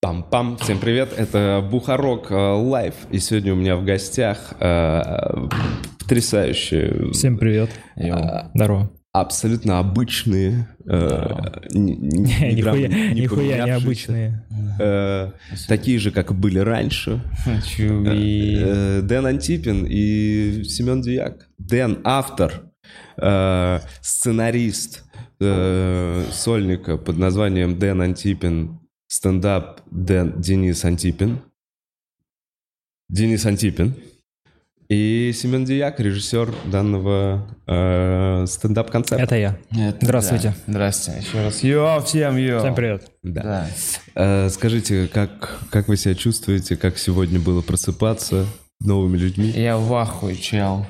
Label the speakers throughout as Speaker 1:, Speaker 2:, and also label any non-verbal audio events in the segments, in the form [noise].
Speaker 1: Пам-пам, всем привет, это Бухарок Лайв, и сегодня у меня в гостях э, потрясающие,
Speaker 2: Всем привет.
Speaker 1: а,
Speaker 2: Здорово.
Speaker 1: абсолютно обычные, э, ни- ни- ни грамм
Speaker 2: [laughs] Нихуя
Speaker 1: не
Speaker 2: нихуя
Speaker 1: поменявшиеся,
Speaker 2: необычные.
Speaker 1: э, такие же, как были раньше, Э, Дэн Антипин и Семен Дьяк. Дэн — автор, э, сценарист э, сольника под названием Дэн Антипин, стендап Дэн Денис Антипин. Денис Антипин. И Семен Дьяк, режиссер данного э, стендап-концепта.
Speaker 2: Это я.
Speaker 3: Это
Speaker 2: Здравствуйте.
Speaker 3: да. Здравствуйте. Еще раз. Йо, всем йо.
Speaker 2: Всем привет.
Speaker 1: Да.
Speaker 3: Да.
Speaker 1: Э, скажите, как, как вы себя чувствуете, как сегодня было просыпаться новыми людьми?
Speaker 3: Я в ахуе, чел.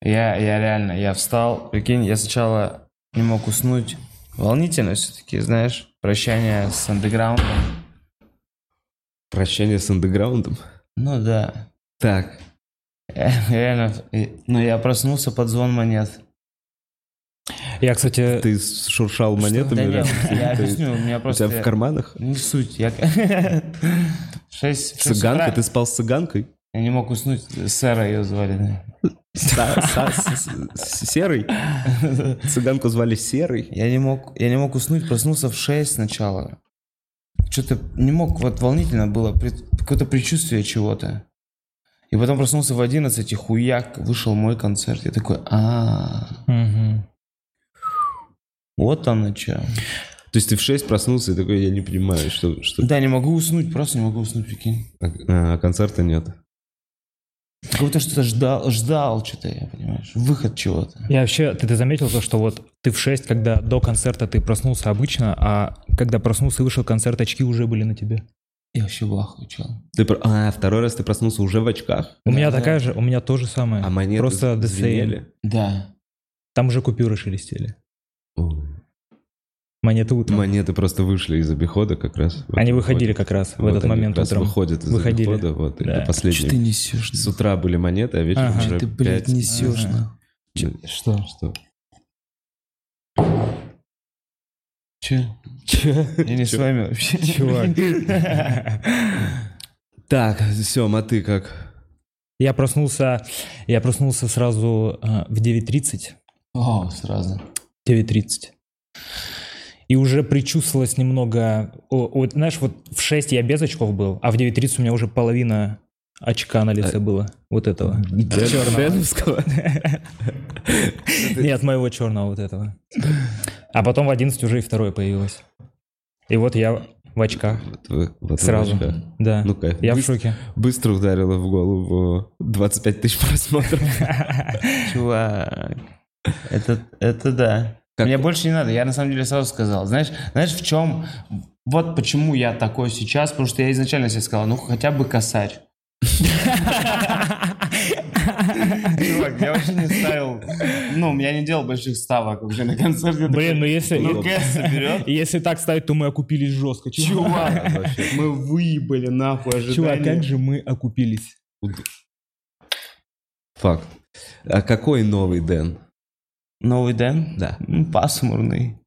Speaker 3: Я, я реально, я встал. Прикинь, я сначала не мог уснуть. Волнительно все-таки, знаешь, прощание с андеграундом.
Speaker 1: Прощание с андеграундом.
Speaker 3: Ну да.
Speaker 1: Так,
Speaker 3: Я Реально, и- ну я проснулся под звон монет.
Speaker 2: Я, кстати,
Speaker 1: Ты с- шуршал монетами?
Speaker 3: Да
Speaker 1: [laughs]
Speaker 3: нет,
Speaker 1: раз?
Speaker 3: я
Speaker 1: Ты-
Speaker 3: объясню, у меня
Speaker 1: У тебя
Speaker 3: просто...
Speaker 1: в карманах?
Speaker 3: Не суть, я... [laughs] Шесть... шесть
Speaker 1: Цыганка?
Speaker 3: утра.
Speaker 1: Ты спал с цыганкой?
Speaker 3: Я не мог уснуть, Сэра ее звали. да.
Speaker 1: Са- са- с- с-
Speaker 2: [laughs]
Speaker 1: Серый? Цыганку звали Серый?
Speaker 3: Я не мог, я не мог уснуть, проснулся в 6 сначала. Что-то не мог, вот волнительно было, пред- какое-то предчувствие чего-то. И потом проснулся в 11, и хуяк, вышел мой концерт. Я такой, а
Speaker 2: мгм.
Speaker 3: вот оно что.
Speaker 1: То есть ты в 6 проснулся и такой, я не понимаю, что... что...
Speaker 3: Да, не могу уснуть, просто не могу уснуть, прикинь.
Speaker 1: А, а концерта нет.
Speaker 3: Как будто что-то ждал, ждал что-то, я понимаешь, выход чего-то.
Speaker 2: я вообще, ты, ты заметил то, что вот ты в 6, когда до концерта ты проснулся обычно, а когда проснулся и вышел концерт, очки уже были на тебе.
Speaker 3: Я вообще в ахуе, чел.
Speaker 1: Ты про- А, второй раз ты проснулся уже в очках,
Speaker 2: У
Speaker 3: Да,
Speaker 2: меня
Speaker 3: да.
Speaker 2: такая же, у меня то же самое.
Speaker 1: а монеты
Speaker 2: Просто the same.
Speaker 1: звенели.
Speaker 3: Да.
Speaker 2: Там уже купюры шелестели.
Speaker 1: Ой.
Speaker 2: Монеты утром.
Speaker 1: Монеты просто вышли из обихода как раз. Вот
Speaker 2: Они
Speaker 1: выходят.
Speaker 2: выходили как раз в
Speaker 1: Вот
Speaker 2: этот
Speaker 1: они
Speaker 2: момент
Speaker 1: как раз
Speaker 2: утром.
Speaker 1: выходят из
Speaker 2: Выходили.
Speaker 1: обихода, вот, и
Speaker 2: Да.
Speaker 1: до последнего.
Speaker 3: Что ты несешь?
Speaker 1: С утра были монеты, а вечером
Speaker 2: Ага.
Speaker 1: уже
Speaker 3: Что ты, блядь,
Speaker 1: пять.
Speaker 3: несешь?
Speaker 2: Ага.
Speaker 1: Чё-
Speaker 3: Что?
Speaker 1: Что?
Speaker 3: Че? Я не с вами вообще.
Speaker 2: Чувак.
Speaker 1: [laughs] Так, все, а ты как?
Speaker 2: Я проснулся, я проснулся сразу э, в 9.30.
Speaker 3: [laughs] О, сразу.
Speaker 2: 9.30. И уже причувствовалось немного... о- вот, знаешь, вот в 6 я без очков был, а в 9.30 у меня уже половина очка на лице было. Вот этого.
Speaker 1: Дэновского?
Speaker 2: Нет, моего черного вот этого. А потом в 11 уже и второе появилось. И вот я в очках.
Speaker 1: Вот вы- вот вы
Speaker 2: Сразу.
Speaker 1: очка.
Speaker 2: Да.
Speaker 1: Ну кайф.
Speaker 2: Я в
Speaker 1: Быстро-
Speaker 2: шоке. [laughs]
Speaker 1: Быстро ударило в голову 25 тысяч просмотров.
Speaker 3: Чувак, это, это да.
Speaker 1: Как-
Speaker 3: Мне больше не надо, я на самом деле сразу сказал. Знаешь, знаешь, в чем, вот почему я такой сейчас, потому что я изначально себе сказал, ну хотя бы косарь. Чувак, я вообще не ставил, ну, я не делал больших ставок вообще на концерте.
Speaker 2: Блин, ну если...
Speaker 3: ну кэс соберет.
Speaker 2: Если так ставить, то мы окупились жестко.
Speaker 3: Чувак, мы выебали нахуй ожидания.
Speaker 2: Чувак, как же мы [laughs] окупились?
Speaker 1: Факт. А какой новый Дэн?
Speaker 3: Новый Дэн?
Speaker 1: Да.
Speaker 3: М, Пасмурный.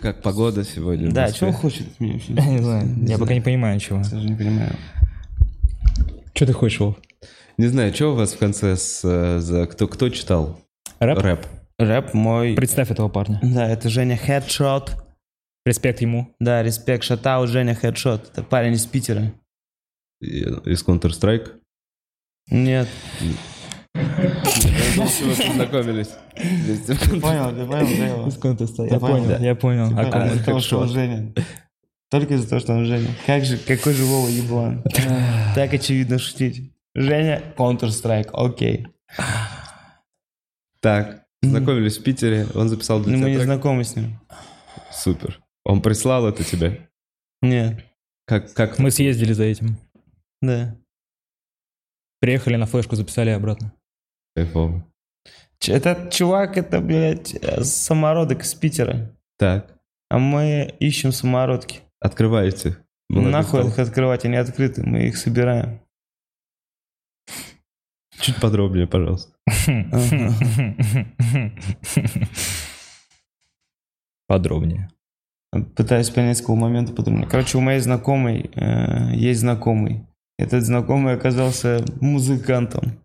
Speaker 1: Как погода сегодня? в
Speaker 3: Да,
Speaker 1: Москве?
Speaker 3: чего он хочет от меня вообще?
Speaker 2: Я не знаю, я пока не понимаю, чего.
Speaker 3: Даже не понимаю.
Speaker 2: Что ты хочешь, Вов?
Speaker 1: Не знаю, что у вас в конце с... э, за- Кто, кто читал
Speaker 2: Рэп?
Speaker 1: рэп?
Speaker 3: Рэп мой...
Speaker 2: Представь этого парня.
Speaker 3: Да, это Женя Хедшот.
Speaker 2: Респект ему.
Speaker 3: Да, респект, шатау, Женя Хедшот. Это парень из Питера.
Speaker 1: И- Из Counter-Strike?
Speaker 3: Нет.
Speaker 1: Чего познакомились?
Speaker 3: Понял, ты понял, да, его.
Speaker 2: Я
Speaker 3: Я
Speaker 2: понял, я понял.
Speaker 3: понял, Типа, Ты
Speaker 2: О ком
Speaker 3: понял,
Speaker 2: он?
Speaker 3: Из-за того, что он Женя. Только из-за того, что он Женя. Как же, какой же Вова еблан. [laughs] Так очевидно шутить. Женя, Counter-Strike, окей.
Speaker 1: Так, знакомились в Питере, он записал для
Speaker 3: Ну, мы
Speaker 1: тебя
Speaker 3: не
Speaker 1: трек.
Speaker 3: знакомы с ним.
Speaker 1: Супер. Он прислал это тебе?
Speaker 3: Нет,
Speaker 1: Как, как
Speaker 2: Мы съездили за этим.
Speaker 3: да.
Speaker 2: Приехали на флешку, записали обратно.
Speaker 1: кайфово?
Speaker 3: Ч- Этот чувак, это, блядь, э, самородок из Питера.
Speaker 1: Так,
Speaker 3: А мы ищем самородки.
Speaker 1: открываете. Молодец,
Speaker 3: Нахуй
Speaker 1: стал.
Speaker 3: их открывать, они открыты, мы их
Speaker 1: [laughs]
Speaker 3: собираем.
Speaker 1: Чуть подробнее, пожалуйста.
Speaker 2: [laughs] Подробнее.
Speaker 3: Пытаюсь понять, с какого момента подумал. Короче, у моей знакомой э, есть знакомый. Этот знакомый оказался музыкантом.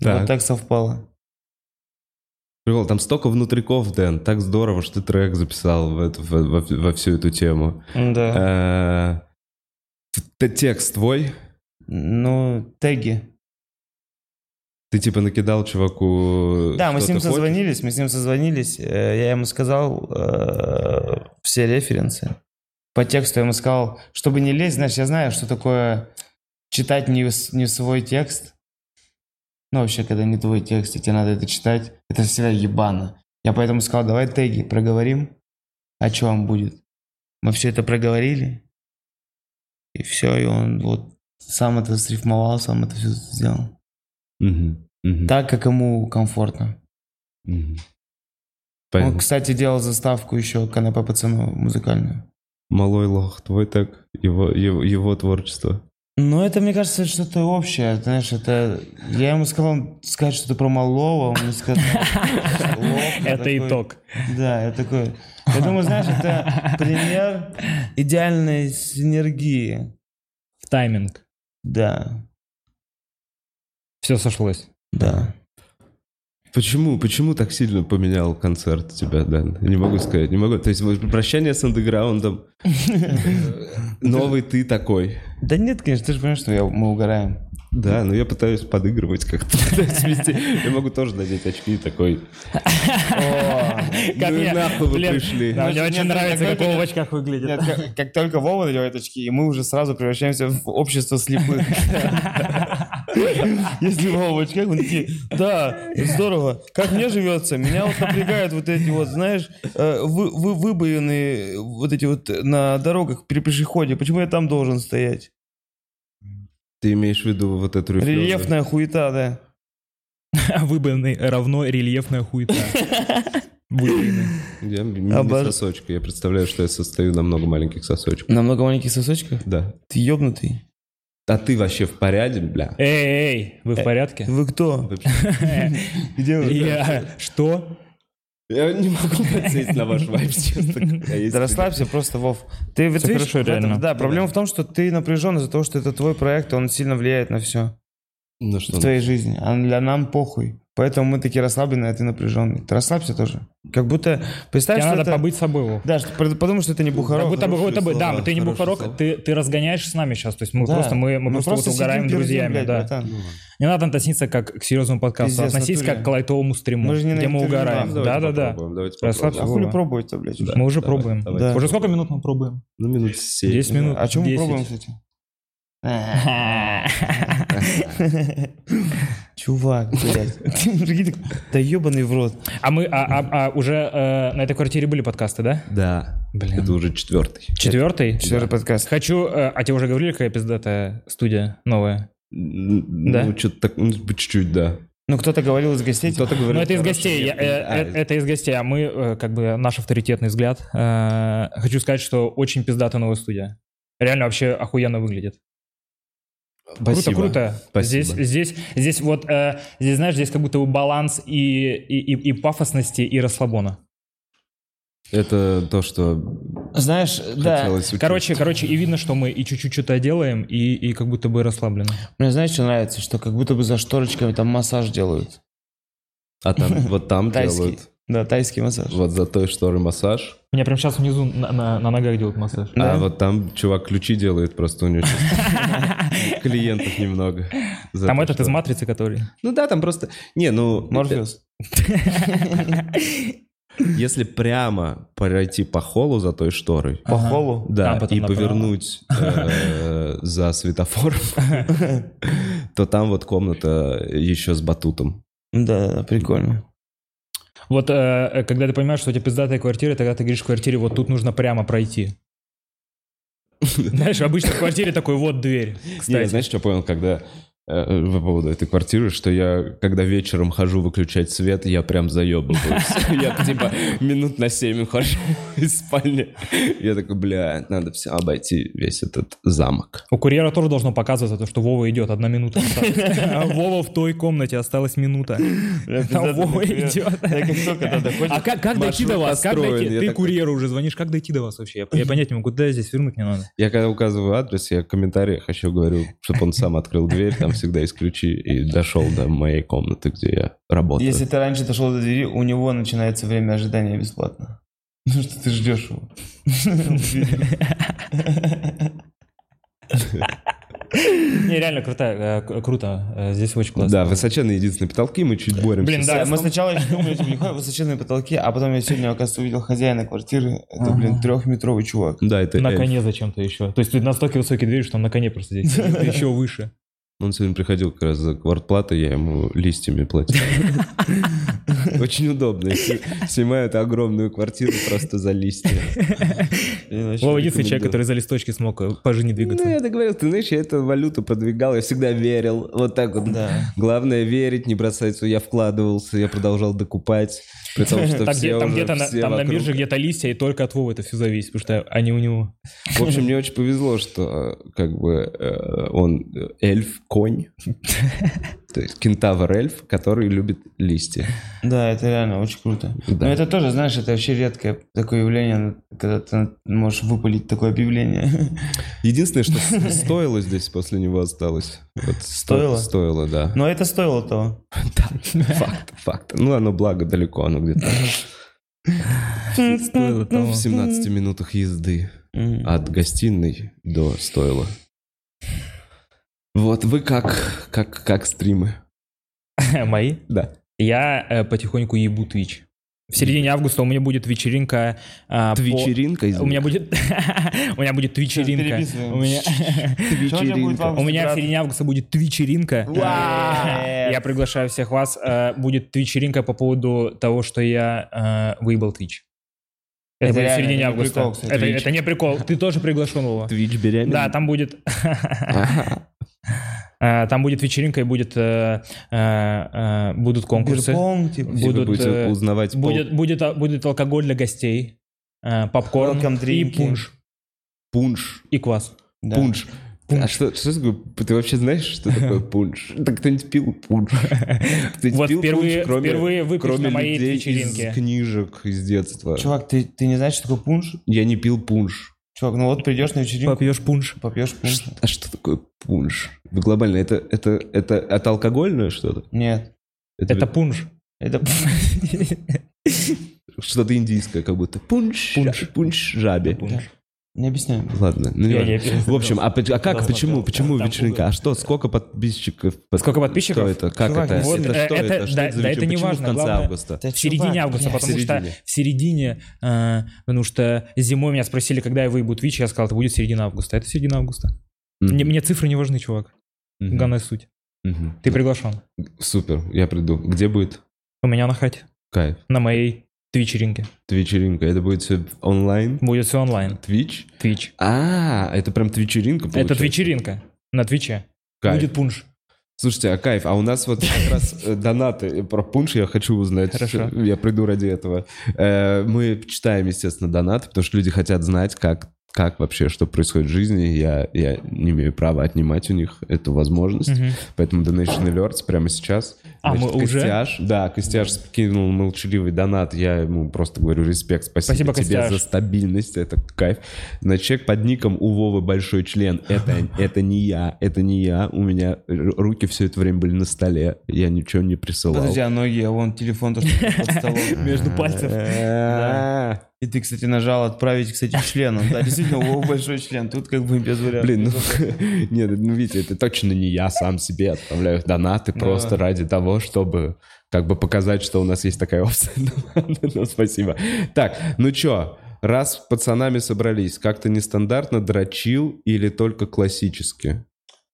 Speaker 1: Так.
Speaker 3: Вот так совпало.
Speaker 1: Прикол, там столько внутриков, Дэн. Так здорово, что ты трек записал в эту- во- во- во всю эту тему.
Speaker 3: Да.
Speaker 1: Э, т- Текст твой?
Speaker 3: Ну, теги.
Speaker 1: Ты типа накидал чуваку...
Speaker 3: Да, мы
Speaker 1: что
Speaker 3: с ним
Speaker 1: ты хочешь?
Speaker 3: созвонились, мы с ним созвонились. э, Я ему сказал э, все референсы. По тексту я ему сказал, чтобы не лезть, знаешь, я знаю, что такое читать не, с- не свой текст. Ну, вообще, когда не твой текст, и тебе надо это читать, это всегда ебано. Я поэтому сказал, давай теги проговорим, о чем будет. Мы все это проговорили. И все, и он вот сам это срифмовал, сам это все сделал.
Speaker 1: Мгм, мгм,
Speaker 3: Так, как ему комфортно.
Speaker 1: мгм.
Speaker 3: Он,
Speaker 1: Понятно.
Speaker 3: кстати, делал заставку еще канапе пацану музыкальную.
Speaker 1: Малой лох, твой так, его, его, его творчество.
Speaker 3: Но Ну, это, мне кажется, что-то общее, знаешь, это... Я ему сказал сказать что-то про Малого, он мне сказал... «Лох», я
Speaker 2: Это
Speaker 3: такой,
Speaker 2: итог.
Speaker 3: Да, я такой... Я думаю, знаешь, это пример идеальной синергии.
Speaker 2: В тайминг.
Speaker 3: Да,
Speaker 2: Все сошлось.
Speaker 3: да.
Speaker 1: Почему, почему так сильно поменял концерт тебя, Дэн? Не могу сказать, не могу. То есть вот прощание с
Speaker 3: [laughs]
Speaker 1: андеграундом, Э, новый ты такой.
Speaker 3: Да нет, конечно, ты же понимаешь, что я- мы угораем.
Speaker 1: Да, но я пытаюсь подыгрывать как-то. [laughs] пытаюсь вести. Я могу тоже надеть очки и такой.
Speaker 2: Как
Speaker 1: Ну и
Speaker 2: я-
Speaker 1: нахуй вы
Speaker 2: Блин,
Speaker 1: пришли.
Speaker 2: да, мне
Speaker 3: Нет,
Speaker 2: очень
Speaker 3: нет,
Speaker 2: нравится,
Speaker 3: нет,
Speaker 2: как он
Speaker 3: нет.
Speaker 2: в очках выглядит.
Speaker 3: Нет, как, как только Вова надевает очки, и мы уже сразу превращаемся в общество слепых. Если Вова в очках, он такие, да, здорово, как мне живется, меня вот напрягают вот эти вот, знаешь, э, вы, вы- выбоины вот эти вот на дорогах при пешеходе, почему я там должен стоять?
Speaker 1: Ты имеешь в виду вот эту рифленую?
Speaker 3: Рельефная хуета, да.
Speaker 2: Выбранный равно рельефная [laughs] хуйта. Выбранный.
Speaker 1: Я мини-
Speaker 3: Обож-
Speaker 1: сосочка. Я представляю, что я состою на много маленьких сосочков.
Speaker 3: Намного маленьких сосочках?
Speaker 1: Да.
Speaker 3: Ты ебнутый.
Speaker 1: А ты вообще в порядке, бля?
Speaker 2: [laughs] Эй, эй, эй, вы в порядке?
Speaker 3: Вы кто? Где Э, вы?
Speaker 2: Я- [laughs] Что?
Speaker 1: Я не могу подсесть на ваш вайп, честно. говоря, если-
Speaker 3: Да расслабься просто, Вов. Ты вот
Speaker 2: Всё
Speaker 3: видишь,
Speaker 2: хорошо,
Speaker 3: в этом-
Speaker 2: реально.
Speaker 3: Да, проблема в том, что ты напряжен из-за того, что это твой проект, и он сильно влияет на все
Speaker 1: Ну что,
Speaker 3: в твоей жизни. А для нам похуй. Поэтому мы такие расслабленные, а ты напряженный. Ты расслабься тоже. Как будто... Представь,
Speaker 2: Тебе
Speaker 3: что
Speaker 2: надо
Speaker 3: это...
Speaker 2: побыть собой. Вов.
Speaker 3: Да, что, под- подумай, что это не Бухарок.
Speaker 2: Как будто бы, как будто бы,
Speaker 1: слова,
Speaker 2: да, ты не
Speaker 1: хорошие
Speaker 2: бухарок,
Speaker 1: слова.
Speaker 2: ты, ты разгоняешься с нами сейчас. То есть мы
Speaker 3: Да. Ну,
Speaker 2: просто мы, мы просто, вот
Speaker 3: сидим,
Speaker 2: угораем
Speaker 3: пердим,
Speaker 2: друзьями,
Speaker 3: блядь,
Speaker 2: да.
Speaker 3: братан.
Speaker 2: Не надо относиться как к серьезному подкасту,
Speaker 3: Пиздец,
Speaker 2: относись
Speaker 3: натуре.
Speaker 2: как к лайтовому стриму,
Speaker 3: Мы же не на
Speaker 2: где мы
Speaker 3: интервью,
Speaker 2: угораем.
Speaker 3: да,
Speaker 2: Да,
Speaker 1: давайте
Speaker 2: да, да.
Speaker 1: попробуем, давайте
Speaker 2: Расслабься.
Speaker 3: А
Speaker 1: попробуем.
Speaker 3: хули
Speaker 2: Вова.
Speaker 3: пробовать-то, блядь, уже?
Speaker 2: Мы уже
Speaker 1: Давай,
Speaker 2: пробуем.
Speaker 1: давайте.
Speaker 3: Да.
Speaker 2: Уже сколько минут мы пробуем?
Speaker 1: Ну, минут семь.
Speaker 2: 10 минут.
Speaker 3: А чем мы
Speaker 2: 10.
Speaker 3: пробуем, кстати? [laughs]
Speaker 2: [laughs]
Speaker 3: Чувак, блядь. Прикинь, так, Да ебаный в рот.
Speaker 2: А мы, а, а- а уже э, на этой квартире были подкасты, да?
Speaker 1: Да.
Speaker 2: Блин.
Speaker 1: Это уже четвертый.
Speaker 2: Четвертый?
Speaker 3: Четвертый подкаст.
Speaker 2: Хочу, э, а тебе уже говорили, какая пиздатая студия новая?
Speaker 1: Н-
Speaker 2: Да?
Speaker 1: Ну, что-то так, ну, по чуть-чуть, да.
Speaker 3: Ну, кто-то говорил из гостей, типа,
Speaker 1: Кто-то говорит,
Speaker 2: Ну, это из
Speaker 1: хорошо,
Speaker 2: гостей,
Speaker 1: я-
Speaker 2: я- э,
Speaker 1: а,
Speaker 2: э, это из гостей, а мы, э, как бы, наш авторитетный взгляд. Э, Хочу сказать, что очень пиздатая новая студия. Реально вообще охуенно выглядит.
Speaker 1: спасибо.
Speaker 2: Круто, круто.
Speaker 1: Спасибо.
Speaker 2: Здесь, здесь, здесь вот, э, здесь, знаешь, здесь как будто бы баланс и, и, и- и пафосности, и расслабона.
Speaker 1: Это то, что
Speaker 3: Знаешь, да.
Speaker 1: хотелось учесть.
Speaker 2: Короче, короче, и видно, что мы и чуть-чуть что-то делаем, и, и как будто бы расслаблены.
Speaker 3: Мне знаешь, что нравится? Что как будто бы за шторочками там массаж делают.
Speaker 1: А
Speaker 2: [laughs]
Speaker 1: там вот там
Speaker 3: Тайский.
Speaker 1: делают
Speaker 3: Да, тайский массаж.
Speaker 1: вот за той шторы массаж.
Speaker 2: Меня прям сейчас внизу на, на- на ногах
Speaker 1: [laughs]
Speaker 2: делают массаж.
Speaker 1: А вот там чувак ключи делает просто у него сейчас [laughs] клиентов немного. За
Speaker 2: Там
Speaker 1: то,
Speaker 2: этот
Speaker 1: что-
Speaker 2: из матрицы, который.
Speaker 1: Ну да, там просто... Не, ну...
Speaker 3: Морфеус.
Speaker 1: Если прямо пройти по холлу за той шторой,
Speaker 3: По
Speaker 2: Ага.
Speaker 3: холу.
Speaker 1: да,
Speaker 2: Там потом
Speaker 1: и
Speaker 2: направо.
Speaker 1: повернуть э, [laughs] за
Speaker 2: [laughs]
Speaker 1: светофором, то там вот комната еще с батутом.
Speaker 3: Да, да, прикольно.
Speaker 2: Вот э, э, когда ты понимаешь, что у тебя пиздатая квартира, тогда ты говоришь в квартире, вот тут нужно прямо пройти. Знаешь, обычно в квартире такой, вот дверь.
Speaker 1: Не, я
Speaker 2: Кстати,
Speaker 1: знаешь, что понял, когда э, по поводу этой квартиры, что я, когда вечером хожу выключать свет, я прям заебываюсь.
Speaker 2: [laughs]
Speaker 1: Я типа минут на 7 хожу [laughs] из спальни. Я такой, бля, надо все обойти весь этот замок.
Speaker 2: У курьера тоже должно показываться то, что Вова идет, одна минута осталась. [laughs] А Вова в той комнате осталась минута. А Вова идет.
Speaker 3: Я как только туда доходит,
Speaker 2: А как, как дойти
Speaker 1: маршрут
Speaker 2: до вас? Как
Speaker 1: построен,
Speaker 2: дойти?
Speaker 1: я
Speaker 2: Ты
Speaker 1: такой-
Speaker 2: курьеру уже звонишь, как дойти до вас вообще? Я, я понять не могу, куда здесь вернуть не надо.
Speaker 1: Я когда указываю адрес, я в комментариях еще говорю, чтобы он сам открыл дверь, там всегда есть ключи, и дошел до моей комнаты, где я работаю.
Speaker 3: Если ты раньше дошел до двери, у него начинается время ожидания бесплатно. [laughs] Ну что ты ждешь его?
Speaker 2: Не, реально крутая, э, к- круто. Э, Здесь очень классно.
Speaker 1: Да, высоченные единственные потолки, мы чуть боремся.
Speaker 2: Э, Блин,
Speaker 1: с-
Speaker 2: да,
Speaker 3: Мы
Speaker 2: основ-
Speaker 3: сначала еще думали, типа, нихуя высоченные потолки, а потом я сегодня, оказывается, увидел хозяина квартиры. Это, блин, трехметровый чувак.
Speaker 1: Да, это
Speaker 2: На
Speaker 1: эльф.
Speaker 2: коне зачем-то еще. То есть ты настолько высокие двери, что он на коне просто [laughs] здесь. сидит, Еще выше.
Speaker 1: Он сегодня приходил как раз за квартплатой, я ему листьями
Speaker 2: [laughs]
Speaker 1: платил. Очень удобно. если Снимают огромную квартиру просто за листья.
Speaker 2: Вова единственный человек, который за листочки смог э, по жизни
Speaker 1: Ну,
Speaker 2: двигаться.
Speaker 1: я говорил, ты знаешь, я эту валюту продвигал, я всегда верил. Вот так вот.
Speaker 3: Да.
Speaker 1: Главное верить, не бросать свою. Я вкладывался, я продолжал докупать. При том, что
Speaker 2: Там,
Speaker 1: все
Speaker 2: где, там
Speaker 1: уже,
Speaker 2: где-то на,
Speaker 1: все
Speaker 2: там на
Speaker 1: вокруг.
Speaker 2: бирже где-то листья, и только от Вовы это все зависит, потому что они у
Speaker 3: [laughs]
Speaker 2: него.
Speaker 1: В общем, мне очень повезло, что э, как бы э, он э,
Speaker 2: [laughs]
Speaker 1: эльф-конь. То есть кентавр-эльф, который любит листья.
Speaker 3: Да, это реально очень круто.
Speaker 1: Да.
Speaker 3: Но это тоже, знаешь, это вообще редкое такое явление, когда ты можешь выпалить такое объявление. [laughs]
Speaker 1: Единственное, что с- стоило здесь после него осталось. Вот сто-
Speaker 3: Стоило?
Speaker 1: Стоило, да.
Speaker 3: Но это стоило того.
Speaker 1: Да, [laughs] факт, факт. Ну, оно благо далеко, оно где-то
Speaker 2: Стоило того.
Speaker 1: в 17 минутах езды
Speaker 3: Мгм.
Speaker 1: от гостиной до стоила. Вот вы как, как, как стримы?
Speaker 2: Мои?
Speaker 1: Да.
Speaker 2: Я э, потихоньку ебу Twitch. В середине августа у меня будет вечеринка. а, по-
Speaker 1: Твичеринка,
Speaker 2: У меня будет... [laughs] У меня будет твичеринка.
Speaker 3: переписываем.
Speaker 2: У меня...
Speaker 3: [laughs] Сегодня будет
Speaker 1: Твичеринка.
Speaker 3: вам
Speaker 2: У меня в
Speaker 3: Здравствуйте.
Speaker 2: середине августа будет твичеринка. Э,
Speaker 3: Вау!
Speaker 2: Я приглашаю всех вас. Э, Будет твичеринка по поводу того, что я э, выебал Twitch. Это будет
Speaker 3: Это
Speaker 2: в
Speaker 3: реально,
Speaker 2: середине
Speaker 3: это не
Speaker 2: августа.
Speaker 3: прикол, кстати.
Speaker 2: Это
Speaker 3: Twitch.
Speaker 2: это не прикол. Ты тоже приглашен, Вова.
Speaker 1: Твич беременна?
Speaker 2: Да, там будет...
Speaker 1: Ага.
Speaker 2: э, Там будет вечеринка и будет... э, э, э, Будут конкурсы.
Speaker 3: Бирпонг, типа.
Speaker 1: Типа
Speaker 2: будут,
Speaker 1: будете
Speaker 2: э,
Speaker 1: узнавать пол-
Speaker 2: Будет, будет, а- будет алкоголь для гостей, э, попкорн
Speaker 3: Welcome
Speaker 2: и
Speaker 3: drinking.
Speaker 2: пунш,
Speaker 1: пунш.
Speaker 2: и квас.
Speaker 3: Да.
Speaker 1: Пунш. А что, что такое? Ты вообще знаешь, что
Speaker 2: [laughs]
Speaker 1: такое пунш? Да кто-нибудь пил пунш? Кто-нибудь
Speaker 2: Вот
Speaker 1: пил
Speaker 2: впервые-
Speaker 1: пунш, кроме-
Speaker 2: впервые выпив
Speaker 1: кроме
Speaker 2: на моей
Speaker 1: людей
Speaker 2: вечеринке.
Speaker 1: из книжек из детства?
Speaker 3: Чувак, ты, ты не знаешь, что такое пунш?
Speaker 1: Я не пил пунш.
Speaker 3: Чувак, ну вот придешь на вечеринку,
Speaker 2: Попьешь пунш.
Speaker 3: попьешь пунш.
Speaker 1: А что такое пунш? Вы Глобально, это, это, это, это алкогольное что-то?
Speaker 3: Нет.
Speaker 2: Это пунш.
Speaker 3: Это
Speaker 1: что-то индийское, как будто. Пунш,
Speaker 2: Пунш.
Speaker 1: пунш, пунш жабе.
Speaker 3: не объясняем.
Speaker 1: Ладно, ну, не
Speaker 2: Я
Speaker 1: важно.
Speaker 2: не пил.
Speaker 1: В общем, а, поч- а как,
Speaker 2: Давно
Speaker 1: почему,
Speaker 2: смотрел.
Speaker 1: почему
Speaker 2: Там
Speaker 1: вечеринка? А что, сколько подписчиков? Под-
Speaker 2: Сколько подписчиков?
Speaker 1: Что это? Как
Speaker 3: Чувак,
Speaker 1: это?
Speaker 2: вот,
Speaker 1: это
Speaker 2: э,
Speaker 1: что
Speaker 2: это-
Speaker 1: это? Что
Speaker 2: да-
Speaker 1: это за
Speaker 2: да,
Speaker 1: вечер-
Speaker 2: это не
Speaker 1: Почему
Speaker 2: важно,
Speaker 1: в конце
Speaker 2: главное-
Speaker 1: августа?
Speaker 3: Да,
Speaker 2: В середине
Speaker 3: чувак,
Speaker 2: августа,
Speaker 3: бля,
Speaker 2: потому
Speaker 1: середине.
Speaker 2: что в середине, э, потому что зимой меня спросили, когда я выебу Twitch, я сказал, это будет середина августа. Это середина августа.
Speaker 1: Мгм.
Speaker 2: Мне, мне цифры не важны, чувак.
Speaker 1: Мгм.
Speaker 2: Главная суть.
Speaker 1: Мгм.
Speaker 2: Ты приглашен.
Speaker 1: Супер, я приду. Где будет?
Speaker 2: У меня на хате,
Speaker 1: Кайф.
Speaker 2: на моей твичеринке.
Speaker 1: Твичеринка. Это будет все онлайн?
Speaker 2: Будет все онлайн.
Speaker 1: Твич?
Speaker 2: Твич.
Speaker 1: А, это прям твичеринка
Speaker 2: Это
Speaker 1: получается?
Speaker 2: твичеринка на твиче.
Speaker 1: Кайф.
Speaker 2: Будет пунш.
Speaker 1: Слушайте, а кайф, а у нас вот как
Speaker 2: [laughs]
Speaker 1: раз э, донаты про пунш я хочу узнать.
Speaker 2: Хорошо.
Speaker 1: Я приду ради этого. Э, Мы читаем, естественно, донаты, потому что люди хотят знать, как, как вообще, что происходит в жизни. Я, я не имею права отнимать у них эту возможность.
Speaker 2: Мгм.
Speaker 1: Поэтому Donation Alerts прямо сейчас.
Speaker 2: А, мы уже?
Speaker 1: Костяш, да, Костяш скинул молчаливый донат. Я ему просто говорю респект, спасибо,
Speaker 2: Спасибо,
Speaker 1: тебе
Speaker 2: Костяш.
Speaker 1: за стабильность, это кайф. Значит, человек под ником у Вовы большой член. Это, это не я, это не я. У меня ру- руки все это время были на столе, я ничего не присылал.
Speaker 3: Подожди, а ноги, а вон телефон то, что под столом.
Speaker 2: Между
Speaker 1: [laughs]
Speaker 2: пальцев.
Speaker 1: А,
Speaker 3: И ты, кстати, нажал отправить, кстати, членом. Да, действительно, у Вовы большой член. Тут как бы без вариантов.
Speaker 1: Блин, ну, [laughs] нет, ну, видите, это точно не я сам себе отправляю донаты
Speaker 3: Ну
Speaker 1: просто ради того, чтобы как бы показать, что у нас есть такая опция. [laughs] Ну, спасибо. Так, ну чё, раз пацанами собрались, как-то нестандартно дрочил или только классически?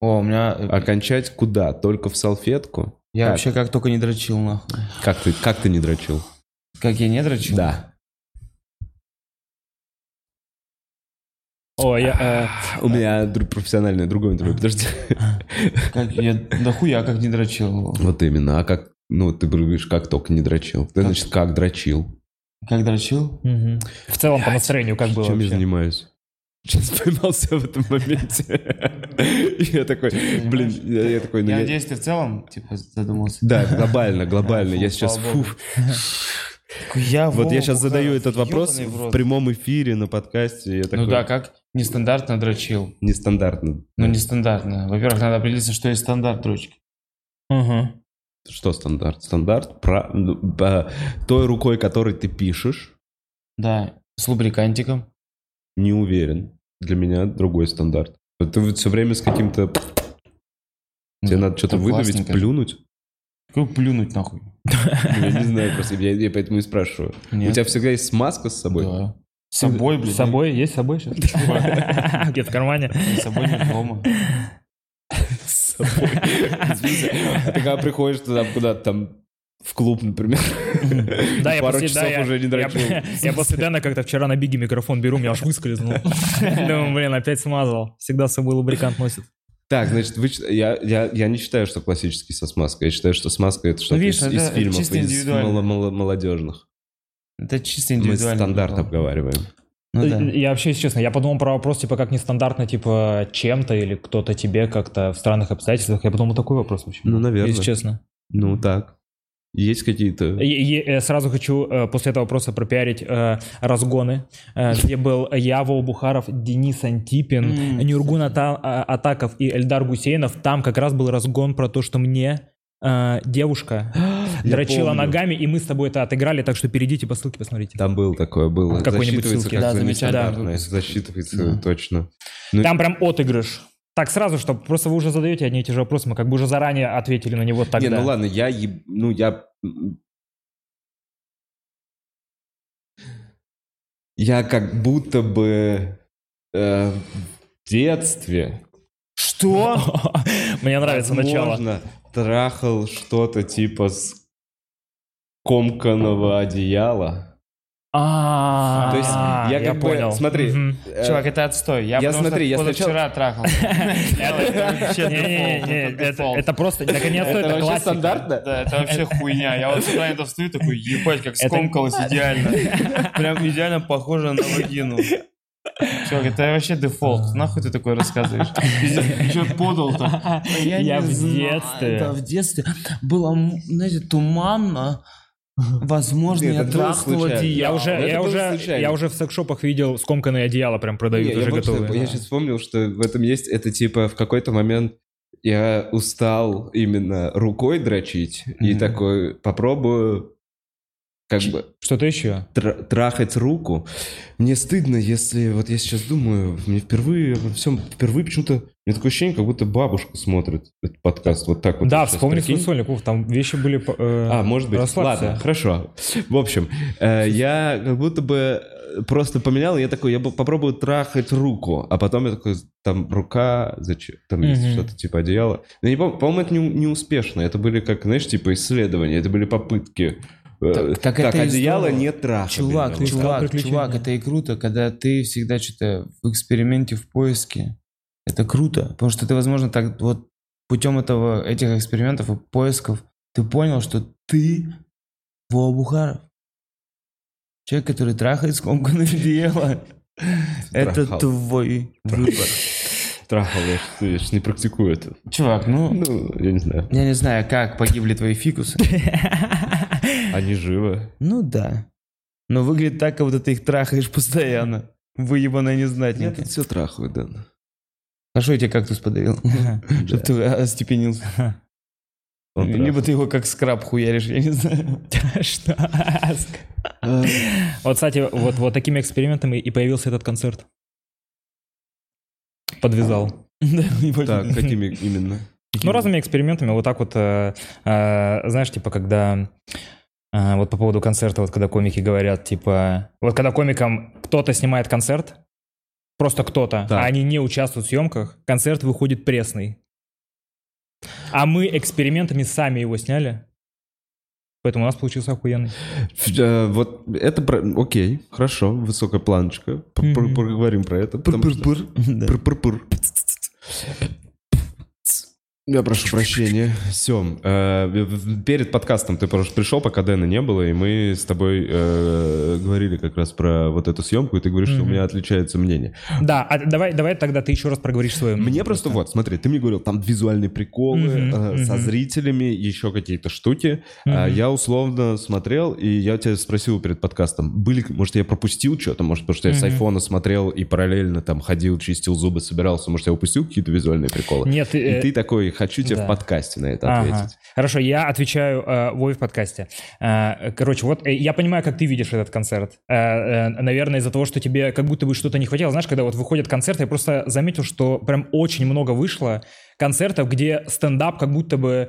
Speaker 3: О, у меня... э,
Speaker 1: Окончать куда? Только в салфетку?
Speaker 3: Я
Speaker 1: Как?
Speaker 3: вообще как только не дрочил, нахуй.
Speaker 1: Как ты, как ты не дрочил?
Speaker 3: Как я не дрочил?
Speaker 1: Да.
Speaker 2: О, я... э,
Speaker 1: У меня друг- профессиональное другое интервью, [laughs] подожди.
Speaker 3: Как я дохуя как не дрочил его.
Speaker 1: Вот именно, а как... Ну, ты говоришь, как только не дрочил. Ты, значит, как дрочил.
Speaker 3: Как дрочил?
Speaker 2: э, мгм. В целом, по настроению как было
Speaker 1: Чем я
Speaker 2: вообще?
Speaker 1: занимаюсь? Сейчас поймался в этом моменте. И Я такой,
Speaker 3: Ты
Speaker 1: блин,
Speaker 3: понимаешь?
Speaker 1: я я такой, ну
Speaker 3: я
Speaker 1: я-
Speaker 3: надеюсь, ты в целом, типа, задумался.
Speaker 1: Да, глобально, глобально. Я
Speaker 3: Фу,
Speaker 1: сейчас,
Speaker 3: слава богу.
Speaker 1: фу,
Speaker 3: Я
Speaker 1: Вот я
Speaker 3: Вова
Speaker 1: сейчас задаю
Speaker 3: Бухаров,
Speaker 1: этот вопрос
Speaker 3: ёбаный в
Speaker 1: в
Speaker 3: рот.
Speaker 1: прямом эфире на подкасте. Я такой,
Speaker 3: Ну да, как нестандартно дрочил.
Speaker 1: Нестандартно.
Speaker 3: Ну, нестандартно. Во-первых, надо определиться, что есть стандарт дрочки.
Speaker 2: Ага.
Speaker 1: Что стандарт? Стандарт про... ну, ба- той рукой, которой ты пишешь,
Speaker 3: Да, с лубрикантиком.
Speaker 1: не уверен. Для меня другой стандарт. Ты все время с каким-то... Тебе
Speaker 3: Ну,
Speaker 1: надо что-то
Speaker 3: так
Speaker 1: выдавить,
Speaker 3: классненько.
Speaker 1: плюнуть.
Speaker 3: Как плюнуть нахуй?
Speaker 1: Ну,
Speaker 3: [laughs]
Speaker 1: Я не знаю, просто я, я поэтому и спрашиваю.
Speaker 3: Нет.
Speaker 1: У тебя всегда есть маска с собой?
Speaker 3: Да. С собой, блин.
Speaker 2: С собой? Есть с собой
Speaker 3: [laughs]
Speaker 2: сейчас? [laughs] Где-то в кармане?
Speaker 3: С собой нет дома.
Speaker 1: С собой. Извините, [laughs] Ты когда приходишь туда куда-то там в клуб,
Speaker 3: [laughs]
Speaker 1: например, [laughs]
Speaker 2: Да, я
Speaker 1: пару
Speaker 2: после- да,
Speaker 1: часов
Speaker 2: я-
Speaker 1: уже не
Speaker 2: я-
Speaker 1: дрочил.
Speaker 2: [laughs] Я после Дэна как-то вчера на Биге микрофон беру, у меня аж выскользнул. [laughs] Думаю, блин, опять смазал. Всегда с собой лубрикант носит.
Speaker 1: Так, значит, вы, чит- я, я, я не считаю, что классический со смазкой. Я считаю, что смазка это что-то
Speaker 3: Ну, видишь,
Speaker 1: из, из
Speaker 3: это
Speaker 1: фильмов,
Speaker 3: чисто
Speaker 1: из
Speaker 3: индивидуально.
Speaker 1: мало- мало- молодежных.
Speaker 3: Это чисто
Speaker 1: Мы
Speaker 3: индивидуально.
Speaker 1: стандарт
Speaker 3: прикол.
Speaker 1: обговариваем.
Speaker 3: Ну да.
Speaker 2: Я вообще, если честно, я подумал про вопрос, типа, как нестандартно, типа, чем-то или кто-то тебе как-то в странных обстоятельствах. Я подумал, такой вопрос вообще.
Speaker 1: Ну, наверное.
Speaker 2: Если честно.
Speaker 1: Ну, так. Есть какие-то...
Speaker 2: Е- е- э, Сразу хочу э, после этого вопроса пропиарить э, разгоны, э, где был я, Вова Бухаров, Денис Антипин,
Speaker 3: М.
Speaker 2: Нюргун Ата- а- Атаков и Эльдар Гусейнов. Там как раз был разгон про то, что мне э, девушка
Speaker 1: [gasps] Я
Speaker 2: дрочила
Speaker 1: помню.
Speaker 2: ногами, и мы с тобой это отыграли, так что перейдите по ссылке, посмотрите.
Speaker 1: Там было такое, было.
Speaker 2: Какой-нибудь
Speaker 1: Засчитывается
Speaker 2: ссылки.
Speaker 1: как
Speaker 3: Да,
Speaker 1: за
Speaker 3: замечательный
Speaker 1: нестандартное.
Speaker 3: выпуск.
Speaker 1: Засчитывается,
Speaker 3: Да.
Speaker 1: точно.
Speaker 2: Там прям отыгрыш. Так сразу, что просто вы уже задаете одни и те же вопросы, мы как бы уже заранее ответили на него тогда.
Speaker 1: Не, ну ладно, я еб- ну я м, я как будто бы э, в детстве. [laughs]
Speaker 2: Что? Мне нравится начало.
Speaker 1: возможно, Трахал что-то типа с комканого одеяла.
Speaker 2: А,
Speaker 1: То есть я как бы-
Speaker 2: понял.
Speaker 1: смотри,
Speaker 2: Мгм.
Speaker 1: Э,
Speaker 3: Чувак, это отстой. Я,
Speaker 1: я
Speaker 3: потому
Speaker 1: смотри,
Speaker 3: что
Speaker 1: я сначала-
Speaker 3: позавчера трахал.
Speaker 2: [laughs] Это- Не-не-не,
Speaker 3: это
Speaker 2: это
Speaker 3: дефолт.
Speaker 2: это
Speaker 1: [laughs]
Speaker 2: просто,
Speaker 1: это
Speaker 2: наконец-то, это
Speaker 1: вообще
Speaker 2: классика.
Speaker 1: стандартно?
Speaker 3: Да, это вообще хуйня. Я вот сюда это встаю, такой, ебать, как
Speaker 2: Это-
Speaker 3: скомкалось идеально. Прям идеально похоже на вагину. Чувак, это вообще дефолт. Нахуй ты такое рассказываешь? Че
Speaker 2: [laughs]
Speaker 3: подал-то?
Speaker 2: Я в
Speaker 3: знаю.
Speaker 2: детстве.
Speaker 3: Да, в детстве было, м, знаете, туманно. Возможно,
Speaker 1: Нет,
Speaker 3: я
Speaker 1: это было
Speaker 3: трахнул
Speaker 1: случайно.
Speaker 2: Я
Speaker 3: одеяло.
Speaker 2: уже,
Speaker 1: это
Speaker 2: я
Speaker 1: было
Speaker 2: уже,
Speaker 1: случайно.
Speaker 2: я уже в секшопах видел скомканные одеяла прям продают
Speaker 1: Не,
Speaker 2: уже
Speaker 1: я, больше-
Speaker 2: готовые.
Speaker 1: я сейчас вспомнил, что в этом есть это типа в какой-то момент я устал именно рукой дрочить и
Speaker 3: Мгм.
Speaker 1: такой попробую как бы
Speaker 2: Что-то еще?
Speaker 1: тра- трахать руку. Мне стыдно, если вот я сейчас думаю, мне впервые во всем, впервые почему-то, у меня такое ощущение, как будто бабушка смотрит этот подкаст вот так вот.
Speaker 2: Да,
Speaker 1: вот сейчас,
Speaker 2: вспомни
Speaker 1: прикинь.
Speaker 2: свой сольник. Ух, там вещи были... по- э, [laughs]
Speaker 1: А, может быть.
Speaker 2: расслабься.
Speaker 1: Ладно, хорошо. В общем, э, я как будто бы э, просто поменял, я такой, я бы попробую трахать руку, а потом я такой, там рука, зачем, там есть
Speaker 2: Мгм.
Speaker 1: что-то типа одеяло. Ну, не помню, по-моему, это не, не успешно, это были как, знаешь, типа исследования, это были попытки. Э,
Speaker 3: Так- так это и
Speaker 1: одеяло
Speaker 3: здорово.
Speaker 1: не трахать.
Speaker 3: Чувак,
Speaker 2: ты искал
Speaker 3: чувак,
Speaker 2: приключения.
Speaker 3: чувак, это и круто, когда ты всегда что-то в эксперименте, в поиске. Это круто, потому что ты, возможно, так вот путем этого, этих экспериментов и поисков, ты понял, что ты Вова Бухаров. Человек, который
Speaker 1: [laughs]
Speaker 3: трахает скомканное одеяло. Это
Speaker 1: Трахал.
Speaker 3: твой выбор.
Speaker 1: Трахал, я ж- я ж не практикую это.
Speaker 3: Чувак, ну,
Speaker 1: Ну, я не знаю.
Speaker 3: я не знаю, как погибли твои фикусы.
Speaker 1: Они живы.
Speaker 3: Ну да. Но выглядит так, как будто ты их трахаешь постоянно. Выебанное
Speaker 1: Я
Speaker 3: незнатненько.
Speaker 1: тут все трахаю, Дэн.
Speaker 3: Хорошо, я тебе кактус подарил. Чтоб ты остепенился.
Speaker 1: Он
Speaker 3: Либо ты его как скраб хуяришь, я не знаю.
Speaker 2: Что?
Speaker 3: Э,
Speaker 2: Вот, кстати, вот, вот такими экспериментами и появился этот концерт.
Speaker 1: [laughs]
Speaker 2: Подвязал.
Speaker 1: Так, какими именно?
Speaker 2: Ну, разными экспериментами, вот так вот, э, э, знаешь, типа, когда... э, вот по поводу концерта, вот когда комики говорят, типа... Вот когда комикам кто-то снимает концерт, просто кто-то,
Speaker 1: Так.
Speaker 2: а они не участвуют в съемках, концерт выходит пресный. А мы экспериментами сами его сняли. Поэтому у нас получился охуенный.
Speaker 1: Ф- э, Вот это... про- Окей, хорошо, высокая планочка. Пр- пр-
Speaker 2: Мгм.
Speaker 1: Поговорим про это. потому что-
Speaker 3: Да.
Speaker 1: Пр-пр-пр. Я прошу прощения. Сем, э, в- в- перед подкастом ты просто пришел, пока Дэна не было, и мы с тобой э, говорили как раз про вот эту съемку, и ты говоришь, что у
Speaker 2: Мгм.
Speaker 1: меня отличается мнение.
Speaker 2: Да, а давай, давай тогда ты еще раз проговоришь свое мнение.
Speaker 1: Мне просто вот, смотри, ты мне говорил, там визуальные приколы
Speaker 2: Мгм,
Speaker 1: э, со
Speaker 2: мгм.
Speaker 1: зрителями, еще какие-то штуки.
Speaker 2: Мгм.
Speaker 1: А я условно смотрел, и я тебя спросил перед подкастом, были, может, я пропустил что-то, может, потому что я с
Speaker 2: Мгм.
Speaker 1: айфона смотрел и параллельно там ходил, чистил зубы, собирался, может, я упустил какие-то визуальные приколы.
Speaker 2: Нет,
Speaker 1: И
Speaker 2: э,
Speaker 1: ты такой, хочу тебе
Speaker 2: да.
Speaker 1: в подкасте на это
Speaker 2: Ага.
Speaker 1: ответить.
Speaker 2: Хорошо, я отвечаю э, Вове в подкасте. Э, короче, вот э, я понимаю, как ты видишь этот концерт. Э, э, наверное, из-за того, что тебе как будто бы что-то не хватило. Знаешь, когда вот выходят концерты, я просто заметил, что прям очень много вышло концертов, где стендап как будто бы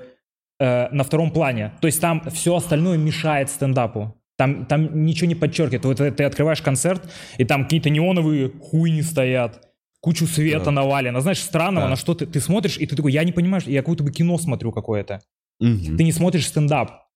Speaker 2: э, на втором плане. То есть там все остальное мешает стендапу. Там, там ничего не подчеркивает. Вот э, ты открываешь концерт, и там какие-то неоновые хуйни стоят. Кучу света
Speaker 1: Да.
Speaker 2: навалено. Знаешь, странного,
Speaker 1: Да.
Speaker 2: на что ты, ты смотришь, и ты такой, я не понимаю, что- я как будто бы кино смотрю какое-то.
Speaker 1: Мгм.
Speaker 2: Ты не смотришь стендап.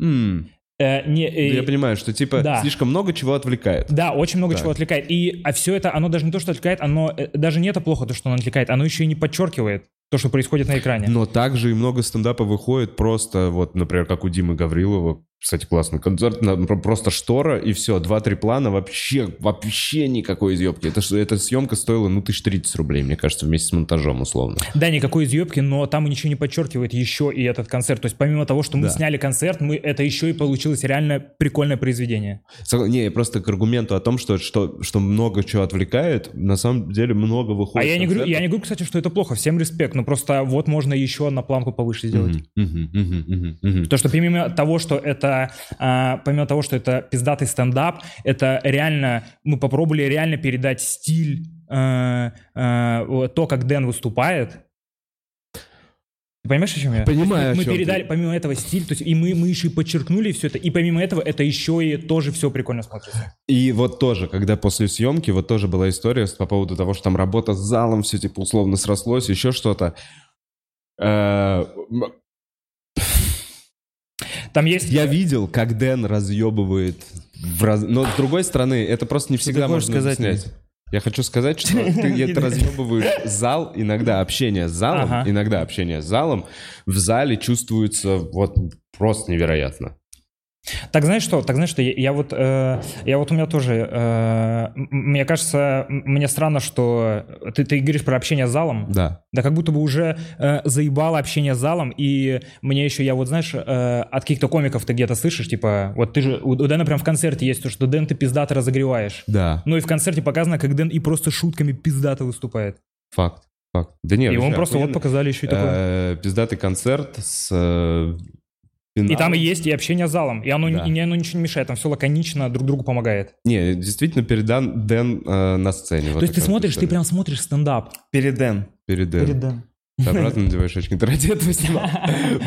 Speaker 1: М.
Speaker 2: Э, не,
Speaker 1: Да
Speaker 2: э,
Speaker 1: Я понимаю, что типа
Speaker 2: да.
Speaker 1: слишком много чего отвлекает.
Speaker 2: да, очень много
Speaker 1: Да.
Speaker 2: чего отвлекает. И а все это, оно даже не то, что отвлекает, оно э, даже не это плохо, то, что оно отвлекает, оно еще и не подчеркивает то, что происходит на экране.
Speaker 1: Но также и много стендапа выходит просто, вот, например, как у Димы Гаврилова, кстати, классный концерт, на- про- просто штора, и все, два-три плана, вообще, вообще никакой изъебки. Это, что- эта съемка стоила, ну, тысяч тридцать рублей, мне кажется, вместе с монтажом, условно.
Speaker 2: Да, никакой изъебки, но там ничего не подчеркивает еще и этот концерт. То есть помимо того, что мы
Speaker 1: Да.
Speaker 2: сняли концерт, мы это еще и получилось реально прикольное произведение.
Speaker 1: Сог- Не, я просто к аргументу о том, что, что, что много чего отвлекает, на самом деле много
Speaker 2: а
Speaker 1: выходит.
Speaker 2: я не, говорю, я
Speaker 1: концертов.
Speaker 2: не говорю, кстати, что это плохо, всем респект, но просто вот можно еще на планку повыше сделать.
Speaker 1: Мгм, мгм, мгм, мгм, мгм.
Speaker 2: То, что помимо того, что это, а, помимо того, что это пиздатый стендап, это реально, мы попробовали реально передать стиль, э, э, вот то, как Дэн выступает. Ты понимаешь, о чем я?
Speaker 1: Понимаю, о
Speaker 2: мы
Speaker 1: чем ты.
Speaker 2: передали, помимо этого, стиль, то есть и мы, мы еще и подчеркнули все это, и помимо этого, это еще и тоже все прикольно смотрится.
Speaker 1: И вот тоже, когда после съемки, вот тоже была история с- по поводу того, что там работа с залом, все типа условно срослось, еще что-то. Э, м-
Speaker 2: Там есть...
Speaker 1: Я видел, как Дэн разъебывает. в раз- Но с другой стороны, это просто не
Speaker 3: Что ты
Speaker 1: всегда
Speaker 3: хочешь
Speaker 1: можно
Speaker 3: сказать,
Speaker 1: объяснять. Я хочу сказать, что ты
Speaker 2: [laughs]
Speaker 1: это разъебываешь зал, иногда общение с залом,
Speaker 2: Ага.
Speaker 1: иногда общение с залом, в зале чувствуется вот просто невероятно.
Speaker 2: Так знаешь что? Так знаешь что? Я, я вот, э, я вот у меня тоже, э, м- мне кажется, м- мне странно, что ты, ты говоришь про общение с залом.
Speaker 1: Да.
Speaker 2: Да как будто бы уже э, заебало общение с залом, и мне еще, я вот, знаешь, э, от каких-то комиков ты где-то слышишь, типа, вот ты же, у, у Дэна прям в концерте есть то, что Дэн, ты пиздато разогреваешь.
Speaker 1: Да.
Speaker 2: Ну и в концерте показано, как Дэн и просто шутками пиздато выступает.
Speaker 1: Факт. Факт. Да нет,
Speaker 2: и
Speaker 3: ну,
Speaker 2: он
Speaker 1: вообще
Speaker 2: просто вот
Speaker 1: охуенно.
Speaker 2: показали еще и такое.
Speaker 1: Э, Пиздатый концерт с э,
Speaker 2: И там
Speaker 1: финалом.
Speaker 2: и есть и общение с залом, и оно,
Speaker 1: Да.
Speaker 2: и не- оно ничего не мешает, там все лаконично друг другу помогает.
Speaker 1: Не, действительно, передан Дэн э, на сцене.
Speaker 2: То есть ты смотришь, ты прям смотришь стендап.
Speaker 3: Перед Н.
Speaker 1: Перед Дэн.
Speaker 2: Дэн.
Speaker 1: Ты обратно надеваешь очки. Ты ради этого
Speaker 2: [laughs]
Speaker 1: снимал?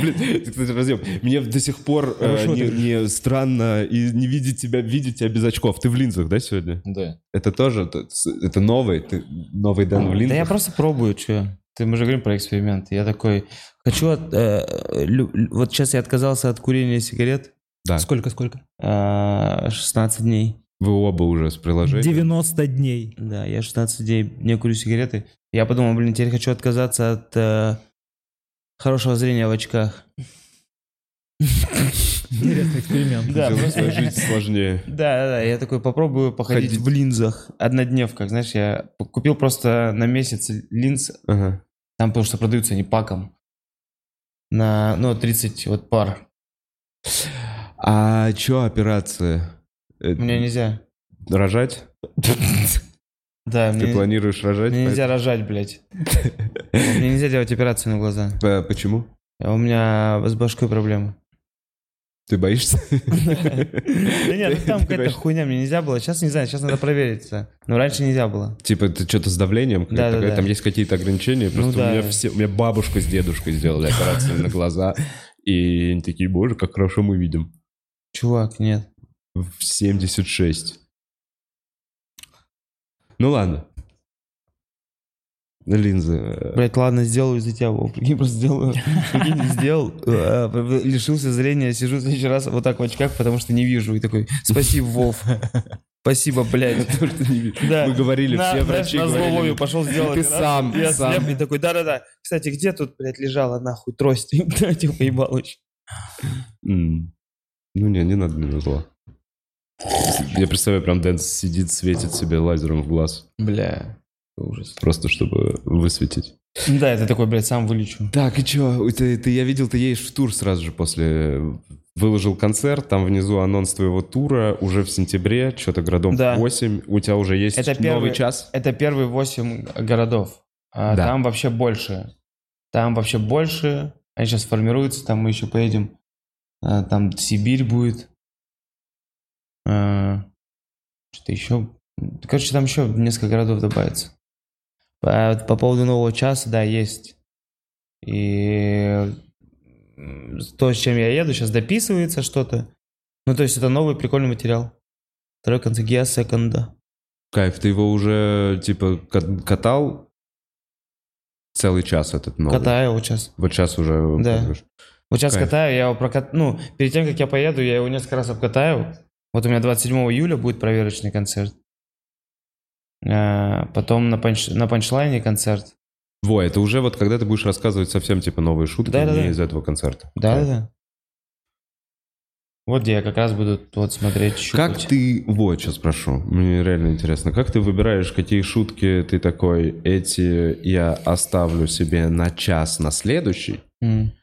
Speaker 1: Блин, ты, кстати, разъем. Мне до сих пор э,
Speaker 2: Хорошо,
Speaker 1: не,
Speaker 2: ты-
Speaker 1: не странно и не видеть тебя, видеть тебя без очков. Ты в линзах, да, сегодня?
Speaker 3: Да.
Speaker 1: Это тоже, это, это новый, ты, новый Дэн в
Speaker 3: Ну, Да я
Speaker 1: линзах?
Speaker 3: просто пробую, что. Ты, мы же говорим про эксперимент. Я такой, хочу... от- э, лю- лю- вот сейчас я отказался от курения сигарет
Speaker 1: Да.
Speaker 2: Сколько, сколько?
Speaker 3: э, 16 дней.
Speaker 1: Вы оба уже с приложением.
Speaker 2: 90 дней.
Speaker 3: Да, я 16 дней не курю сигареты. Я подумал, блин, теперь хочу отказаться от э, хорошего зрения в очках.
Speaker 2: Интересный эксперимент.
Speaker 3: Да,
Speaker 1: Сделай
Speaker 2: [laughs]
Speaker 3: просто-
Speaker 1: свою жизнь сложнее.
Speaker 3: Да, да, да, я такой попробую походить
Speaker 1: Ходить.
Speaker 3: в линзах. Однодневках, знаешь, я п- купил просто на месяц линз,
Speaker 1: Ага.
Speaker 3: там потому что продаются они паком. На, ну, 30 вот пар.
Speaker 1: А чё операция? Э,
Speaker 3: Мне нельзя.
Speaker 1: Рожать?
Speaker 3: Да,
Speaker 1: Ты
Speaker 3: мне,
Speaker 1: планируешь рожать?
Speaker 3: мне нельзя рожать,
Speaker 1: [laughs]
Speaker 3: блядь. Мне нельзя делать операцию на глаза.
Speaker 1: Э, Почему?
Speaker 3: А У меня с башкой проблемы.
Speaker 1: [laughs] Ты боишься? [laughs]
Speaker 3: Да нет, ну там
Speaker 1: Ты
Speaker 3: какая-то
Speaker 1: боишься?
Speaker 3: хуйня мне нельзя было. Сейчас не знаю, сейчас надо проверить. да. Но раньше нельзя было.
Speaker 1: Типа, это что-то с давлением, какая-то
Speaker 3: Да-да-да. Ну
Speaker 1: такая, там есть какие-то ограничения. Просто
Speaker 3: да.
Speaker 1: у, меня все, у меня бабушка с дедушкой сделали операцию на глаза. [laughs] И они такие, боже, как хорошо мы видим.
Speaker 3: Чувак, нет.
Speaker 1: В 76. Ну ладно. линзы. э, [laughs]
Speaker 3: Блять, ладно, сделаю за тебя, Вов. Прикинь, просто сделаю. Прикинь, не сделал. э, э, Лишился зрения, сижу в следующий раз вот так в очках, потому что не вижу. И такой, спасибо, Вов. Спасибо,
Speaker 1: [laughs]
Speaker 3: блядь. Да.
Speaker 1: Мы говорили,
Speaker 3: На-
Speaker 1: все
Speaker 3: знаешь,
Speaker 1: врачи
Speaker 3: на зло
Speaker 1: говорили.
Speaker 3: Вове пошел сделал.
Speaker 1: Ты
Speaker 3: операцию,
Speaker 1: сам,
Speaker 3: Я
Speaker 1: сам.
Speaker 3: слеп и такой, да-да-да. Кстати, где тут, блядь, лежала нахуй трость? [laughs] Типа, И, блядь, его ебал очень.
Speaker 1: М. Ну не, не надо мне на зло. Я представляю, прям Дэн сидит, светит себе лазером в глаз,
Speaker 3: Бля, ужас.
Speaker 1: просто чтобы высветить.
Speaker 3: Ну Да, это такой, блядь, сам вылечу.
Speaker 1: Так, и чё? Ты, ты- я видел, ты едешь в тур сразу же после... Выложил концерт, там внизу анонс твоего тура, уже в сентябре, что-то городом
Speaker 3: Да.
Speaker 1: 8. У тебя уже есть
Speaker 3: Это
Speaker 1: новый
Speaker 3: первый-
Speaker 1: час?
Speaker 3: Это первые восемь городов. А
Speaker 1: Да.
Speaker 3: Там вообще больше. Там вообще больше. Они сейчас формируются, там мы еще поедем. А, Там Сибирь будет. А, Что-то еще. Короче, там еще несколько городов добавится. По, по поводу нового часа, да, есть. И м, то, с чем я еду, сейчас дописывается что-то. Ну, то есть это новый прикольный материал. Второй концерт Гиа Секонда.
Speaker 1: Кайф, ты его уже, типа, кат- катал целый час этот новый?
Speaker 3: Катаю вот сейчас.
Speaker 1: Вот сейчас уже...
Speaker 3: Да.
Speaker 1: пробуешь.
Speaker 3: Вот сейчас
Speaker 1: Кайф.
Speaker 3: катаю, я его прокат... Ну, перед тем, как я поеду, я его несколько раз обкатаю. Вот у меня 27 июля будет проверочный концерт. А, Потом на, панч... на панчлайне концерт.
Speaker 1: Во, это уже вот когда ты будешь рассказывать совсем, типа, новые шутки
Speaker 3: Да-да-да.
Speaker 1: не из этого концерта. Кайф.
Speaker 3: Да-да-да. Вот где я как раз буду вот смотреть.
Speaker 1: Как
Speaker 3: щупать.
Speaker 1: ты, вот сейчас спрошу, мне реально интересно, как ты выбираешь, какие шутки ты такой, эти я оставлю себе на час на следующий,
Speaker 3: М.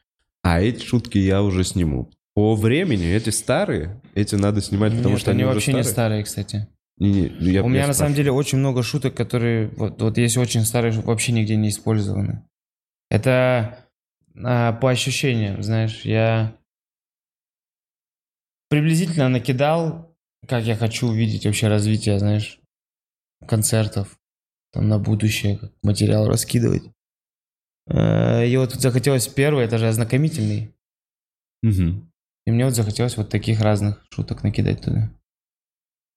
Speaker 1: а эти шутки я уже сниму. По времени эти старые, эти надо снимать, потому
Speaker 3: Нет,
Speaker 1: что
Speaker 3: они
Speaker 1: они, уже
Speaker 3: вообще не
Speaker 1: старые.
Speaker 3: старые, кстати.
Speaker 1: Не, не, я-
Speaker 3: А у меня
Speaker 1: я
Speaker 3: на самом
Speaker 1: спрашиваю.
Speaker 3: деле очень много шуток, которые вот, вот есть очень старые, ш- вообще нигде не использованы. Это а, по ощущениям, знаешь, я приблизительно накидал, как я хочу увидеть вообще развитие, знаешь, концертов там на будущее, как материал раскидывать. Э, И вот захотелось первое, это же ознакомительный.
Speaker 1: Мгм.
Speaker 3: И мне вот захотелось вот таких разных шуток накидать туда.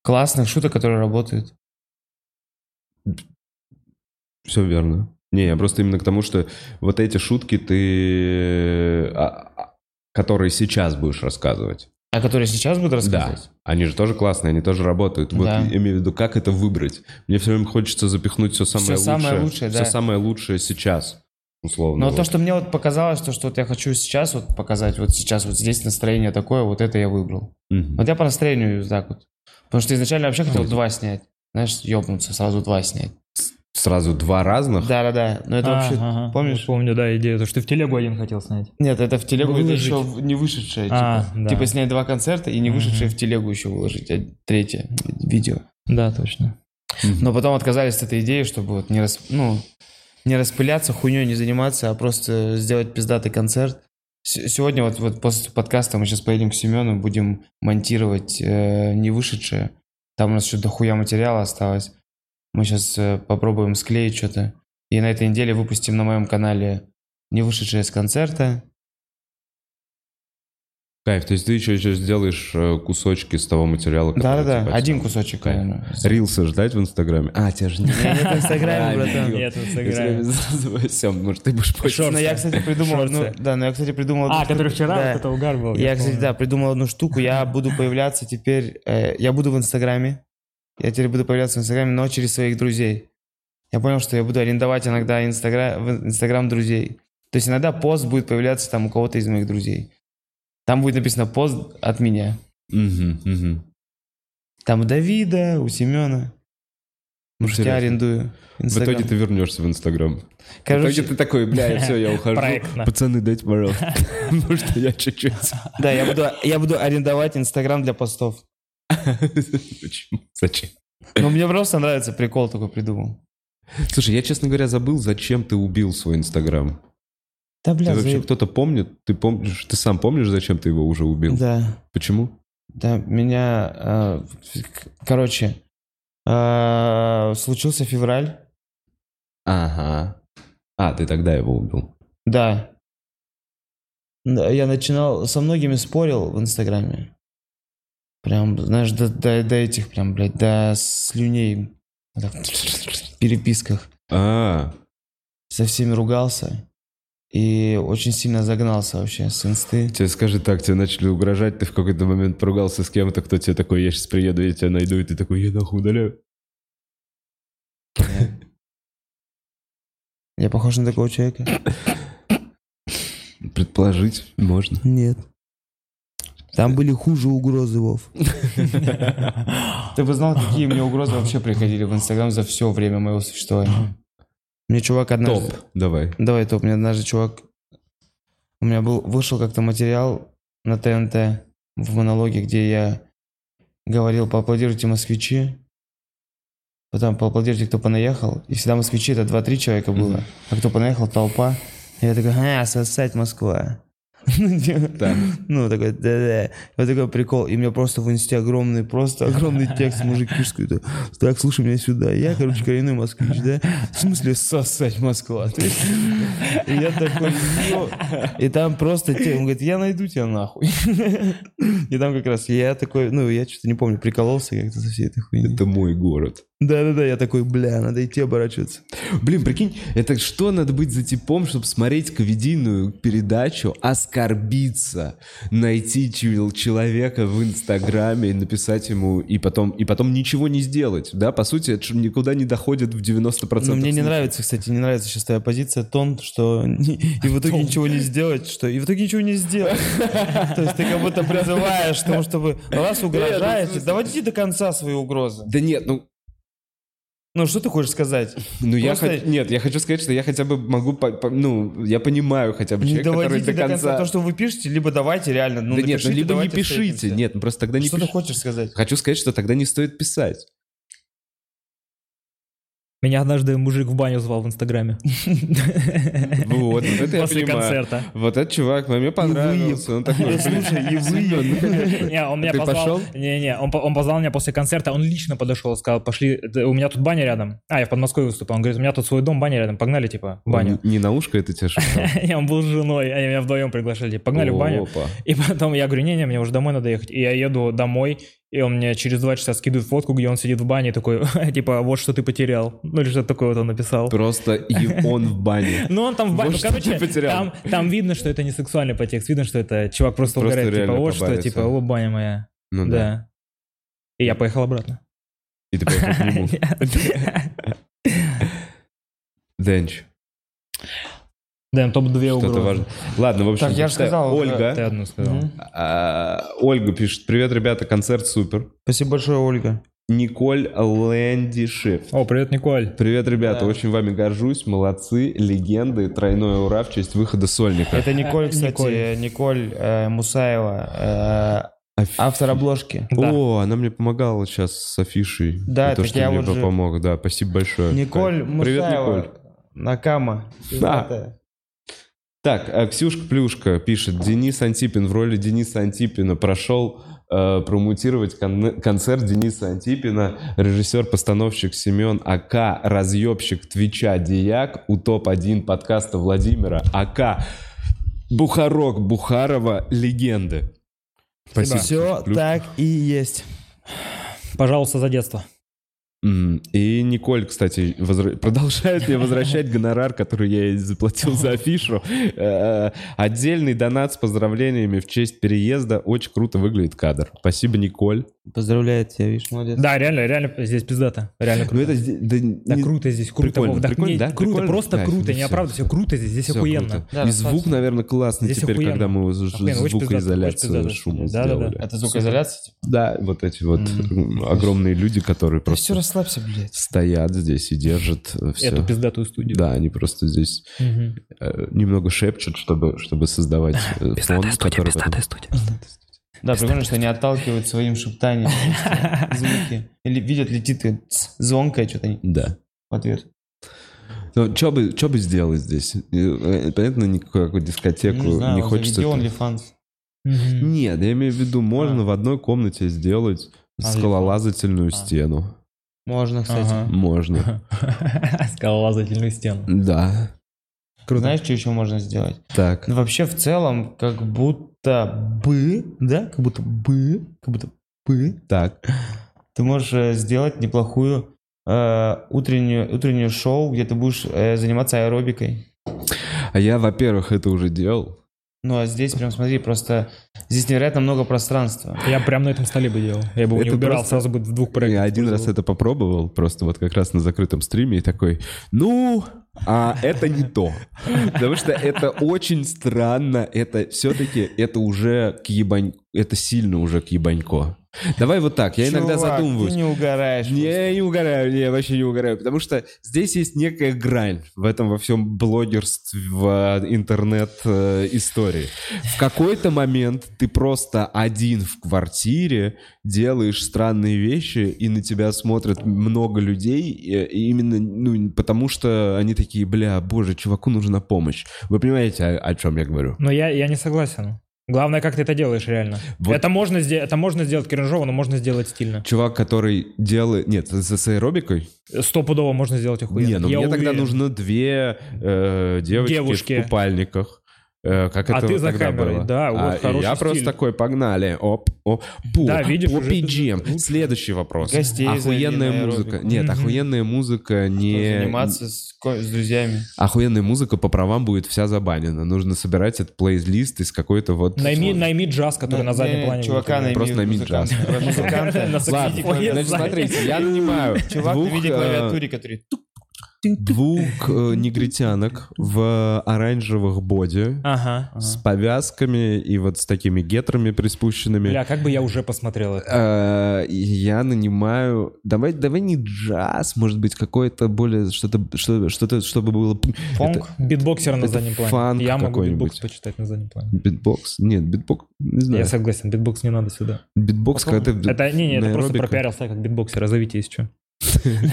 Speaker 3: Классных шуток, которые работают.
Speaker 1: Все верно. Не, я просто именно к тому, что вот эти шутки ты, а, а, которые сейчас будешь рассказывать.
Speaker 3: А которые сейчас буду рассказывать?
Speaker 1: Да, они же тоже классные, они тоже работают. Вот
Speaker 3: Да.
Speaker 1: я имею в виду, как это выбрать. Мне все время хочется запихнуть все самое
Speaker 3: Всё
Speaker 1: лучшее.
Speaker 3: самое лучшее, да.
Speaker 1: Все самое лучшее сейчас, условно.
Speaker 3: Но
Speaker 1: вот.
Speaker 3: то, что мне вот показалось, то, что вот я хочу сейчас вот показать, вот сейчас вот здесь настроение такое, вот это я выбрал.
Speaker 1: Мгм.
Speaker 3: Вот я по настроению вот так вот. Потому что изначально вообще хотел
Speaker 1: Давайте.
Speaker 3: два снять. Знаешь, ёбнуться, сразу два снять.
Speaker 1: Сразу два разных.
Speaker 3: Да-да-да, но это
Speaker 2: А,
Speaker 3: вообще...
Speaker 2: ага,
Speaker 3: помнишь?
Speaker 2: Помню, да, идею, то, что ты в телегу один хотел снять.
Speaker 3: Нет, это в телегу это
Speaker 2: Ну, Выложить.
Speaker 3: еще в- не вышедшее.
Speaker 2: А,
Speaker 3: типа.
Speaker 2: да.
Speaker 3: Типа снять два концерта и не
Speaker 2: Мгм.
Speaker 3: вышедшее в телегу еще выложить, а третье видео.
Speaker 2: Да, точно.
Speaker 1: Мгм.
Speaker 3: Но потом отказались от этой идеи, чтобы вот не, рас... ну, не распыляться, хуйней не заниматься, а просто сделать пиздатый концерт. С- Сегодня вот, вот после подкаста мы сейчас поедем к Семену, будем монтировать э, не вышедшее. Там у нас еще дохуя материала осталось. Мы сейчас попробуем склеить что-то. И на этой неделе выпустим на моем канале не вышедшее с концерта.
Speaker 1: Кайф, то есть ты еще, еще сделаешь э, кусочки с того материала, который
Speaker 3: Да-да-да,
Speaker 2: типа,
Speaker 1: ты
Speaker 3: один
Speaker 1: подснял.
Speaker 3: кусочек,
Speaker 1: Кайф.
Speaker 2: [laughs]
Speaker 3: наверное.
Speaker 1: Рилсы ждать в Инстаграме? А, тебя же не...
Speaker 3: [laughs] Нет, в Инстаграме,
Speaker 1: Нет,
Speaker 3: братан.
Speaker 2: Нет, ну, в Инстаграме.
Speaker 1: Сем, может, ты будешь позже.
Speaker 2: Шорты.
Speaker 3: Но я, кстати, придумал... одну-
Speaker 2: Шорты.
Speaker 3: Да, но я, кстати, придумал...
Speaker 2: А,
Speaker 3: одну
Speaker 2: который
Speaker 3: штуку.
Speaker 2: вчера,
Speaker 3: Да.
Speaker 2: вот это угар был.
Speaker 3: Я, кстати,
Speaker 2: помню.
Speaker 3: да, придумал одну штуку. Я буду появляться теперь... э, я буду в Инстаграме. Я теперь буду появляться в Инстаграме, но через своих друзей. Я понял, что я буду арендовать иногда Инстаграм, в Инстаграм друзей. То есть иногда пост будет появляться там у кого-то из моих друзей. Там будет написано пост от меня.
Speaker 1: Мгм, мгм.
Speaker 3: Там у Давида, у Семена. Может, я
Speaker 1: Интересно.
Speaker 3: арендую.
Speaker 1: В
Speaker 3: Инстаграм.
Speaker 1: итоге ты вернешься в Инстаграм.
Speaker 3: Короче,
Speaker 1: В итоге ты такой, бля, все,
Speaker 3: [laughs]
Speaker 1: я ухожу.
Speaker 2: Проектно.
Speaker 1: Пацаны, дайте, пожалуйста. [laughs] Потому что я чуть-чуть.
Speaker 3: да, я буду, я буду арендовать Инстаграм для постов.
Speaker 1: [laughs] Почему? Зачем?
Speaker 3: Но мне просто нравится, прикол такой придумал.
Speaker 1: Слушай, я, честно говоря, забыл, зачем ты убил свой Инстаграм.
Speaker 3: Да,
Speaker 1: Ты
Speaker 3: бля,
Speaker 1: вообще
Speaker 3: заеб-
Speaker 1: кто-то помнит? Ты помнишь, ты сам помнишь, зачем ты его уже убил?
Speaker 3: Да.
Speaker 1: Почему?
Speaker 3: Да, меня, э, к- короче, э, случился февраль,
Speaker 1: Ага. А, ты тогда его убил.
Speaker 3: да. Да, Я начинал, со многими спорил в Инстаграме. Прям, знаешь, до, до- до этих прям, блядь, до слюней. Вот так, В переписках.
Speaker 1: А,
Speaker 3: со всеми ругался и очень сильно загнался вообще с инсты.
Speaker 1: Тебе скажи так, тебе начали угрожать, ты в какой-то момент поругался с кем-то, кто тебе такой, я сейчас приеду, я тебя найду, и ты такой, я нахуй удаляю.
Speaker 3: Я похож на такого человека?
Speaker 1: Предположить можно.
Speaker 3: Нет. Там были хуже угрозы, Вов. [laughs] Ты бы знал, какие мне угрозы вообще приходили в Инстаграм за все время моего существования. Мне чувак однажды...
Speaker 1: Топ, давай.
Speaker 3: Давай топ. Мне однажды чувак... У меня был, вышел как-то материал на ТНТ в монологе, где я говорил «Поаплодируйте, москвичи». Потом «Поаплодируйте, кто понаехал». И всегда москвичи — это 2-3 человека было. А кто понаехал — толпа. И я такой «А, сосать Москва». Ну, типа,
Speaker 1: Так.
Speaker 3: [laughs] Ну, такой, да-да. Вот такой прикол. И мне просто в инсте огромный, просто огромный текст, мужик пишет какой-то, Так, слушай меня сюда. Я, короче, коренной москвич, да? В смысле сосать Москва? То есть, И я такой, «Ё». И там просто те, он говорит, я найду тебя нахуй. [laughs] И там как раз я такой, ну, я что-то не помню, прикололся как-то со всей этой хуйней.
Speaker 1: Это мой город.
Speaker 3: Да-да-да, я такой, бля, надо идти оборачиваться.
Speaker 1: Блин, прикинь, это что надо быть за типом, чтобы смотреть комедийную передачу, оскорбиться, найти чел- человека в Инстаграме, и написать ему, и потом, и потом ничего не сделать, да? По сути, это ж никуда не доходит в 90%.
Speaker 3: Но Ну, мне не
Speaker 1: случаев.
Speaker 3: нравится, кстати, не нравится сейчас твоя позиция, тон, что ни- и в итоге ничего не сделать, что и в итоге ничего не сделать. То есть ты как будто призываешь к тому, чтобы
Speaker 1: Э,
Speaker 3: раз
Speaker 1: ну,
Speaker 3: угрожаете, доводите до конца свои угрозы.
Speaker 1: Да нет, ну,
Speaker 3: Ну что ты хочешь сказать?
Speaker 1: ну я
Speaker 3: Просто
Speaker 1: хот- нет, я хочу сказать, что я хотя бы могу, по- по- ну, я понимаю хотя бы
Speaker 3: Не
Speaker 1: человека, который
Speaker 3: доводите
Speaker 1: до конца...
Speaker 3: то, что вы пишете, либо давайте реально, ну
Speaker 1: да нет, ну,
Speaker 3: напишите,
Speaker 1: либо не
Speaker 3: давайте
Speaker 1: пишите,
Speaker 3: встретимся.
Speaker 1: нет, ну просто тогда не
Speaker 3: Что ты
Speaker 1: пишите.
Speaker 3: хочешь сказать?
Speaker 1: Хочу сказать, что тогда не стоит писать.
Speaker 2: Меня однажды мужик в баню звал в Инстаграме.
Speaker 1: Вот, вот [laughs] это я
Speaker 2: После
Speaker 1: понимаю.
Speaker 2: концерта. [laughs]
Speaker 1: Вот этот чувак, мне понравился. Он
Speaker 3: [laughs]
Speaker 1: такой, слушай, и
Speaker 2: Не, он меня
Speaker 1: А Ты
Speaker 2: позвал.
Speaker 1: пошел?
Speaker 2: Не-не, он, по- он позвал меня после концерта, он лично подошел, сказал, пошли, да, у меня тут баня рядом. А, я в Подмосковье выступал, он говорит, у меня тут свой дом, баня рядом, погнали, типа, в [laughs] баню.
Speaker 1: Ну, Не на ушко это тебе шептал?
Speaker 2: Не, он был с женой, они меня вдвоем приглашали, типа, погнали в баню.
Speaker 1: Опа.
Speaker 2: И потом я говорю, не-не, мне уже домой надо ехать. И я еду домой, и он мне через два часа скидывает фотку, где он сидит в бане, такой, [laughs] типа, вот что ты потерял. Ну или что-то такое вот он написал.
Speaker 1: Просто и он в бане.
Speaker 2: Ну, он там в бане,
Speaker 1: Вот
Speaker 2: ну,
Speaker 1: что ты
Speaker 2: короче,
Speaker 1: потерял.
Speaker 2: там, там видно, что это не сексуальный подтекст, видно, что это чувак просто,
Speaker 1: Просто
Speaker 2: угорает, типа,
Speaker 1: реально
Speaker 2: вот что,
Speaker 1: побавиться.
Speaker 2: типа, о, баня моя.
Speaker 1: Ну да.
Speaker 2: да. И я
Speaker 1: [laughs]
Speaker 2: поехал обратно.
Speaker 1: И ты поехал к нему. Денч,
Speaker 2: Да, топ-2
Speaker 1: что-то
Speaker 2: угрозы.
Speaker 1: важно. Ладно, в общем,
Speaker 3: Так, я ж
Speaker 1: зачитаю.
Speaker 3: сказал,
Speaker 2: Ты
Speaker 1: Ольга.
Speaker 2: одну сказал.
Speaker 3: Мгм.
Speaker 1: а, Ольга пишет, привет, ребята, концерт супер.
Speaker 3: Спасибо большое, Ольга.
Speaker 1: Николь Лэндишиф.
Speaker 2: О, привет, Николь.
Speaker 1: Привет, ребята,
Speaker 3: Да.
Speaker 1: очень вами горжусь, молодцы, легенды, тройное ура в честь выхода сольника.
Speaker 3: Это
Speaker 1: [laughs]
Speaker 3: Николь, кстати,
Speaker 2: Николь.
Speaker 3: Николь э, Мусаева, э, автор обложки.
Speaker 2: Да.
Speaker 1: О, она мне помогала сейчас с афишей.
Speaker 3: Да,
Speaker 1: И то,
Speaker 3: так
Speaker 1: что
Speaker 3: я
Speaker 1: мне
Speaker 3: вот же-
Speaker 1: помог, да, спасибо большое.
Speaker 3: Николь
Speaker 1: Кать. Э, Привет,
Speaker 3: Мусаева.
Speaker 1: Николь.
Speaker 3: Накама.
Speaker 1: Да.
Speaker 3: Пиздатая.
Speaker 1: Так, а, Ксюшка Плюшка пишет, Денис Антипин в роли Дениса Антипина прошел э, промутировать кон- концерт Дениса Антипина, режиссер-постановщик Семен АК, разъебщик А Твича Дияк, у топ-1 подкаста Владимира АК, Бухарок Бухарова, легенды. Спасибо.
Speaker 3: Все
Speaker 1: Плюс-
Speaker 3: так и есть.
Speaker 2: Пожалуйста, за детство.
Speaker 1: М, И Николь, кстати, возра- продолжает мне возвращать гонорар, который я ей заплатил за афишу. Э, Отдельный донат с поздравлениями в честь переезда. Очень круто выглядит кадр. Спасибо, Николь.
Speaker 3: Поздравляю тебя, видишь, молодец.
Speaker 2: Да, реально, реально здесь пиздато. Реально
Speaker 1: Ну
Speaker 2: круто.
Speaker 1: это зде- да не-
Speaker 2: Да, круто здесь, круто.
Speaker 1: прикольно,
Speaker 2: Вов, да,
Speaker 1: прикольно,
Speaker 2: не,
Speaker 1: да?
Speaker 2: Круто,
Speaker 1: Прикольно?
Speaker 2: просто
Speaker 1: Да,
Speaker 2: круто,
Speaker 1: ну
Speaker 2: не
Speaker 1: всё,
Speaker 2: оправда, все
Speaker 1: всё.
Speaker 2: круто здесь, здесь
Speaker 1: всё
Speaker 2: охуенно.
Speaker 1: круто.
Speaker 3: Да,
Speaker 1: И звук,
Speaker 3: достаточно.
Speaker 1: наверное, классный
Speaker 2: Здесь
Speaker 1: теперь,
Speaker 2: охуенно.
Speaker 1: когда мы уже
Speaker 2: Охуенно, очень пиздато, очень
Speaker 1: звукоизоляцию
Speaker 2: пиздато.
Speaker 1: шума
Speaker 2: Да-да-да.
Speaker 1: сделали.
Speaker 3: Это звукоизоляция? типа?
Speaker 1: Да, вот эти вот м, огромные люди, которые
Speaker 3: Да все,
Speaker 1: просто
Speaker 3: расслабься, блядь.
Speaker 1: стоят здесь и держат все.
Speaker 2: Эту пиздатую студию.
Speaker 1: Да, они просто здесь
Speaker 2: Мгм.
Speaker 1: э, немного шепчут, чтобы, чтобы создавать э, фон, который... потом-
Speaker 3: Да, прикольно, что они отталкивают своим [laughs] шептанием просто звуки. Или видят, летит и ц- звонкое что-то они
Speaker 1: Да.
Speaker 3: в ответ.
Speaker 1: Ну, что бы, чё бы сделал здесь? Э, э, Понятно, никакую какую дискотеку не, хочется.
Speaker 3: Где
Speaker 1: там.
Speaker 3: он Лифанс?
Speaker 2: Мгм.
Speaker 1: Нет, я имею в виду, можно
Speaker 3: А.
Speaker 1: в одной комнате сделать
Speaker 3: А,
Speaker 1: скалолазательную
Speaker 3: а.
Speaker 1: стену.
Speaker 3: Можно, кстати.
Speaker 2: Ага.
Speaker 3: [laughs]
Speaker 1: Можно.
Speaker 2: [laughs] Скалолазательную стену.
Speaker 1: Да.
Speaker 3: Знаешь, что еще можно сделать?
Speaker 1: Так.
Speaker 3: Ну, вообще, в целом, как будто бы, да, как будто бы, как будто бы,
Speaker 1: Так.
Speaker 3: ты можешь э, сделать неплохую э, утреннюю, утреннее шоу, где ты будешь э, заниматься аэробикой.
Speaker 1: А я, во-первых, это уже делал.
Speaker 3: Ну а здесь прям смотри, просто здесь невероятно много пространства.
Speaker 2: Я прям на этом столе бы делал. Я бы его не
Speaker 1: Это
Speaker 2: убирал,
Speaker 1: просто-
Speaker 2: сразу бы в двух
Speaker 1: Я
Speaker 2: проектах.
Speaker 1: один раз это попробовал, просто вот как раз на закрытом стриме, и такой, ну, а это не то. Потому что это очень странно, это все-таки, это уже к ебань... это сильно уже к ебанько. Давай вот так, я иногда
Speaker 3: Чувак,
Speaker 1: задумываюсь.
Speaker 3: Ты не угораешь.
Speaker 1: Не, я не угораю, не, я вообще не угораю, потому что здесь есть некая грань в этом во всем блогерстве, в э, интернет-истории. В какой-то момент ты просто один в квартире делаешь странные вещи, и на тебя смотрят много людей, и, и именно ну, потому что они такие, бля, боже, чуваку нужна помощь. Вы понимаете, о, о чем я говорю?
Speaker 2: Но я, я не согласен. Главное, как ты это делаешь реально.
Speaker 1: Вот.
Speaker 2: Это, можно, сде- это можно сделать кринжово, но можно сделать стильно.
Speaker 1: Чувак, который делает... Нет, с, с аэробикой?
Speaker 2: Стопудово можно сделать охуенно.
Speaker 1: Не, ну
Speaker 2: Я
Speaker 1: мне тогда
Speaker 2: уверен.
Speaker 1: нужно две э, девочки,
Speaker 2: Девушки.
Speaker 1: в купальниках. Э, как
Speaker 2: А
Speaker 1: это
Speaker 2: ты за
Speaker 1: тогда
Speaker 2: камерой,
Speaker 1: было.
Speaker 2: да, вот
Speaker 1: А, и
Speaker 2: хороший
Speaker 1: я
Speaker 2: стиль.
Speaker 1: просто такой, погнали, оп, оп, пу,
Speaker 2: Да, видишь,
Speaker 1: по
Speaker 2: уже ты
Speaker 1: PGM. эм. Следующий вопрос.
Speaker 3: Гостей зови
Speaker 1: охуенная
Speaker 3: на
Speaker 1: музыка.
Speaker 3: аэробику.
Speaker 1: Нет,
Speaker 2: Мгм.
Speaker 1: охуенная музыка не...
Speaker 3: Заниматься с, ко- с друзьями.
Speaker 1: Охуенная музыка по правам будет вся забанена. Нужно собирать этот плейлист из какой-то вот... Ну,
Speaker 2: Найми, найми джаз, который Ну, на,
Speaker 3: Не,
Speaker 2: заднем
Speaker 3: не,
Speaker 2: плане.
Speaker 3: Чувака
Speaker 2: будет.
Speaker 3: найми.
Speaker 1: Просто найми
Speaker 3: музыканта. Музыканта.
Speaker 2: [laughs] На
Speaker 1: Ладно,
Speaker 2: саксофоне
Speaker 1: значит,
Speaker 2: сзади.
Speaker 1: смотрите, я
Speaker 2: [laughs]
Speaker 1: нанимаю
Speaker 3: Чувак
Speaker 1: двух,
Speaker 3: на
Speaker 1: э,
Speaker 3: видеоклавиатуре, который... тук.
Speaker 1: двух э, негритянок в оранжевых боди.
Speaker 2: Ага.
Speaker 1: с повязками и вот с такими гетрами приспущенными.
Speaker 2: Бля, как бы я уже посмотрел это.
Speaker 1: Э, и Я нанимаю... Давай, давай не джаз, может быть, какое-то более... Что-то, что- что-то, чтобы было...
Speaker 3: Фонг.
Speaker 2: Битбоксера на
Speaker 1: это
Speaker 2: заднем плане.
Speaker 1: фанк
Speaker 2: я могу
Speaker 1: какой-нибудь.
Speaker 2: битбокс почитать на заднем плане.
Speaker 1: Битбокс? Нет, битбокс... Не знаю.
Speaker 2: Я согласен, битбокс не надо сюда.
Speaker 1: Битбокс,
Speaker 3: Потом-
Speaker 1: когда ты...
Speaker 2: Это не, не, это
Speaker 1: на
Speaker 2: просто
Speaker 1: аэробика.
Speaker 2: пропиарился как битбоксера, зовите,
Speaker 1: [laughs]
Speaker 2: если что. [laughs]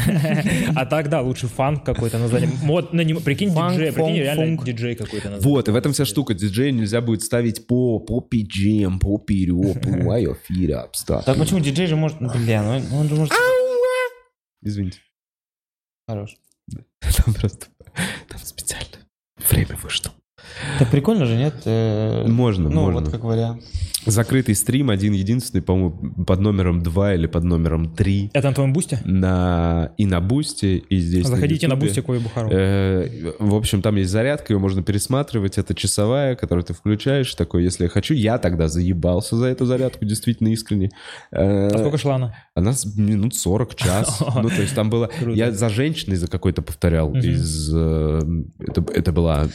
Speaker 2: А так, да, лучше фанк какой-то на заднем. Вот, на нем- прикинь,
Speaker 3: Фанк,
Speaker 2: диджей, прикинь,
Speaker 3: фонг,
Speaker 2: реально
Speaker 3: фонг.
Speaker 2: диджей какой-то. на заднем.
Speaker 1: Вот, и в этом вся штука. Диджей нельзя будет ставить по, по PGM, по перёп,
Speaker 2: [laughs]
Speaker 1: why feet up, stuff.
Speaker 3: Так почему диджей же может... Бля, ну он- он же может...
Speaker 1: Извините. [laughs]
Speaker 3: Хорош.
Speaker 1: Там просто... Там специально время вышло.
Speaker 3: Так прикольно же, нет? Э,
Speaker 1: Можно,
Speaker 3: Ну,
Speaker 1: можно.
Speaker 3: вот как вариант.
Speaker 1: Закрытый стрим, один единственный, по-моему, под номером 2 или под номером 3
Speaker 2: Это на твоем бусте?
Speaker 1: на и на Бусти, и здесь.
Speaker 2: Заходите на
Speaker 1: Ютубе.
Speaker 2: бусте Кови Бухарова.
Speaker 1: Э, В общем, там есть зарядка, ее можно пересматривать. Это часовая, которую ты включаешь. Такой, если я хочу, я тогда заебался за эту зарядку, действительно искренне. Э,
Speaker 2: А сколько шла она?
Speaker 1: Она с- минут 40,
Speaker 2: [laughs]
Speaker 1: час. Ну, то есть там было...
Speaker 2: Круто.
Speaker 1: Я за женщиной за какой-то повторял
Speaker 2: Мгм.
Speaker 1: из... э, Это это была...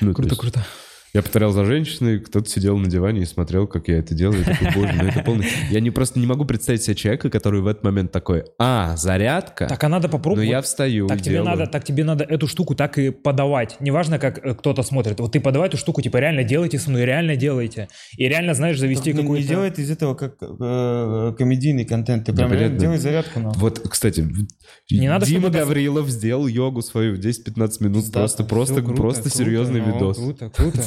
Speaker 1: ну, то
Speaker 2: Круто,
Speaker 1: есть-
Speaker 2: круто.
Speaker 1: я повторял за женщиной, кто-то сидел на диване и смотрел, как я это делаю. и такой, боже, ну это полный... Я не просто не могу представить себе человека, который в этот момент такой, а, зарядка?
Speaker 2: Так, а надо
Speaker 1: но
Speaker 2: попробовать.
Speaker 1: Ну, я встаю
Speaker 2: Так
Speaker 1: и
Speaker 2: тебе,
Speaker 1: делаю».
Speaker 2: надо, так тебе надо эту штуку так и подавать. Неважно, как э, кто-то смотрит. Вот ты подавай эту штуку, типа, реально делайте со мной, реально делайте. И реально, знаешь, завести
Speaker 3: Только не-
Speaker 2: какую-то...
Speaker 3: Не делает из этого как э, комедийный контент. Ты
Speaker 1: Да,
Speaker 3: прям реально
Speaker 1: понятно.
Speaker 3: делай зарядку на.
Speaker 1: Вот, кстати,
Speaker 2: Не надо,
Speaker 1: Дима
Speaker 2: чтобы это-
Speaker 1: Гаврилов сделал йогу свою в 10-15 минут.
Speaker 3: Пиздато,
Speaker 1: просто,
Speaker 3: всё
Speaker 1: просто,
Speaker 3: круто,
Speaker 1: просто
Speaker 3: круто,
Speaker 1: серьезный
Speaker 3: ну,
Speaker 1: видос.
Speaker 2: Круто,
Speaker 1: [laughs]
Speaker 2: круто.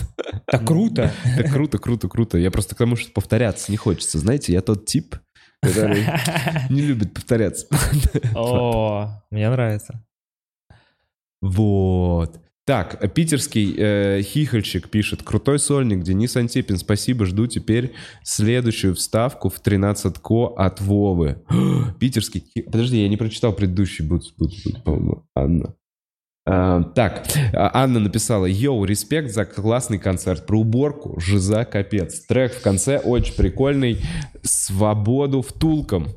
Speaker 2: Так круто.
Speaker 1: Так круто, круто, круто. Я просто к тому, что повторяться не хочется. Знаете, я тот
Speaker 2: [laughs]
Speaker 1: тип, который не любит повторяться.
Speaker 2: О, мне нравится.
Speaker 1: Вот. Так, э, питерский э, хихальщик пишет. Крутой сольник, Денис Антипин, спасибо, жду теперь следующую вставку в 13 ко от Вовы. [gasps] питерский... хи- Подожди, я не прочитал предыдущий, будет, будет, будет, по-моему, Анна. А, так, а, Анна написала, йоу, респект за классный концерт про уборку, жиза капец. Трек в конце очень прикольный, свободу втулком.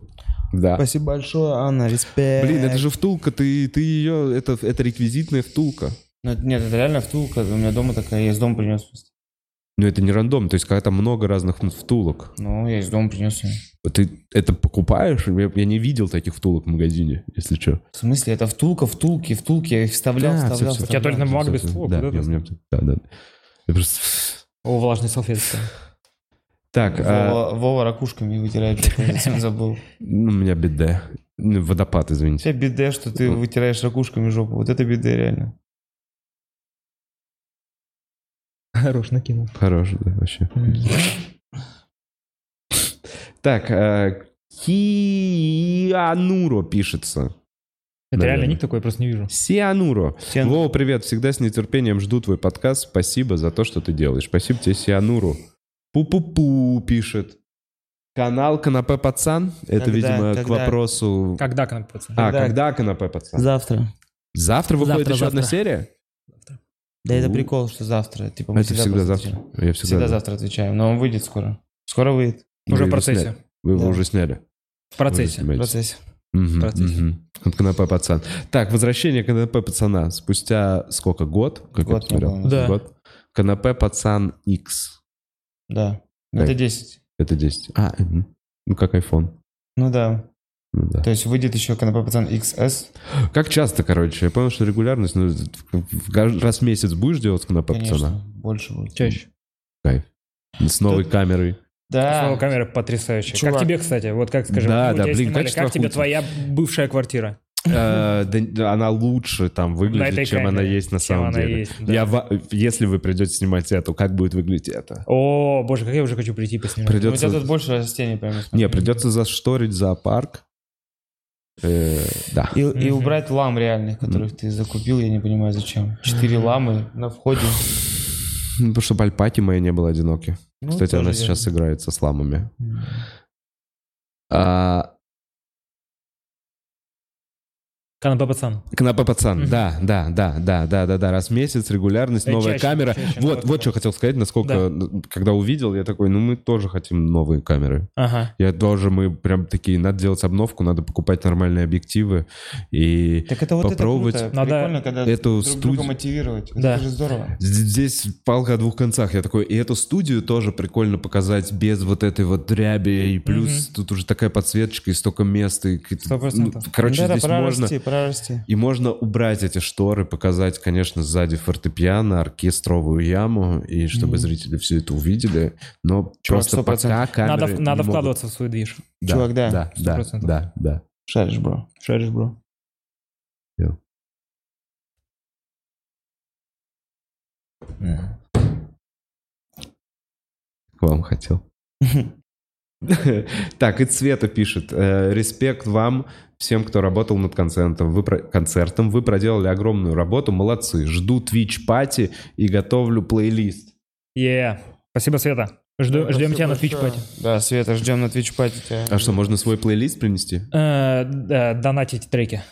Speaker 1: Да.
Speaker 3: Спасибо большое, Анна, респект.
Speaker 1: Блин, это же втулка, ты, ты ее, это, это реквизитная втулка.
Speaker 3: Ну, это- нет, это реально втулка. У меня дома такая, я из дома принес. просто.
Speaker 1: Ну, это не рандом, то есть, когда там много разных ну, втулок.
Speaker 3: Ну, я из дома принес. её.
Speaker 1: Ты это покупаешь? Я, я не видел таких втулок в магазине, если что.
Speaker 3: В смысле, это втулка, втулки, втулки. Я их вставлял,
Speaker 1: Да,
Speaker 3: вставлял,
Speaker 1: всё, всё.
Speaker 2: У тебя
Speaker 3: вставлял.
Speaker 2: только на бумага без
Speaker 1: Собственно,
Speaker 2: слов,
Speaker 1: да,
Speaker 2: да,
Speaker 1: я-
Speaker 2: ты-
Speaker 1: у меня- да, да. Я просто-
Speaker 2: О, влажные салфетки.
Speaker 1: Так, а,
Speaker 3: Вова, Вова ракушками вытирает, что я совсем забыл.
Speaker 1: ну, у меня беда. Ну, Водопад,
Speaker 3: У
Speaker 1: извините.
Speaker 3: тебя беда, что ты вытираешь ракушками жопу. Вот это беда реально.
Speaker 2: Хорош накинул.
Speaker 1: Хорош, да, вообще. Так, а, Киануро пишется.
Speaker 2: Это
Speaker 1: Наверное.
Speaker 2: реально ник такой, я просто не вижу.
Speaker 1: Сиануро.
Speaker 3: Сиан-
Speaker 1: Вова, привет. Всегда с нетерпением жду твой подкаст. Спасибо за то, что ты делаешь. Спасибо тебе, Сиануру. Пу-пу-пу пишет. Канал Канапе Пацан. Это,
Speaker 3: Когда?
Speaker 1: видимо, к
Speaker 3: Когда?
Speaker 1: вопросу...
Speaker 2: Когда к нам пацаны?
Speaker 1: А,
Speaker 3: Когда?
Speaker 1: когда Канапе Пацан?
Speaker 3: Завтра.
Speaker 1: Завтра выходит
Speaker 2: Завтра,
Speaker 1: еще одна
Speaker 2: завтра.
Speaker 1: серия?
Speaker 3: Да это
Speaker 1: Ну.
Speaker 3: прикол, что завтра. Типа мы
Speaker 1: Это всегда
Speaker 3: просто
Speaker 1: завтра.
Speaker 3: отвечаем.
Speaker 1: Я
Speaker 3: Всегда
Speaker 1: да.
Speaker 3: завтра отвечаем, но он выйдет скоро. Скоро выйдет.
Speaker 2: Уже
Speaker 1: Вы
Speaker 2: в
Speaker 1: его
Speaker 2: процессе.
Speaker 1: сняли. Вы его
Speaker 3: Да.
Speaker 1: уже сняли.
Speaker 2: В
Speaker 1: Вы уже
Speaker 2: процессе.
Speaker 3: В
Speaker 1: снимаете.
Speaker 3: процессе.
Speaker 1: Мгм,
Speaker 2: процессе.
Speaker 1: мгм. Вот КНП пацан. Так, возвращение КНП пацана. Спустя сколько? Год? Как
Speaker 3: Год
Speaker 1: я посмотрел?
Speaker 3: не
Speaker 2: было. Да.
Speaker 1: Год. КНП пацан X.
Speaker 3: Да.
Speaker 1: Да.
Speaker 3: Это 10.
Speaker 1: Это 10. А, мгм. ну как iPhone.
Speaker 3: Ну да.
Speaker 1: Ну да.
Speaker 3: То есть выйдет еще КНП пацан XS.
Speaker 1: Как часто, короче? Я понял, что регулярность, ну, в- в- раз в месяц будешь делать КНП
Speaker 3: Конечно.
Speaker 1: пацана?
Speaker 3: Больше будет.
Speaker 2: Чаще.
Speaker 1: Кайф. С новой
Speaker 3: Тут-
Speaker 1: камерой.
Speaker 2: Снова
Speaker 3: Да.
Speaker 2: камера потрясающая.
Speaker 3: Чувак.
Speaker 2: Как тебе, кстати, вот как скажем,
Speaker 1: Да,
Speaker 2: мы
Speaker 1: да,
Speaker 2: тебя
Speaker 1: блин,
Speaker 2: снимали,
Speaker 1: качество
Speaker 2: как тебе
Speaker 1: охуительно.
Speaker 2: твоя бывшая квартира?
Speaker 1: Э, да, да, Она лучше там
Speaker 2: этой
Speaker 1: выглядит, чем она
Speaker 2: камере,
Speaker 1: есть на
Speaker 2: чем
Speaker 1: самом
Speaker 2: она
Speaker 1: деле.
Speaker 2: есть, да.
Speaker 1: Я во- Если вы придете снимать эту, как будет выглядеть это?
Speaker 2: О, боже, как я уже хочу прийти поснимать.
Speaker 3: Ну, У тебя
Speaker 1: Придется...
Speaker 3: тут больше растений, прям.
Speaker 1: Не, придется зашторить зоопарк. Э, да.
Speaker 3: И, и
Speaker 2: Мгм.
Speaker 3: убрать лам реальных, которых ты закупил, я не понимаю зачем. Четыре ламы на входе.
Speaker 1: Ну, Потому что Бальпаки моя не была одиноки.
Speaker 3: Ну,
Speaker 1: Кстати, она
Speaker 3: тоже
Speaker 1: сейчас
Speaker 3: верно.
Speaker 1: играет со сламами. А,
Speaker 2: Канапе пацан.
Speaker 1: Кнопа пацан,
Speaker 2: Мгм.
Speaker 1: да, да, да, да, да, да, да, раз в месяц, регулярность,
Speaker 2: Да,
Speaker 1: новая
Speaker 2: чаще,
Speaker 1: камера.
Speaker 2: чаще,
Speaker 1: вот,
Speaker 2: новая
Speaker 1: вот
Speaker 2: камера.
Speaker 1: что хотел сказать, насколько, когда увидел, я такой, ну мы тоже хотим новые камеры.
Speaker 2: Ага.
Speaker 1: Я тоже, мы прям такие, надо делать обновку, надо покупать нормальные объективы. И
Speaker 3: Так это вот
Speaker 1: Попробовать.
Speaker 3: это круто.
Speaker 2: Надо
Speaker 3: Прикольно, когда
Speaker 1: эту
Speaker 3: друг друга
Speaker 1: студию-
Speaker 3: мотивировать.
Speaker 2: Да.
Speaker 3: Это же здорово.
Speaker 1: з- здесь палка о двух концах. Я такой, и эту студию тоже прикольно показать без вот этой вот дряби. И плюс тут уже такая подсветочка и столько места. И... какие-то-
Speaker 3: Сто процентов.
Speaker 1: ну, короче,
Speaker 3: Да-да,
Speaker 1: здесь
Speaker 3: пора
Speaker 1: можно...
Speaker 3: расти, пора расти.
Speaker 1: И можно убрать эти шторы, показать, конечно, сзади фортепиано, оркестровую яму, и чтобы
Speaker 3: Мгм.
Speaker 1: зрители все это увидели. Но
Speaker 3: Чувак,
Speaker 1: просто пока
Speaker 3: 100%.
Speaker 1: камеры
Speaker 2: Надо,
Speaker 1: не
Speaker 2: надо
Speaker 1: могут.
Speaker 2: вкладываться в свой движ.
Speaker 1: Да,
Speaker 3: Чувак, да,
Speaker 1: Да, да,
Speaker 2: 100%.
Speaker 1: да, да.
Speaker 3: Шаришь, бро. Шаришь, бро.
Speaker 1: Йо.
Speaker 3: Мгм.
Speaker 1: К вам хотел. Так, и Цвета пишет. э, Респект вам, всем, кто работал над концертом. Вы, про- концертом. Вы проделали огромную работу. Молодцы. Жду Twitch-пати и готовлю плейлист.
Speaker 2: Е. Спасибо, Света. Жду- ждем тебя на Twitch пати.
Speaker 3: [laughs] Да, Света, ждем на Twitch пати тебя.
Speaker 1: А что, можно свой плейлист принести?
Speaker 2: Э, да, донатить треки.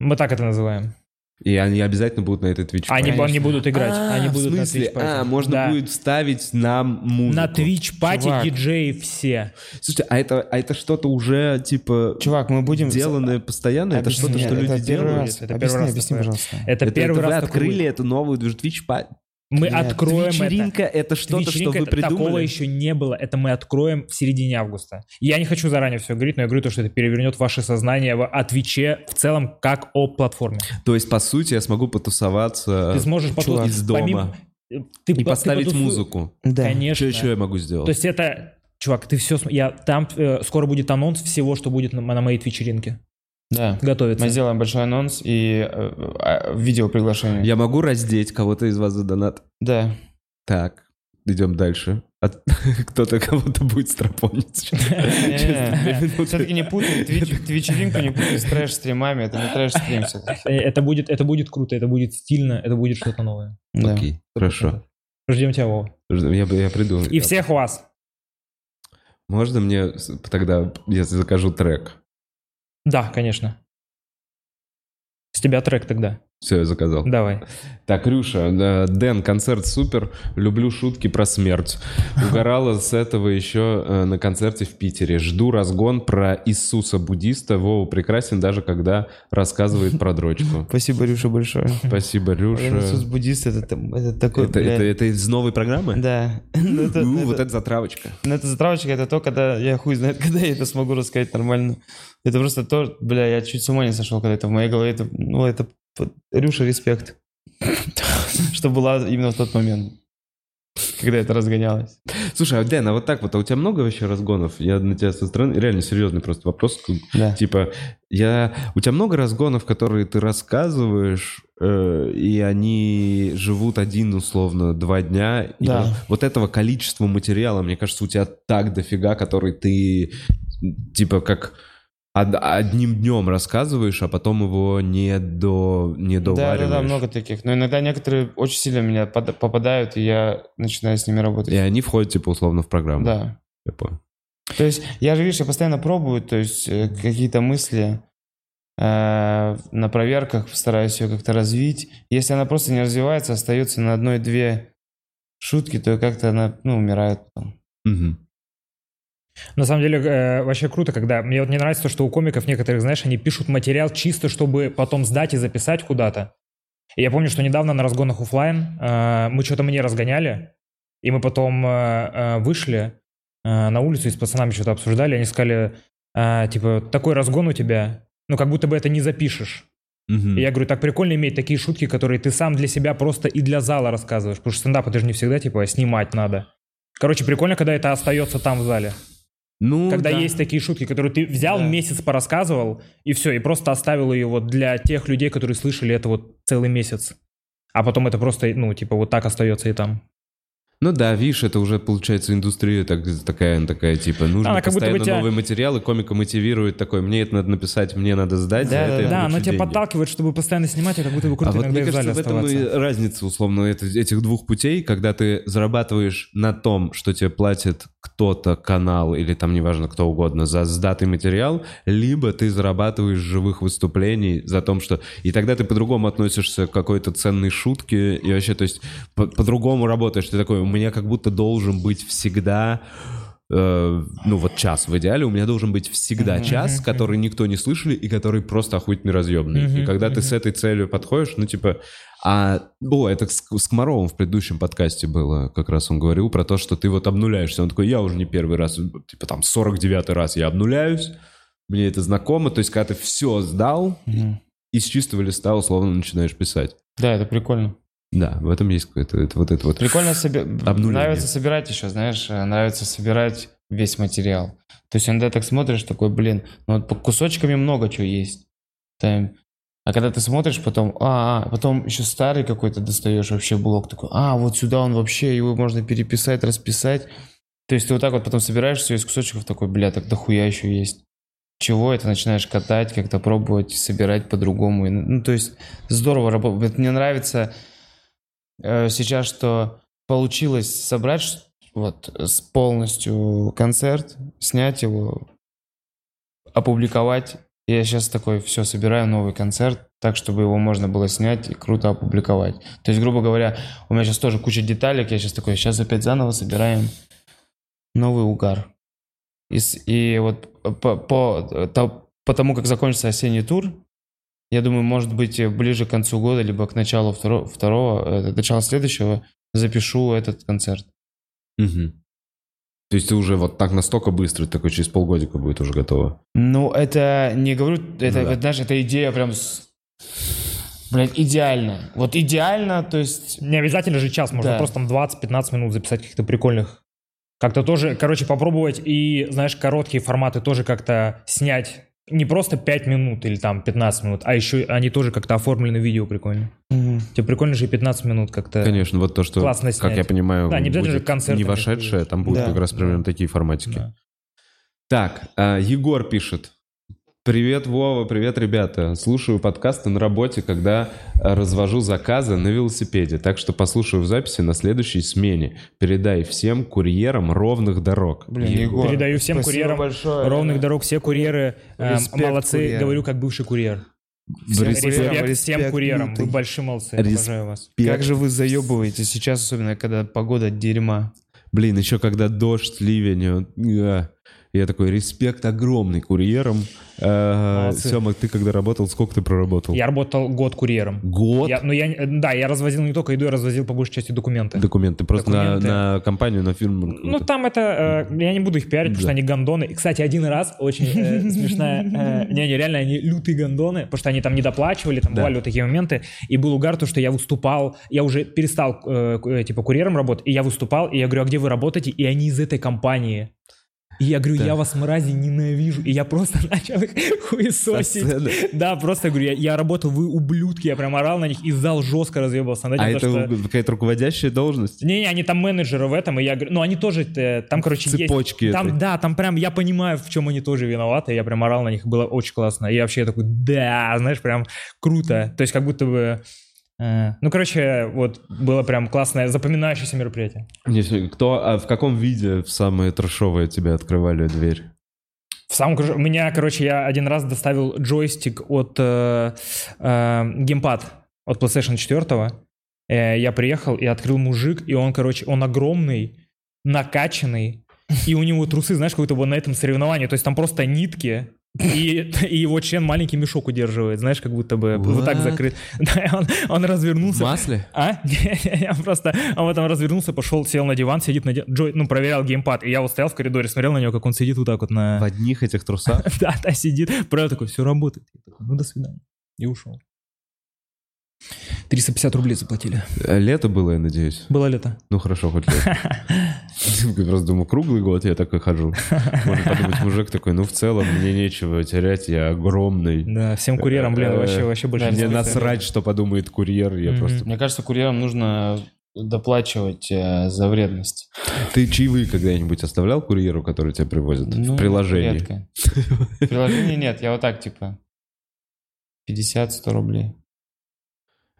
Speaker 2: Мы так это называем.
Speaker 1: И они обязательно будут на этой Twitch.
Speaker 2: Они,
Speaker 3: Конечно.
Speaker 2: они будут играть.
Speaker 1: А,
Speaker 2: они
Speaker 1: в
Speaker 2: будут
Speaker 1: смысле?
Speaker 2: на Twitch пати.
Speaker 1: А, можно
Speaker 2: Да.
Speaker 1: будет вставить нам музыку.
Speaker 2: На Twitch пати
Speaker 3: Чувак.
Speaker 2: диджеи все.
Speaker 1: Слушайте, а это, а это что-то уже, типа,
Speaker 3: Чувак, мы будем...
Speaker 1: деланное постоянно? Ну, Это
Speaker 3: а, Объясни,
Speaker 1: что-то, что
Speaker 3: это
Speaker 1: люди
Speaker 3: первый
Speaker 1: делают?
Speaker 3: раз.
Speaker 2: Это первый
Speaker 3: Объясни,
Speaker 2: раз
Speaker 3: объясни,
Speaker 2: такое. Э,
Speaker 3: пожалуйста.
Speaker 2: Это, первый
Speaker 1: это
Speaker 2: раз
Speaker 1: вы
Speaker 2: такое
Speaker 1: открыли
Speaker 2: будет.
Speaker 1: эту новую даже Twitch пати.
Speaker 2: Мы
Speaker 3: Нет,
Speaker 2: откроем это.
Speaker 1: Вечеринка — это что-то, что
Speaker 2: Вечеринка
Speaker 1: вы
Speaker 2: это- такого
Speaker 1: придумали?
Speaker 2: еще не было. Это мы откроем в середине августа. Я не хочу заранее все говорить, но я говорю то, что это перевернет ваше сознание в- о Твиче в целом как о платформе.
Speaker 1: То есть, по сути, я смогу потусоваться
Speaker 2: Ты сможешь потом
Speaker 1: Э, из дома и
Speaker 2: ты, по- ты
Speaker 1: поставить
Speaker 2: потусу-
Speaker 1: музыку.
Speaker 3: Да.
Speaker 2: Конечно.
Speaker 1: Что еще я могу
Speaker 2: То
Speaker 1: сделать?
Speaker 2: есть это, чувак, ты все, см- я там э, скоро будет анонс всего, что будет на, на моей Твич-вечеринке.
Speaker 3: Да.
Speaker 2: Готовится.
Speaker 3: Мы сделаем большой анонс и э, э, видео приглашение.
Speaker 1: Я могу раздеть кого-то из вас за донат?
Speaker 3: Да.
Speaker 1: Так, идем дальше. От- [laughs] Кто-то кого-то будет стропонить.
Speaker 3: Все-таки не путай, твич- твич-вечеринку не путай с трэш-стримами, это не трэш-стрим все-таки.
Speaker 2: Э, Это будет, это будет круто, это будет стильно, это будет что-то новое.
Speaker 3: Да.
Speaker 1: Окей, хорошо.
Speaker 2: Ждем тебя, Вова.
Speaker 1: Я, я приду.
Speaker 2: И всех вас.
Speaker 1: Можно мне с- тогда, если закажу трек?
Speaker 2: Да, конечно. С тебя трек тогда.
Speaker 1: Все, я заказал.
Speaker 2: Давай.
Speaker 1: Так, Рюша, э, Дэн, концерт супер. Люблю шутки про смерть. Угорала с этого еще э, на концерте в Питере. Жду разгон про Иисуса буддиста. Вова прекрасен, даже когда рассказывает про
Speaker 3: [laughs]
Speaker 1: дрочку.
Speaker 3: Спасибо, Рюша, большое.
Speaker 1: Спасибо,
Speaker 3: Блин, Иисус
Speaker 1: Рюша.
Speaker 3: буддист, это, там- это такой,
Speaker 1: Это,
Speaker 3: блядь.
Speaker 1: это, это из новой программы?
Speaker 3: Да. [laughs] Ну, это-
Speaker 1: У,
Speaker 3: это-
Speaker 1: вот это затравочка.
Speaker 3: Ну, это затравочка, это то, когда я хуй знает, [laughs] когда я это смогу рассказать нормально. Это просто то, бля, я чуть с ума не сошел, когда это в моей голове. Это, ну, это п- Рюша респект. [laughs] Что была именно в тот момент, когда это разгонялось.
Speaker 1: Слушай, а, Дэн, а вот так вот, а у тебя много вообще разгонов? Я на тебя со стороны, реально серьезный просто вопрос,
Speaker 3: Да.
Speaker 1: Типа, я... у тебя много разгонов, которые ты рассказываешь, э, и они живут один, условно, два дня. И
Speaker 3: Да.
Speaker 1: вот- вот этого количества материала, мне кажется, у тебя так дофига, который ты, типа, как од- одним днем рассказываешь, а потом его не, до... не
Speaker 3: Да,
Speaker 1: довариваешь.
Speaker 3: да, да, много таких. Но иногда некоторые очень сильно в меня под- попадают, и я начинаю с ними
Speaker 1: И
Speaker 3: работать.
Speaker 1: они входят, типа, условно, в программу.
Speaker 3: Да.
Speaker 1: Я понял.
Speaker 3: То есть, я же, видишь, я постоянно пробую, то есть, э, какие-то мысли э, на проверках стараюсь ее как-то развить. Если она просто не развивается, остается на одной-две шутки, то как-то она, ну, умирает потом.
Speaker 1: Мгм.
Speaker 2: На самом деле, э, вообще круто, когда... Мне вот не нравится то, что у комиков некоторых, знаешь, они пишут материал чисто, чтобы потом сдать и записать куда-то. И я помню, что недавно на разгонах оффлайн э, мы что-то мне разгоняли, и мы потом э, э, вышли э, на улицу и с пацанами что-то обсуждали, они сказали, э, типа, такой разгон у тебя, ну, как будто бы это не запишешь.
Speaker 1: Мгм.
Speaker 2: И я говорю, так прикольно иметь такие шутки, которые ты сам для себя просто и для зала рассказываешь, потому что стендап это же не всегда, типа, снимать надо. Короче, прикольно, когда это остается там в зале.
Speaker 1: Ну,
Speaker 2: Когда
Speaker 1: да.
Speaker 2: есть такие шутки, которые ты взял
Speaker 3: Да.
Speaker 2: месяц, порассказывал, и все, и просто оставил ее вот для тех людей, которые слышали это вот целый месяц. А потом это просто, ну, типа, вот так остается и там.
Speaker 1: Ну да, видишь, это уже получается индустрия так- такая, такая, типа, нужно
Speaker 2: Она как будто бы
Speaker 1: постоянно
Speaker 2: тебя-
Speaker 1: новые материалы, комика мотивирует такой, мне это надо написать, мне надо сдать, за
Speaker 3: Да,
Speaker 1: это
Speaker 3: да,
Speaker 1: я
Speaker 2: да,
Speaker 1: получу
Speaker 2: оно тебя
Speaker 1: деньги.
Speaker 2: подталкивает, чтобы постоянно снимать, и как будто бы
Speaker 1: А
Speaker 2: круто
Speaker 1: вот
Speaker 2: иногда
Speaker 1: мне
Speaker 2: и в зале
Speaker 1: кажется, в этом и
Speaker 2: оставаться.
Speaker 1: разница, условно, это- этих двух путей, когда ты зарабатываешь на том, что тебе платит кто-то, канал или там, неважно, кто угодно, за сдатый материал, либо ты зарабатываешь живых выступлений за том, что... И тогда ты по-другому относишься к какой-то ценной шутке и вообще, то есть, по- по-другому работаешь. Ты такой, у меня как будто должен быть всегда... э, ну вот час в идеале, у меня должен быть всегда час, который никто не слышали и который просто охуительно разъемный.
Speaker 2: Мгм,
Speaker 1: и когда ты с этой целью подходишь, ну типа, а, о, это с, с Комаровым в предыдущем подкасте было, как раз он говорил про то, что ты вот обнуляешься. Он такой, я уже не первый раз, типа там 49-й раз я обнуляюсь, мне это знакомо. То есть, когда ты все сдал и с чистого листа условно начинаешь писать.
Speaker 3: Да, это прикольно.
Speaker 1: Да, в этом есть какое-то это, вот это вот.
Speaker 3: Прикольно соби-
Speaker 1: Обнуление.
Speaker 3: Нравится собирать еще, знаешь, э, нравится собирать весь материал. То есть иногда так смотришь, такой, блин, ну вот по кусочками много чего есть. Там, А когда ты смотришь потом, а, а, потом еще старый какой-то достаешь вообще блок такой, а, вот сюда он вообще, его можно переписать, расписать. То есть ты вот так вот потом собираешь все из кусочков, такой, бля, так дохуя еще есть. Чего это начинаешь катать, как-то пробовать, собирать по-другому. И, Ну, то есть здорово работает. Вот Мне нравится э, сейчас, что получилось собрать ш- вот с полностью концерт, снять его, опубликовать. Я сейчас такой, все, собираю новый концерт, так, чтобы его можно было снять и круто опубликовать. То есть, грубо говоря, у меня сейчас тоже куча деталек, я сейчас такой, сейчас опять заново собираем новый угар. И, с- и вот по, по, то- по тому, как закончится осенний тур, я думаю, может быть, э, ближе к концу года, либо к началу второ- второго, э, начала следующего запишу этот концерт.
Speaker 1: Мгм. То есть ты уже вот так настолько быстро, такой через полгодика будет уже готово.
Speaker 3: Ну, это не говорю, это,
Speaker 1: Ну да.
Speaker 3: вот, знаешь, эта идея прям, с- блядь, идеально. Вот идеально, то есть...
Speaker 2: Не обязательно же час, можно
Speaker 3: Да.
Speaker 2: просто там 20-15 минут записать каких-то прикольных. Как-то тоже, короче, попробовать и, знаешь, короткие форматы тоже как-то снять. Не просто 5 минут или там 15 минут, а еще они тоже как-то оформлены в видео прикольно. Тебе прикольно же и 15 минут как-то.
Speaker 1: Конечно, вот то, что,
Speaker 2: Классно
Speaker 1: как
Speaker 2: снять.
Speaker 1: я понимаю,
Speaker 2: Да, не обязательно же
Speaker 1: будет
Speaker 2: концертами
Speaker 1: не вошедшее,
Speaker 2: ходить.
Speaker 1: там будут
Speaker 3: Да,
Speaker 1: как раз
Speaker 2: да.
Speaker 1: примерно такие форматики.
Speaker 2: Да.
Speaker 1: Так, а, Егор пишет. Привет, Вова, привет, ребята. Слушаю подкасты на работе, когда а, развожу заказы на велосипеде. Так что послушаю в записи на следующей смене. Передай всем курьерам ровных дорог.
Speaker 3: Блин, Егор,
Speaker 2: Передаю всем
Speaker 3: спасибо
Speaker 2: курьерам
Speaker 3: большое.
Speaker 2: Ровных дорог все курьеры э,
Speaker 3: Респект
Speaker 2: молодцы,
Speaker 3: курьерам.
Speaker 2: говорю как бывший курьер.
Speaker 1: Всем
Speaker 2: Респект,
Speaker 1: респект.
Speaker 2: всем курьерам, вы
Speaker 3: лютый.
Speaker 2: большие молодцы,
Speaker 1: Респ-
Speaker 2: обожаю вас.
Speaker 3: Как же вы заебываете сейчас, особенно когда погода дерьма.
Speaker 1: Блин, еще когда дождь, ливень, э, я такой, респект огромный курьерам. Э,
Speaker 2: Молодцы.
Speaker 1: Сема, ты когда работал, сколько ты проработал?
Speaker 2: Я работал год курьером.
Speaker 1: Год?
Speaker 2: Я, ну я, не- да, я развозил не только еду, я развозил по большей части документы.
Speaker 1: Документы. Просто на-
Speaker 2: Документы.
Speaker 1: На, компанию, на фирму.
Speaker 2: Ну, там это... э, я не буду их пиарить,
Speaker 1: Да.
Speaker 2: потому что они гондоны. И, кстати, один раз очень
Speaker 1: [laughs]
Speaker 2: э, смешная... э, не, не, реально, они лютые гондоны, потому что они там недоплачивали, там
Speaker 1: Да.
Speaker 2: бывали вот такие моменты. И был угар то, что я выступал, я уже перестал, э, ку- э, типа, курьером работать, и я выступал, и я говорю, а где вы работаете? И они из этой компании. И я говорю,
Speaker 1: Да.
Speaker 2: я вас, мрази, ненавижу. И я просто [laughs] начал их хуесосить.
Speaker 1: Сцена.
Speaker 2: Да, просто говорю, я, я работал, вы ублюдки, я прям орал на них, и зал жестко разъебался. над этим,
Speaker 1: А это
Speaker 2: потому что-
Speaker 1: какая-то руководящая должность?
Speaker 2: не-не, они там менеджеры в этом, и я говорю, ну они тоже, э, там, короче, есть-
Speaker 1: Цепочки
Speaker 2: Там,
Speaker 1: этой.
Speaker 2: да, там прям, я понимаю, в чем они тоже виноваты, я прям орал на них, было очень классно. И вообще я такой, да, знаешь, прям круто. То есть как будто бы Э, Ну, короче, вот было прям классное, запоминающееся мероприятие.
Speaker 1: Мне сегодня- Кто, а в каком виде в самые трешовые тебе открывали дверь?
Speaker 2: В самом кру- у меня, короче, я один раз доставил джойстик от э, э, геймпад от PlayStation 4. Э, я приехал и открыл мужик, и он, короче, он огромный, накачанный, и у него трусы, знаешь, как будто бы на этом соревновании, то есть там просто нитки. И, [laughs] и его член маленький мешок удерживает, знаешь, как будто бы вот так
Speaker 1: What?
Speaker 2: закрыт. [laughs] Да, он, он
Speaker 1: Ну,
Speaker 2: развернулся.
Speaker 1: масле?
Speaker 2: А? [laughs] Я просто... Он потом развернулся, пошел, сел на диван, сидит на ди- Джой, ну, проверял геймпад. И я вот стоял в коридоре, смотрел на него, как он сидит вот так вот
Speaker 1: В
Speaker 2: на...
Speaker 1: одних этих трусах?
Speaker 2: [laughs] Да, да, сидит. Проверил такой, все работает. Я такой, ну, до свидания. И ушел. 350 рублей заплатили.
Speaker 1: Э, Лето было, я надеюсь.
Speaker 2: Было лето.
Speaker 1: Ну хорошо, хоть лето. Я просто думаю, круглый год я такой хожу. Можно подумать, мужик такой, ну в целом мне нечего терять, я огромный.
Speaker 2: Да, всем курьерам, блин, вообще, вообще больше.
Speaker 1: Мне
Speaker 2: не стоит.
Speaker 1: насрать, что подумает курьер, я
Speaker 2: Мгм.
Speaker 1: просто...
Speaker 3: Мне кажется, курьерам нужно доплачивать э, за вредность.
Speaker 1: Ты чаевые когда-нибудь оставлял курьеру, который тебя привозит в
Speaker 3: Ну,
Speaker 1: приложении?
Speaker 3: редко. В приложении нет, я вот так, типа, 50-100 рублей.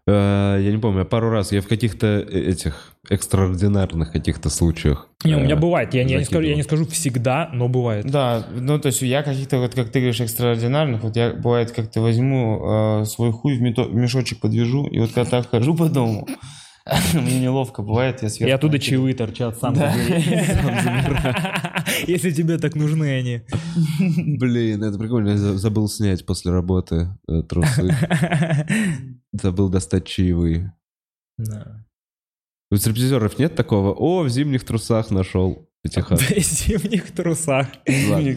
Speaker 1: Э, Я не помню, я пару раз, я в каких-то э, этих экстраординарных каких-то случаях.
Speaker 2: Не, у меня
Speaker 1: э,
Speaker 2: бывает. Я, не- я не скажу, я не
Speaker 1: закидывал.
Speaker 2: скажу всегда, но бывает.
Speaker 3: Да, ну то есть я каких-то, вот как ты говоришь, экстраординарных, вот я бывает как-то возьму э, свой хуй в, мето- в мешочек подвяжу, и вот когда так хожу по дому, [laughs] мне неловко бывает, я
Speaker 2: И
Speaker 3: сверху...
Speaker 2: оттуда
Speaker 3: [laughs]
Speaker 2: чаевые торчат сам. [laughs]
Speaker 3: Да.
Speaker 2: забери. Если тебе так нужны они.
Speaker 1: [laughs]
Speaker 2: [laughs]
Speaker 1: Блин, это прикольно. Я за- забыл снять после работы э,
Speaker 2: [laughs]
Speaker 1: трусы. Забыл достать чаевые.
Speaker 2: Да.
Speaker 1: У стриптизеров нет такого? О, в зимних трусах нашел.
Speaker 2: [laughs]
Speaker 1: Тихо.
Speaker 2: В зимних трусах.
Speaker 1: Ладно.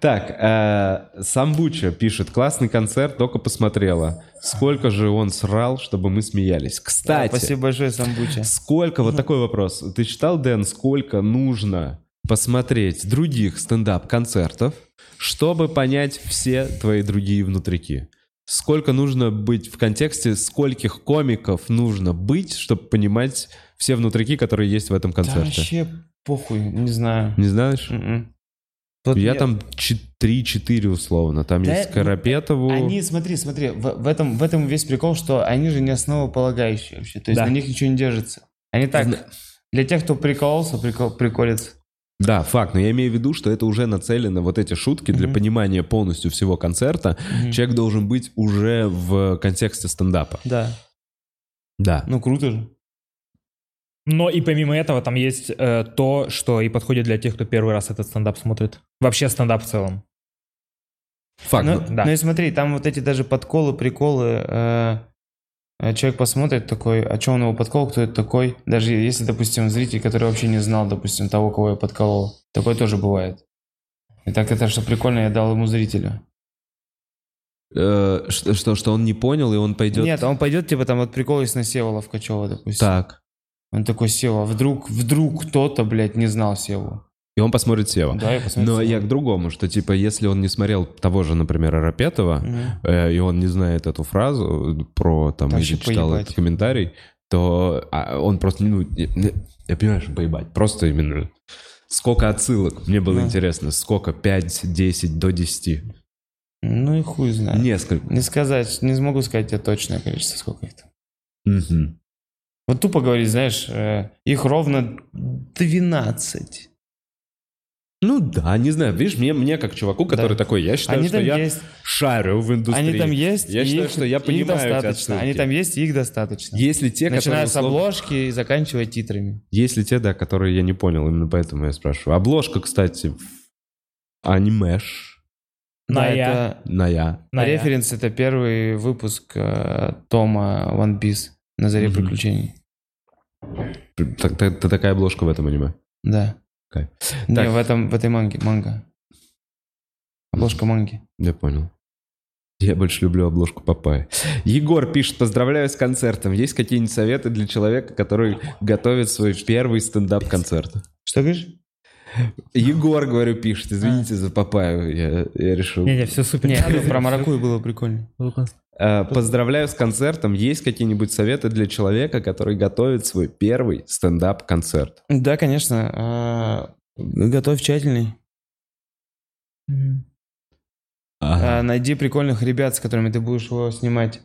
Speaker 1: Так, э, Самбуча пишет. Классный концерт, только посмотрела. Сколько же он срал, чтобы мы смеялись.
Speaker 3: Да,
Speaker 1: Кстати,
Speaker 3: Спасибо большое, Самбуча.
Speaker 1: сколько, вот такой вопрос. Ты читал, Дэн, сколько нужно посмотреть других стендап-концертов, чтобы понять все твои другие внутрики? Сколько нужно быть в контексте, скольких комиков нужно быть, чтобы понимать все внутрики, которые есть в этом
Speaker 3: Да
Speaker 1: концерте?
Speaker 3: вообще похуй, не знаю. М-м.
Speaker 1: Не знаешь?
Speaker 3: Мгм.
Speaker 1: Я
Speaker 3: Вот
Speaker 1: там 3-4 условно. Там
Speaker 3: Да, ну,
Speaker 1: есть Карапетову.
Speaker 3: Они, смотри, смотри, в, в этом, в этом весь прикол, что они же не основополагающие вообще, то есть
Speaker 2: Да.
Speaker 3: на них ничего не держится. Они
Speaker 1: Зна-
Speaker 3: так, для тех, кто прикололся, прикол, приколится.
Speaker 1: Да, факт. Но я имею в виду, что это уже нацелено, вот эти шутки, для
Speaker 3: Мгм.
Speaker 1: понимания полностью всего концерта.
Speaker 3: Мгм.
Speaker 1: Человек должен быть уже в контексте стендапа.
Speaker 3: Да.
Speaker 1: Да.
Speaker 3: Ну круто же.
Speaker 2: Но и помимо этого там есть э, то, что и подходит для тех, кто первый раз этот стендап смотрит. Вообще стендап в целом.
Speaker 1: Факт.
Speaker 3: Ну,
Speaker 2: да.
Speaker 3: ну и смотри, там вот эти даже подколы, приколы. э, э, человек посмотрит такой, а что он его подкол, кто это такой? Даже если, допустим, зритель, который вообще не знал, допустим, того, кого я подколол. Такое тоже бывает. И так это, что прикольно, я дал ему зрителю.
Speaker 1: Э, что, что- что он не понял, и он пойдет...
Speaker 3: Нет, он пойдет, типа, там вот прикол есть на Севала Качева, допустим.
Speaker 1: Так.
Speaker 3: Он такой, Сева, вдруг, вдруг кто-то, блядь, не знал Севу.
Speaker 1: И он посмотрит Сева.
Speaker 3: Да, я посмотрел.
Speaker 1: Но Ну, а я к другому, что типа, если он не смотрел того же, например, Арапетова,
Speaker 3: Мгм.
Speaker 1: э, и он не знает эту фразу э, про там
Speaker 3: Да
Speaker 1: или
Speaker 3: вообще
Speaker 1: читал
Speaker 3: поебать.
Speaker 1: этот комментарий, то а, он просто ну я, я понимаю, что поебать, просто именно сколько отсылок мне было
Speaker 3: Да.
Speaker 1: интересно, сколько 5, 10 до 10.
Speaker 3: Ну и хуй знает.
Speaker 1: Несколько.
Speaker 3: Не сказать, не смогу сказать тебе точное количество, сколько их там.
Speaker 1: Мгм.
Speaker 3: Вот тупо говорить, знаешь, э, их ровно 12.
Speaker 1: Ну да, не знаю, видишь, мне, мне как чуваку, который
Speaker 3: Да.
Speaker 1: такой, я считаю,
Speaker 3: Они
Speaker 1: что
Speaker 3: там
Speaker 1: я
Speaker 3: есть.
Speaker 1: шарю в индустрии.
Speaker 3: Они там есть.
Speaker 1: Я
Speaker 3: и
Speaker 1: считаю,
Speaker 3: их-
Speaker 1: что я
Speaker 3: их
Speaker 1: понимаю эти
Speaker 3: достаточно.
Speaker 1: отсылки.
Speaker 3: Они там есть, и их достаточно.
Speaker 1: Если те, которые
Speaker 3: Начиная с
Speaker 1: условно-
Speaker 3: обложки и заканчивая титрами.
Speaker 1: Если те, да, которые я не понял, именно поэтому я спрашиваю. Обложка, кстати, в- анимеш
Speaker 2: На
Speaker 3: Да,
Speaker 2: я.
Speaker 3: это-
Speaker 1: на я.
Speaker 2: На я.
Speaker 3: Референс это первый выпуск э, Тома One Piece на заре
Speaker 1: Мгм.
Speaker 3: приключений.
Speaker 1: Так- так- так- такая обложка в этом аниме.
Speaker 3: Да.
Speaker 1: Кайф.
Speaker 3: Не,
Speaker 1: Так.
Speaker 3: в этом в этой манге. Манга. Обложка манги.
Speaker 1: Я понял. Я больше люблю обложку Папая. Егор пишет, поздравляю с концертом. Есть какие-нибудь советы для человека, который готовит свой первый стендап-концерт?
Speaker 3: Что говоришь?
Speaker 1: Егор, говорю, пишет, извините за Папаю, я, я решил.
Speaker 2: Не-не, все супер.
Speaker 3: Не, [laughs] про Маракуй было прикольно.
Speaker 1: Э, Поздравляю с концертом. Есть какие-нибудь советы для человека, который готовит свой первый стендап-концерт?
Speaker 3: Да, конечно. э, Готовь тщательный.
Speaker 2: Мгм.
Speaker 3: А, Найди прикольных ребят, с которыми ты будешь его снимать.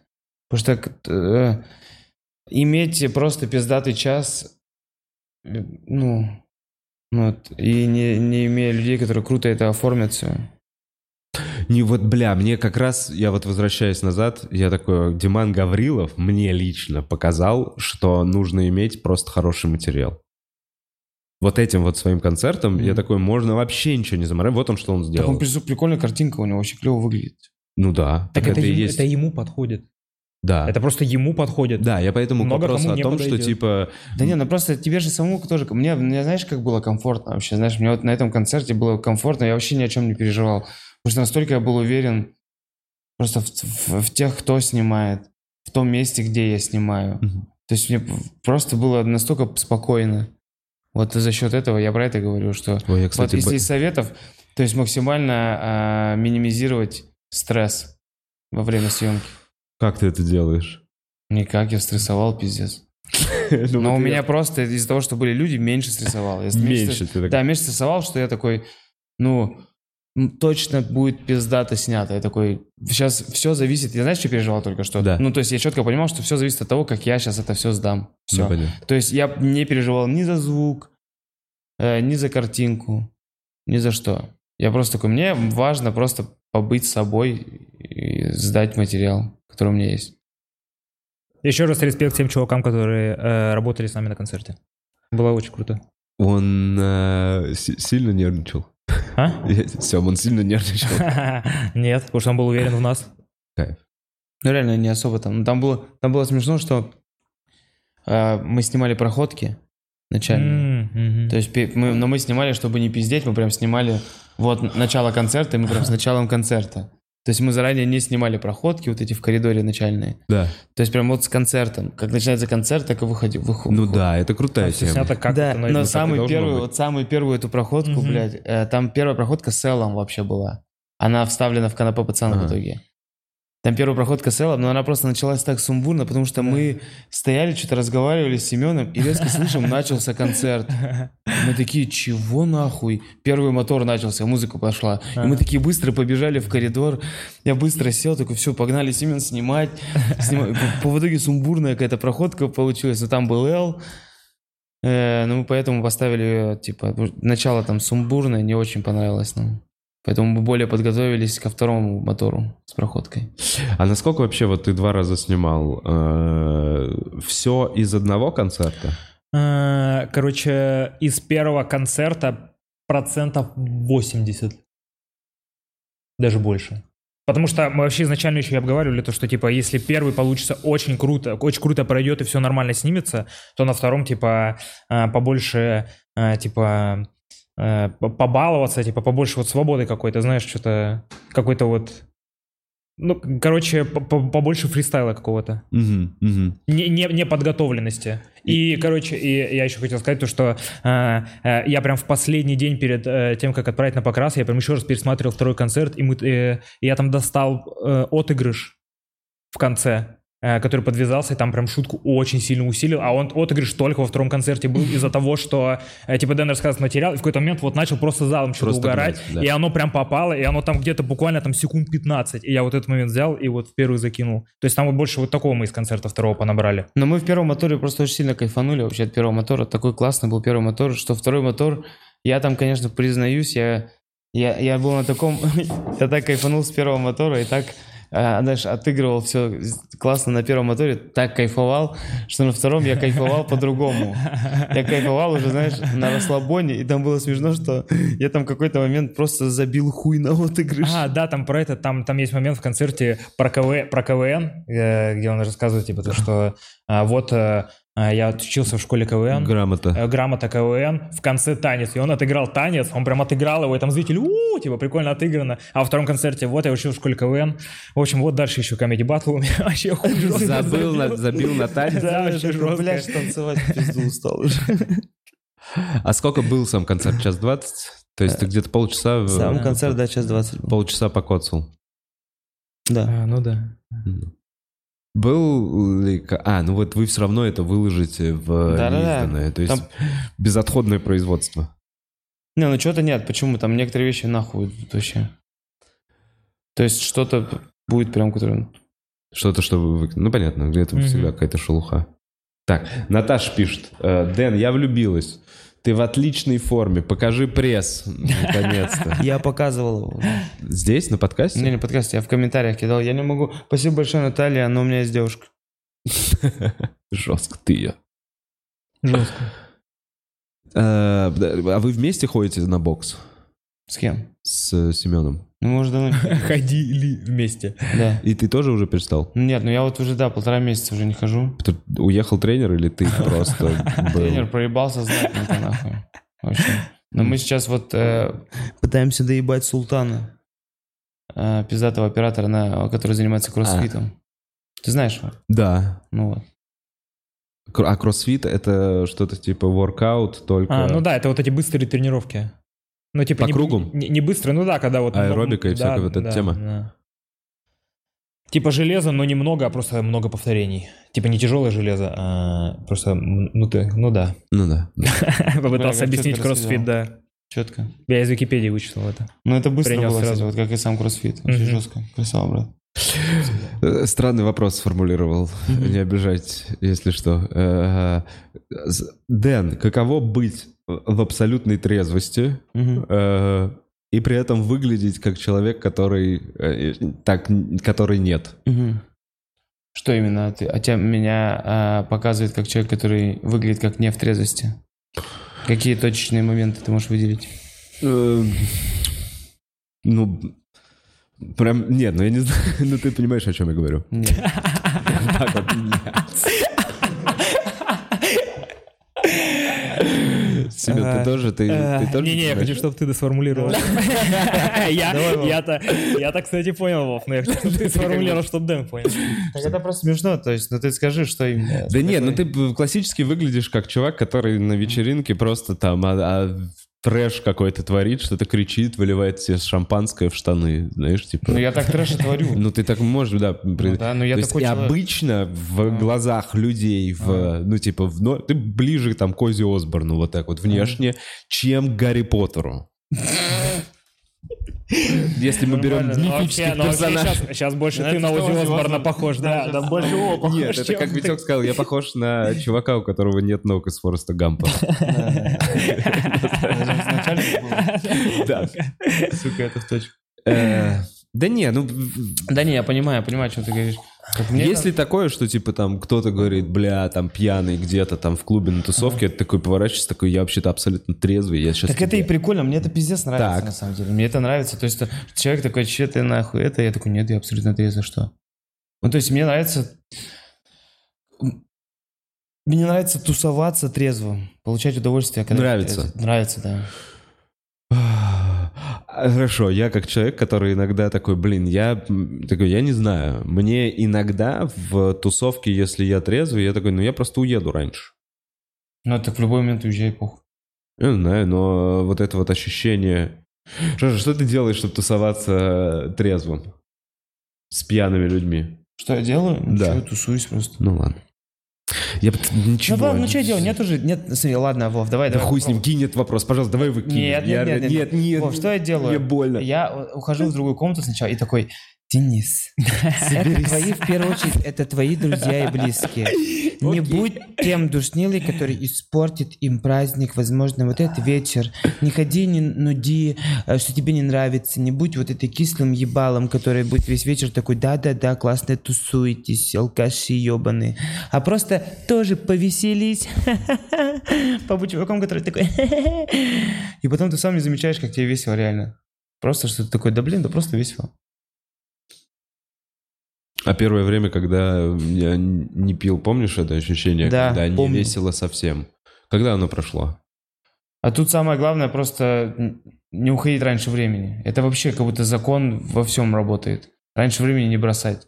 Speaker 3: Потому что э, иметь просто пиздатый час, э, ну, вот, и не, не имея людей, которые круто это оформят все.
Speaker 1: Не вот, бля, мне как раз, я вот возвращаюсь назад, я такой, Диман Гаврилов мне лично показал, что нужно иметь просто хороший материал. Вот этим вот своим концертом, я
Speaker 3: Мгм.
Speaker 1: такой, можно вообще ничего не заморать. Вот он, что он
Speaker 3: Так
Speaker 1: сделал.
Speaker 3: он призу- прикольная картинка у него, очень клево выглядит.
Speaker 1: Ну да, так, это, и
Speaker 2: ему-
Speaker 1: есть.
Speaker 2: это ему подходит.
Speaker 1: Да.
Speaker 2: Это просто ему подходит.
Speaker 1: Да, я поэтому к
Speaker 2: Много
Speaker 1: вопросу
Speaker 2: кому
Speaker 1: о
Speaker 2: не
Speaker 1: том, что
Speaker 2: подойдет.
Speaker 1: типа...
Speaker 3: Да не, ну просто тебе же самому тоже... Мне, мне знаешь, как было комфортно вообще? Знаешь, мне вот на этом концерте было комфортно, я вообще ни о чем не переживал. Потому что настолько я был уверен просто в, в- в тех, кто снимает, в том месте, где я снимаю.
Speaker 1: Мгм.
Speaker 3: То есть мне п- просто было настолько спокойно. Вот за счет этого я про это говорю, что...
Speaker 1: Ой, я, кстати,
Speaker 3: вот если
Speaker 1: б-
Speaker 3: из советов, то есть максимально а, минимизировать стресс во время съемки.
Speaker 1: Как ты это делаешь? [laughs]
Speaker 3: Никак, я стрессовал, пиздец.
Speaker 1: Ну,
Speaker 3: Но
Speaker 1: вот
Speaker 3: у
Speaker 1: я-
Speaker 3: меня просто из-за того, что были люди, меньше стрессовал. Я
Speaker 1: Меньше ты
Speaker 3: Да,
Speaker 1: так...
Speaker 3: меньше стрессовал, что я такой, ну, м, точно будет пиздато снято. Я такой, сейчас все зависит. Я знаешь, что переживал только что?
Speaker 1: Да.
Speaker 3: Ну, то есть я четко понимал, что все зависит от того, как я сейчас это все сдам. Все.
Speaker 1: Ну, понятно.
Speaker 3: То есть я не переживал ни за звук, э, ни за картинку, ни за что. Я просто такой, мне важно просто побыть собой и сдать материал, который у меня есть.
Speaker 2: Еще раз респект тем чувакам, которые э, работали с нами на концерте. Было очень круто.
Speaker 1: Он э, си- сильно нервничал. [laughs]
Speaker 2: А? [laughs]
Speaker 1: Сем, он сильно нервничал.
Speaker 2: Нет, потому что он был уверен в нас.
Speaker 1: Кайф.
Speaker 3: Ну, реально, не особо там. Ну, Там было, там было смешно, что э, мы снимали проходки начальные.
Speaker 2: М, мгм.
Speaker 3: То есть, пе- мы, но мы снимали, чтобы не пиздеть, мы прям снимали вот н- начало концерта, и мы прям с началом концерта. То есть мы заранее не снимали проходки вот эти в коридоре начальные.
Speaker 1: Да.
Speaker 3: То есть прям вот с концертом. Как начинается концерт, так и выходи. выход.
Speaker 1: Ну да, это крутая
Speaker 2: Всё
Speaker 1: тема.
Speaker 2: снято как
Speaker 3: да,
Speaker 2: это,
Speaker 3: но
Speaker 2: наверное, так и
Speaker 3: самый
Speaker 2: должно
Speaker 3: первый,
Speaker 2: быть.
Speaker 3: вот самую первую эту проходку,
Speaker 2: Мгм.
Speaker 3: блядь, э, там первая проходка с Эллом вообще была. Она вставлена в канапе пацана
Speaker 1: Ага.
Speaker 3: в итоге. Там первая проходка с Эллом, но она просто началась так сумбурно, потому что мы стояли, что-то разговаривали с Семеном, и резко слышим, начался концерт. Мы такие, чего нахуй? Первый мотор начался, музыка пошла. И мы
Speaker 2: Ага.
Speaker 3: такие быстро побежали в коридор. Я быстро сел, такой, все, погнали Семен снимать. Снимай. По- По, в итоге сумбурная какая-то проходка получилась. Но там был Эл. Э, ну, мы поэтому поставили, э, типа, ну, начало там сумбурное, не очень понравилось нам. Поэтому мы более подготовились ко второму мотору с проходкой.
Speaker 1: А насколько вообще вот ты два раза снимал? все из одного концерта?
Speaker 2: Э, Короче, из первого концерта процентов 80. Даже больше. Потому что мы вообще изначально еще и обговаривали то, что, типа, если первый получится очень круто, очень круто пройдет и все нормально снимется, то на втором, типа, э, побольше, э, типа, э, по- побаловаться, типа, побольше вот свободы какой-то, знаешь, что-то, какой-то вот... Ну, короче, по- по- побольше фристайла какого-то
Speaker 1: Мгм, мгм.
Speaker 2: не, не- неподготовленности. И, короче, и я еще хотел сказать то, что э, э, я прям в последний день перед э, тем, как отправить на покрас, я прям еще раз пересматривал второй концерт, и мы, э, я там достал э, отыгрыш в конце, э, который подвязался, и там прям шутку очень сильно усилил, а он отыгрыш только во втором концерте был из-за того, что, э, типа, Дэн рассказывал материал, и в какой-то момент вот начал просто залом что-то
Speaker 1: Просто
Speaker 2: угорать,
Speaker 1: гнать, да.
Speaker 2: и оно прям попало, и оно там где-то буквально там секунд 15, и я вот этот момент взял и вот в первый закинул. То есть там вот больше вот такого мы из концерта второго понабрали.
Speaker 3: Но мы в первом моторе просто очень сильно кайфанули вообще от первого мотора. Такой классный был первый мотор, что второй мотор, я там, конечно, признаюсь, я, я, я был на таком... [laughs] я так кайфанул с первого мотора и так, а, знаешь, отыгрывал все классно на первом моторе, так кайфовал, что на втором я кайфовал по-другому. Я кайфовал уже, знаешь, на расслабоне, и там было смешно, что я там в какой-то момент просто забил хуй на отыгрыш. [laughs]
Speaker 2: А, да, там про это, там, там есть момент в концерте про, КВ, про КВН, э, где он рассказывает, типа, то, что а, вот э, а, я отучился в школе КВН,
Speaker 1: Грамота.
Speaker 2: э, грамота КВН, в конце танец. И он отыграл танец, он прям отыграл его, и там зрители, у типа, прикольно отыграно. А во втором концерте, вот, я учил в школе КВН. В общем, вот дальше еще комедий батл у меня [laughs] вообще хуже.
Speaker 1: Забыл, на- забил на танец.
Speaker 2: Да, вообще жестко.
Speaker 3: Блядь, танцевать в пизду устал уже.
Speaker 1: А сколько был сам концерт? Час двадцать? То есть ты где-то полчаса... в-
Speaker 3: Сам концерт, да, час 20 был.
Speaker 1: Полчаса покоцал.
Speaker 3: Да.
Speaker 2: А, ну да.
Speaker 1: Был ли... ка- А, ну вот вы все равно это выложите в
Speaker 3: Да-да-да.
Speaker 1: неизданное. То есть
Speaker 3: Там-
Speaker 1: безотходное производство.
Speaker 3: Не, ну что-то нет. Почему? Там некоторые вещи нахуй идут вообще. То есть что-то будет прям, которое...
Speaker 1: Что-то, чтобы... вы- Ну, понятно, где-то
Speaker 2: Мгм.
Speaker 1: всегда какая-то шелуха. Так, Наташа пишет. э, Дэн, я влюбилась. Ты в отличной форме. Покажи пресс. [laughs] Наконец-то.
Speaker 3: Я показывал его.
Speaker 1: Здесь, на
Speaker 3: Не,
Speaker 1: подкасте?
Speaker 3: не подкаст, я в комментариях кидал. Я не могу. Спасибо большое, Наталья, но у меня есть девушка.
Speaker 1: [laughs] Жестко ты ее.
Speaker 2: Жестко.
Speaker 1: А а вы вместе ходите на бокс
Speaker 3: С кем?
Speaker 1: с Семеном?
Speaker 3: Ну, может, давно.
Speaker 2: [laughs]
Speaker 3: не- [laughs]
Speaker 2: Ходили вместе.
Speaker 3: Да.
Speaker 1: И ты тоже уже перестал?
Speaker 3: Нет, ну я вот уже, да, полтора месяца уже не хожу.
Speaker 1: Ты- Уехал тренер или [laughs] ты просто был?
Speaker 3: Тренер проебался знатно нахуй. Вообще. Но мы сейчас вот э, пытаемся доебать Султана, э, пиздатого оператора, на, который занимается кроссфитом. Ты знаешь его?
Speaker 1: Да.
Speaker 3: Ну вот.
Speaker 1: Кр- А кроссфит это что-то типа воркаут, только
Speaker 2: А, ну да, это вот эти быстрые тренировки. Ну,
Speaker 1: типа,
Speaker 2: типа,
Speaker 1: По
Speaker 2: не,
Speaker 1: кругу?
Speaker 2: Не, не быстрые, ну да, когда вот...
Speaker 1: Аэробика и
Speaker 2: да,
Speaker 1: всякая вот эта
Speaker 2: да,
Speaker 1: тема.
Speaker 2: да. Типа железо, но немного, а просто много повторений. Типа не тяжелое железо, а просто, м, ну ты, ну да.
Speaker 1: Ну да.
Speaker 2: [laughs] Попытался
Speaker 3: как
Speaker 2: объяснить
Speaker 3: чётко
Speaker 2: кроссфит, да.
Speaker 3: Четко.
Speaker 2: Я из Википедии вычитал это.
Speaker 3: Ну это быстро
Speaker 2: Принял
Speaker 3: было, кстати,
Speaker 2: сразу.
Speaker 3: вот как и сам кроссфит. Очень
Speaker 2: Мгм.
Speaker 3: жестко. Красава, брат.
Speaker 1: Э, Странный вопрос сформулировал. Не обижать, если что. Э, з- Дэн, каково быть в абсолютной трезвости
Speaker 3: Мгм.
Speaker 1: э, и при этом выглядеть как человек, который э, так, который нет?
Speaker 3: Мгм. Что именно? Ты, а тебя, меня а, показывает как человек, который выглядит как не в трезвости. Какие точечные моменты ты можешь выделить?
Speaker 2: Э,
Speaker 1: Эм, Ну, прям, нет, ну я не знаю, [laughs] ну ты понимаешь, о чем я говорю.
Speaker 2: [laughs]
Speaker 3: Нет.
Speaker 1: Так вот, блядь. Семен, ты
Speaker 2: Э,
Speaker 1: тоже, ты, ты тоже
Speaker 2: Не-не, я
Speaker 1: понимаешь?
Speaker 2: хочу, чтобы ты досформулировал. [laughs] Я-
Speaker 3: Давай, Вов.
Speaker 2: Я-то, я-то, кстати, понял, Вов, но я хочу, чтобы ты сформулировал, чтобы Дэн понял.
Speaker 3: [laughs] Так это просто смешно, то есть, ну ты скажи, что именно.
Speaker 1: Да нет, ну ты б- классически выглядишь как чувак, который на вечеринке просто там а, а, трэш какой-то творит, что-то кричит, выливает себе шампанское в штаны, знаешь, типа...
Speaker 3: Ну я так трэш и творю.
Speaker 1: Ну, ты так можешь, да. при-
Speaker 3: да, но я
Speaker 1: То есть
Speaker 3: такой
Speaker 1: и
Speaker 3: человек.
Speaker 1: обычно в глазах людей, в, ну, типа, в, но- ты ближе там к Ози Осборну вот так вот внешне, чем к Гарри Поттеру. Если мы берем
Speaker 2: Нормально, ну,
Speaker 1: мифических
Speaker 2: вообще, ну, вообще
Speaker 1: персонажей.
Speaker 2: щас- Сейчас больше
Speaker 3: Ну,
Speaker 2: ты
Speaker 3: это
Speaker 2: на
Speaker 3: что,
Speaker 2: Ози
Speaker 3: Ози
Speaker 2: Осборна
Speaker 3: Осборн?
Speaker 2: похож, да, да, больше его похож.
Speaker 1: Нет, это
Speaker 2: чем
Speaker 1: как
Speaker 2: ты.
Speaker 3: А
Speaker 1: Витек сказал, я похож на чувака, у которого нет ног из Фореста Гампа. Да.
Speaker 3: [laughs] Сука, это в точку.
Speaker 1: Э, Да не, ну,
Speaker 3: Да не, я понимаю, я понимаю, о чем ты говоришь. Как мне
Speaker 1: Есть ли такое, что типа там кто-то говорит, бля, там пьяный где-то там в клубе на тусовке, а ты такой поворачиваешься, такой, я вообще-то абсолютно трезвый, я сейчас...
Speaker 3: Так это и прикольно, мне это пиздец нравится,
Speaker 1: Так.
Speaker 3: на самом деле. Мне это нравится. То есть то- человек такой, че ты нахуй это? Я такой, нет, я абсолютно трезвый, что? Ну, то есть мне нравится... М, Мне нравится тусоваться трезвым, получать удовольствие. Когда ты
Speaker 1: Нравится.
Speaker 3: трезв. Нравится, да.
Speaker 1: А, Хорошо, я как человек, который иногда такой, блин, я м, такой, я не знаю, мне иногда в тусовке, если я трезвый, я такой, ну я просто уеду раньше.
Speaker 3: Ну, так в любой момент уезжай, похуй.
Speaker 1: Я не знаю, но э, вот это вот ощущение... Что, что ты делаешь, чтобы тусоваться э, трезвым? С пьяными людьми?
Speaker 3: Что я делаю?
Speaker 1: Да.
Speaker 3: Ничего, тусуюсь просто.
Speaker 1: Ну ладно. Я бы т- ничего...
Speaker 3: Ну, ладно, ну что я делаю? Нет уже, нет, смотри, ладно, Вов, давай,
Speaker 1: Да
Speaker 3: давай.
Speaker 1: хуй с ним,
Speaker 3: попробуй.
Speaker 1: кинь этот вопрос, пожалуйста, давай вы кинем.
Speaker 3: Нет,
Speaker 1: Я-
Speaker 3: нет, нет,
Speaker 1: нет,
Speaker 3: нет,
Speaker 1: нет.
Speaker 3: Вов, что я
Speaker 1: Мне
Speaker 3: делаю?
Speaker 1: больно.
Speaker 3: Я э, ухожу в другую комнату сначала и такой, Денис, это
Speaker 1: Соберись.
Speaker 3: твои, в первую очередь, это твои друзья и близкие. Не
Speaker 1: Окей.
Speaker 3: будь тем душнилой, который испортит им праздник, возможно, вот этот вечер. Не ходи, не нуди, э, что тебе не нравится. Не будь вот этой кислым ебалом, который будет весь вечер такой, да-да-да, классно тусуетесь, алкаши ебаные. А просто тоже повеселись. [laughs] Побудь чуваком, который такой... [laughs] И потом ты сам не замечаешь, как тебе весело реально. Просто что ты такой, да блин, да просто весело.
Speaker 1: А первое время, когда я н- не пил, помнишь это ощущение?
Speaker 3: Да,
Speaker 1: когда не
Speaker 3: помню.
Speaker 1: весело совсем. Когда оно прошло?
Speaker 3: А тут самое главное просто н- не уходить раньше времени. Это вообще как будто закон во всем работает. Раньше времени не бросать.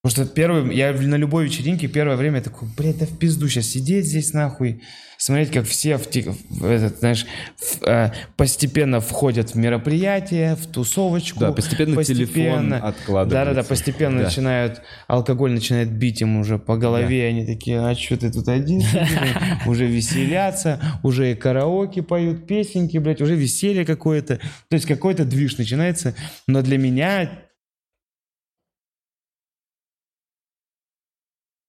Speaker 3: Потому что первый, я в- на любой вечеринке первое время я такой, блядь, да в пизду сейчас сидеть здесь нахуй, смотреть, как все в, ти- в этот, знаешь, в, э, постепенно входят в мероприятие, в тусовочку.
Speaker 1: Да, постепенно, телефон
Speaker 3: постепенно.
Speaker 1: откладывается.
Speaker 3: Да-да-да, постепенно
Speaker 1: Да.
Speaker 3: начинают, алкоголь начинает бить им уже по голове, они такие, а что ты тут
Speaker 1: [laughs]
Speaker 3: один? сидишь?» Уже веселятся, уже и караоке поют, песенки, блядь, уже веселье какое-то. То есть какой-то движ начинается, но для меня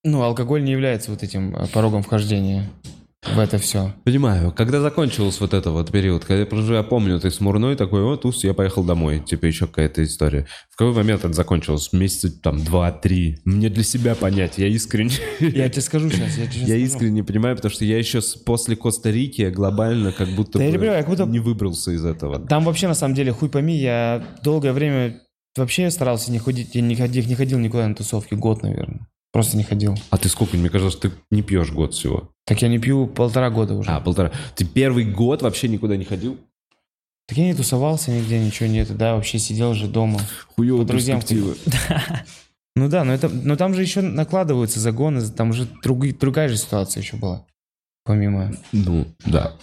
Speaker 3: Ну, алкоголь не является вот этим э, порогом вхождения в это все.
Speaker 1: Понимаю, когда закончился вот этот вот период, когда я прожил, я помню, ты смурной такой, вот, ус, я поехал домой, типа еще какая-то история. В какой момент это закончилось? Месяца там два-три. Мне для себя понять, я искренне. [laughs]
Speaker 3: Я тебе скажу сейчас. Я, тебе щас
Speaker 1: Я
Speaker 3: скажу.
Speaker 1: искренне понимаю, потому что я еще с- после Коста-Рики глобально как будто
Speaker 3: Да я
Speaker 1: бы
Speaker 3: люблю, я как будто-
Speaker 1: не выбрался из этого.
Speaker 3: Там вообще, на самом деле, хуй пойми, я долгое время вообще старался не ходить. Я не ходил, не ходил никуда на тусовки. Год, наверное. Просто не ходил.
Speaker 1: А ты сколько? Мне кажется, ты не пьешь год всего.
Speaker 3: Так я не пью полтора года уже.
Speaker 1: А, полтора. Ты первый год вообще никуда не ходил?
Speaker 3: Так я не тусовался нигде, ничего нет. Да, вообще сидел же дома.
Speaker 1: Хуёво
Speaker 3: По друзьям
Speaker 1: перспективы.
Speaker 3: Ну да, но, это, но там же еще накладываются загоны, там же други- другая же ситуация еще была. Помимо.
Speaker 1: Ну, да.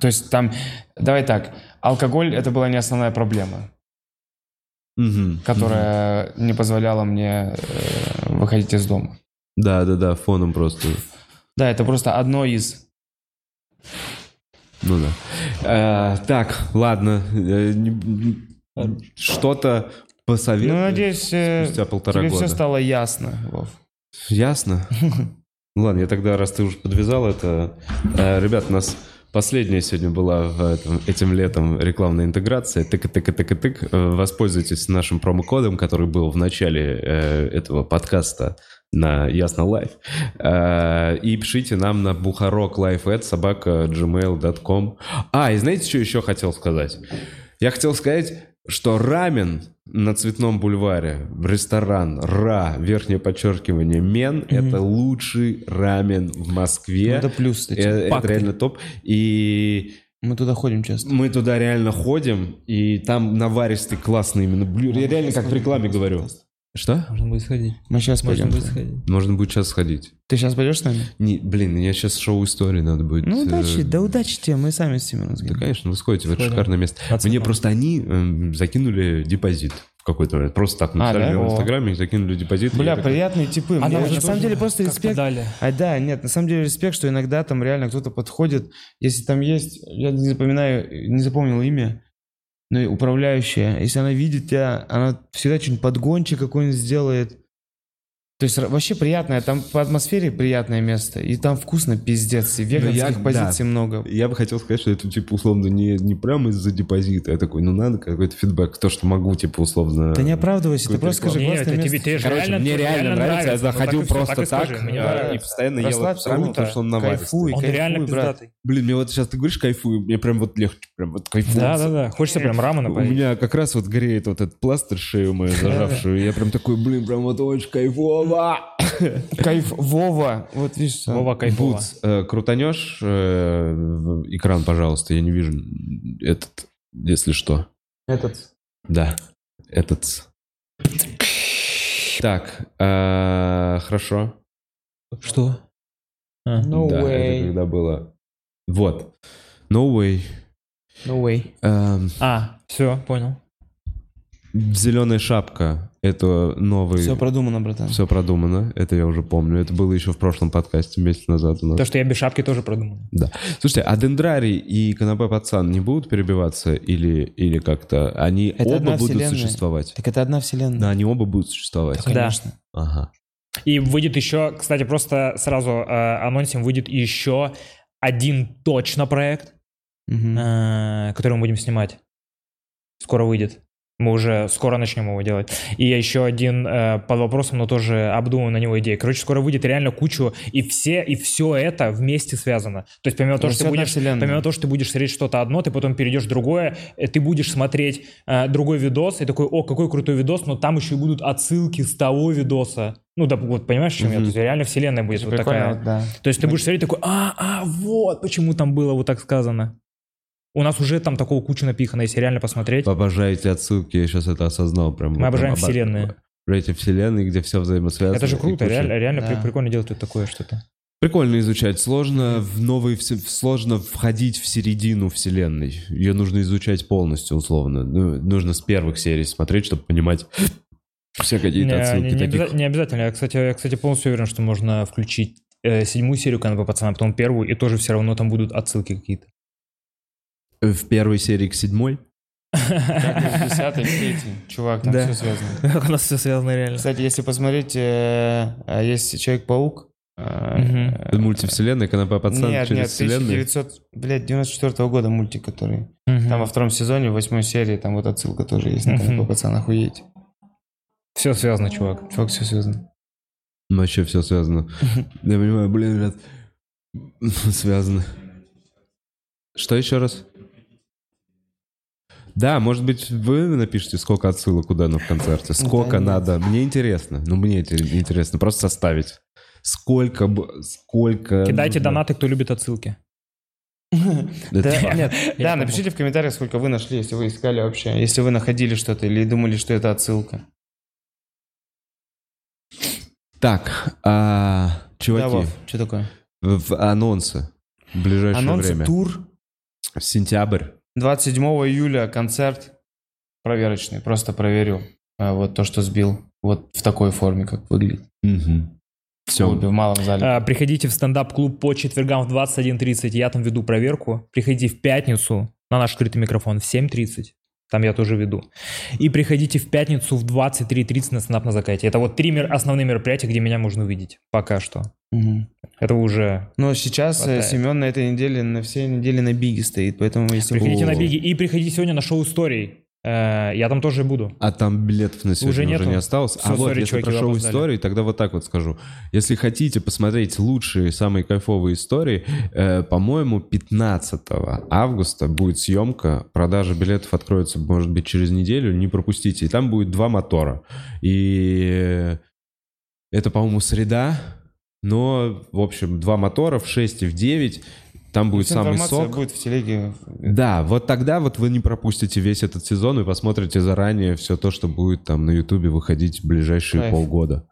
Speaker 3: То есть там, давай так, алкоголь это была не основная проблема,
Speaker 1: Мгм.
Speaker 3: которая не позволяла мне э, выходить из дома.
Speaker 1: Да-да-да, фоном просто.
Speaker 3: Да, это просто одно из.
Speaker 1: Ну да. Э, так, ладно. Э, не- Что-то посоветую.
Speaker 3: Ну, надеюсь, э,
Speaker 1: Спустя полтора
Speaker 3: тебе
Speaker 1: года.
Speaker 3: все стало ясно, Вов. [laughs]
Speaker 1: Ясно. Ну Ладно, я тогда, раз ты уже подвязал это... э, Ребят, у нас последняя сегодня была в этом- этим летом рекламная интеграция. Тык-тык-тык-тык. Э, Воспользуйтесь нашим промокодом, который был в начале э, этого подкаста на Ясно Лайф. Э, И пишите нам на бухарок собака gmail.com. А, и знаете, что еще хотел сказать? Я хотел сказать, что рамен на Цветном бульваре, ресторан Ра, верхнее подчеркивание, Мен, это лучший рамен в Москве.
Speaker 3: Ну, это плюс,
Speaker 1: Э,
Speaker 3: кстати.
Speaker 1: это,
Speaker 3: Факты.
Speaker 1: реально топ. И
Speaker 3: Мы туда ходим часто.
Speaker 1: мы туда реально ходим, и там наваристый классный именно блюд. Я реально как в рекламе говорю. Что?
Speaker 4: Можно будет сходить.
Speaker 3: Мы сейчас
Speaker 4: Можно
Speaker 3: пойдем.
Speaker 4: будет сходить.
Speaker 1: Можно будет сейчас сходить.
Speaker 3: Ты сейчас пойдешь с нами?
Speaker 1: Не, блин, я сейчас шоу истории надо будет.
Speaker 3: Ну,
Speaker 1: э,
Speaker 3: удачи, да удачи тебе, мы сами с теми
Speaker 1: Да,
Speaker 3: разговариваем.
Speaker 1: конечно, вы сходите, в это
Speaker 2: Сходим.
Speaker 1: шикарное место.
Speaker 2: От
Speaker 1: Мне
Speaker 2: цена.
Speaker 1: просто они эм, закинули депозит в какой-то момент. Просто так написали
Speaker 3: да?
Speaker 1: в
Speaker 3: О.
Speaker 1: Инстаграме и закинули депозит. И я
Speaker 3: Бля,
Speaker 1: такой,
Speaker 3: приятные типы. Мне
Speaker 2: Она
Speaker 3: А на
Speaker 2: уже
Speaker 3: самом
Speaker 2: тоже
Speaker 3: деле просто
Speaker 2: как-то
Speaker 3: респект.
Speaker 2: дали.
Speaker 3: А, да, нет, на самом деле респект, что иногда там реально кто-то подходит. Если там есть, я не запоминаю, не запомнил имя, но и управляющая, если она видит тебя, она всегда что-нибудь подгончик какой-нибудь сделает. То есть ра- вообще приятное, там по атмосфере приятное место, и там вкусно пиздец, и
Speaker 1: я- да.
Speaker 3: веганских позиций много.
Speaker 1: Я бы хотел сказать, что это, типа, условно, не, не прямо из-за депозита. Я такой, ну, надо какой-то фидбэк, то, что могу, типа, условно...
Speaker 3: Да не оправдывайся, ты
Speaker 1: Какой-то
Speaker 3: просто скажи,
Speaker 2: Не,
Speaker 3: классное
Speaker 2: это
Speaker 3: место.
Speaker 2: тебе, тебе же
Speaker 1: Короче,
Speaker 2: реально,
Speaker 1: мне
Speaker 2: тут
Speaker 1: реально нравится. Я
Speaker 2: Ну,
Speaker 1: заходил
Speaker 2: и всё,
Speaker 1: просто
Speaker 2: и
Speaker 1: так,
Speaker 2: скажи, мне
Speaker 1: а,
Speaker 2: нравится.
Speaker 1: и постоянно ел этот
Speaker 3: Расслабься,
Speaker 1: рамен,
Speaker 3: круто.
Speaker 1: потому что он наваристый.
Speaker 3: Кайфуй,
Speaker 2: Он
Speaker 3: кайфуй,
Speaker 2: реально
Speaker 3: брат.
Speaker 2: пиздатый.
Speaker 1: Блин, мне вот сейчас, ты говоришь, кайфую, мне прям вот легче, прям вот кайфую.
Speaker 2: Да, да, да. Хочется прям рамена
Speaker 1: У
Speaker 2: поесть.
Speaker 1: меня как раз вот греет вот этот пластырь шею мою зажавшую. и Я прям такой, блин, прям вот очень кайфово.
Speaker 3: Кайф, Вова, вот видишь, сам.
Speaker 2: Вова кайфово.
Speaker 1: Бутс, э, крутанешь э, в экран, пожалуйста, я не вижу этот, если что.
Speaker 3: этот.
Speaker 1: Да, этот. Так, э, хорошо.
Speaker 4: Что?
Speaker 2: А.
Speaker 3: No
Speaker 1: да, это
Speaker 3: way,
Speaker 1: когда было. Вот. No way. Э,
Speaker 3: no way.
Speaker 2: А, все, понял.
Speaker 1: Зеленая шапка. Это новый.
Speaker 3: Все продумано, братан.
Speaker 1: Все продумано. Это я уже помню. Это было еще в прошлом подкасте месяц назад у нас.
Speaker 2: То, что я без шапки тоже продумал.
Speaker 1: Да. Слушайте, а дендрарий и канапе пацан не будут перебиваться или, или как-то? Они
Speaker 3: Это
Speaker 1: оба
Speaker 3: одна
Speaker 1: будут
Speaker 3: вселенная.
Speaker 1: существовать.
Speaker 3: Так это одна вселенная.
Speaker 1: Да, они оба будут существовать.
Speaker 2: Да.
Speaker 3: Конечно.
Speaker 1: Ага.
Speaker 2: И выйдет еще, кстати, просто сразу э, анонсим, выйдет еще один точно проект,
Speaker 3: Мгм.
Speaker 2: э, который мы будем снимать. Скоро выйдет. Мы уже скоро начнем его делать. И еще один э, под вопросом, но тоже обдумываю на него идеи. Короче, скоро выйдет реально кучу, и все, и все это вместе связано. То есть помимо того,
Speaker 3: Это
Speaker 2: что ты
Speaker 3: Ну, всё одна
Speaker 2: будешь
Speaker 3: вселенная.
Speaker 2: Помимо того, что ты будешь смотреть что-то одно, ты потом перейдешь в другое, э, ты будешь смотреть э, другой видос, и такой, о, какой крутой видос, но там еще и будут отсылки с того видоса. Ну, да, вот понимаешь, в чем я? То есть реально вселенная будет вот
Speaker 3: Прикольно,
Speaker 2: такая.
Speaker 3: вот, да.
Speaker 2: То есть ты будешь смотреть такой, а, а, вот, почему там было вот так сказано. У нас уже там такого куча напихано, если реально посмотреть.
Speaker 1: Обожаете отсылки, я сейчас это осознал. Прям,
Speaker 2: Мы обожаем
Speaker 1: прям оба-
Speaker 2: вселенные.
Speaker 1: Эти вселенные, где все взаимосвязано.
Speaker 2: Это же
Speaker 1: и
Speaker 2: круто,
Speaker 1: куча-
Speaker 2: реально, реально
Speaker 3: Да.
Speaker 2: при- прикольно делать вот такое что-то.
Speaker 1: Прикольно изучать, сложно в новые, вс- сложно входить в середину вселенной. Ее нужно изучать полностью, условно. Ну, нужно с первых серий смотреть, чтобы понимать [sniffs] все какие-то
Speaker 2: Не,
Speaker 1: отсылки.
Speaker 2: не- не
Speaker 1: таких.
Speaker 2: обяза- не обязательно. Я, кстати, я, кстати, полностью уверен, что можно включить э, седьмую серию канапе пацана, потом первую, и тоже все равно там будут отсылки какие-то.
Speaker 1: В первой Э, серии к седьмой?
Speaker 3: Как из 10 третий. Чувак, там
Speaker 2: Да.
Speaker 3: все связано.
Speaker 2: [laughs] У нас все связано реально.
Speaker 3: Кстати, если посмотреть, э, э, есть Человек-паук. э,
Speaker 2: Мгм.
Speaker 3: э,
Speaker 1: Мультивселенная, Конопа пацан
Speaker 3: Нет, нет,
Speaker 1: через вселенную.
Speaker 3: 1900, блядь, 94 года мультик, который. Там во
Speaker 2: Там
Speaker 3: втором сезоне, в восьмой серии, там вот отсылка тоже есть. На
Speaker 2: Мгм.
Speaker 3: «Конопа, пацан, охуеть.
Speaker 2: все связано, чувак.
Speaker 3: Чувак, все связано.
Speaker 1: Ну, вообще все связано. Я понимаю, блин, ребят, [laughs] связано. Что еще раз? Да, может быть, вы напишите, сколько отсылок у Дэна в концерте, сколько
Speaker 3: нет.
Speaker 1: надо. Мне интересно, ну мне это интересно, просто составить. Сколько, б- сколько...
Speaker 2: Кидайте
Speaker 1: нужно.
Speaker 2: донаты, кто любит отсылки.
Speaker 1: Это-
Speaker 3: Да, нет, да,
Speaker 2: помог.
Speaker 3: напишите в комментариях, сколько вы нашли, если вы искали вообще, если вы находили что-то или думали, что это отсылка.
Speaker 1: Так, а,
Speaker 3: Да,
Speaker 1: чуваки,
Speaker 3: Вов, что такое?
Speaker 1: в, в анонсы в ближайшее
Speaker 3: Анонсы,
Speaker 1: время.
Speaker 3: тур.
Speaker 1: Сентябрь.
Speaker 3: 27 июля концерт проверочный, просто проверю э, вот то, что сбил. Вот в такой форме, как выглядит. В
Speaker 1: Все.
Speaker 3: клубе, в малом зале.
Speaker 2: А, Приходите в стендап-клуб по четвергам в 21.30. Я там веду проверку. Приходи в пятницу на наш открытый микрофон в 7.30. Там я тоже веду. И приходите в пятницу в 23.30 на стендап на закате. Это вот три мер- основные мероприятия, где меня можно увидеть. Пока что.
Speaker 3: Мгм.
Speaker 2: Это уже...
Speaker 3: Но сейчас
Speaker 2: Хватает.
Speaker 3: Семен на этой неделе, на всей неделе на Биге стоит, поэтому если вы-
Speaker 2: Приходите
Speaker 1: О.
Speaker 2: на Биги и приходите сегодня на шоу историй. Э, Я там тоже буду.
Speaker 1: А там билетов на сегодня уже,
Speaker 2: нету?
Speaker 1: не осталось.
Speaker 2: Всё,
Speaker 1: а вот,
Speaker 2: сори,
Speaker 1: если
Speaker 2: чуваки,
Speaker 1: про
Speaker 2: вы
Speaker 1: шоу
Speaker 2: опоздали.
Speaker 1: истории, тогда вот так вот скажу. Если хотите посмотреть лучшие, самые кайфовые истории, э, по-моему, 15 августа будет съемка, продажа билетов откроется, может быть, через неделю, не пропустите. И там будет два мотора. И это, по-моему, среда, но, в общем, два мотора в 6 и в 9. Там будет
Speaker 3: Вся
Speaker 1: самый
Speaker 3: информация
Speaker 1: сок.
Speaker 3: будет в телеге.
Speaker 1: Да, вот тогда вот вы не пропустите весь этот сезон и посмотрите заранее все то, что будет там на Ютубе выходить в ближайшие
Speaker 3: Кайф.
Speaker 1: полгода.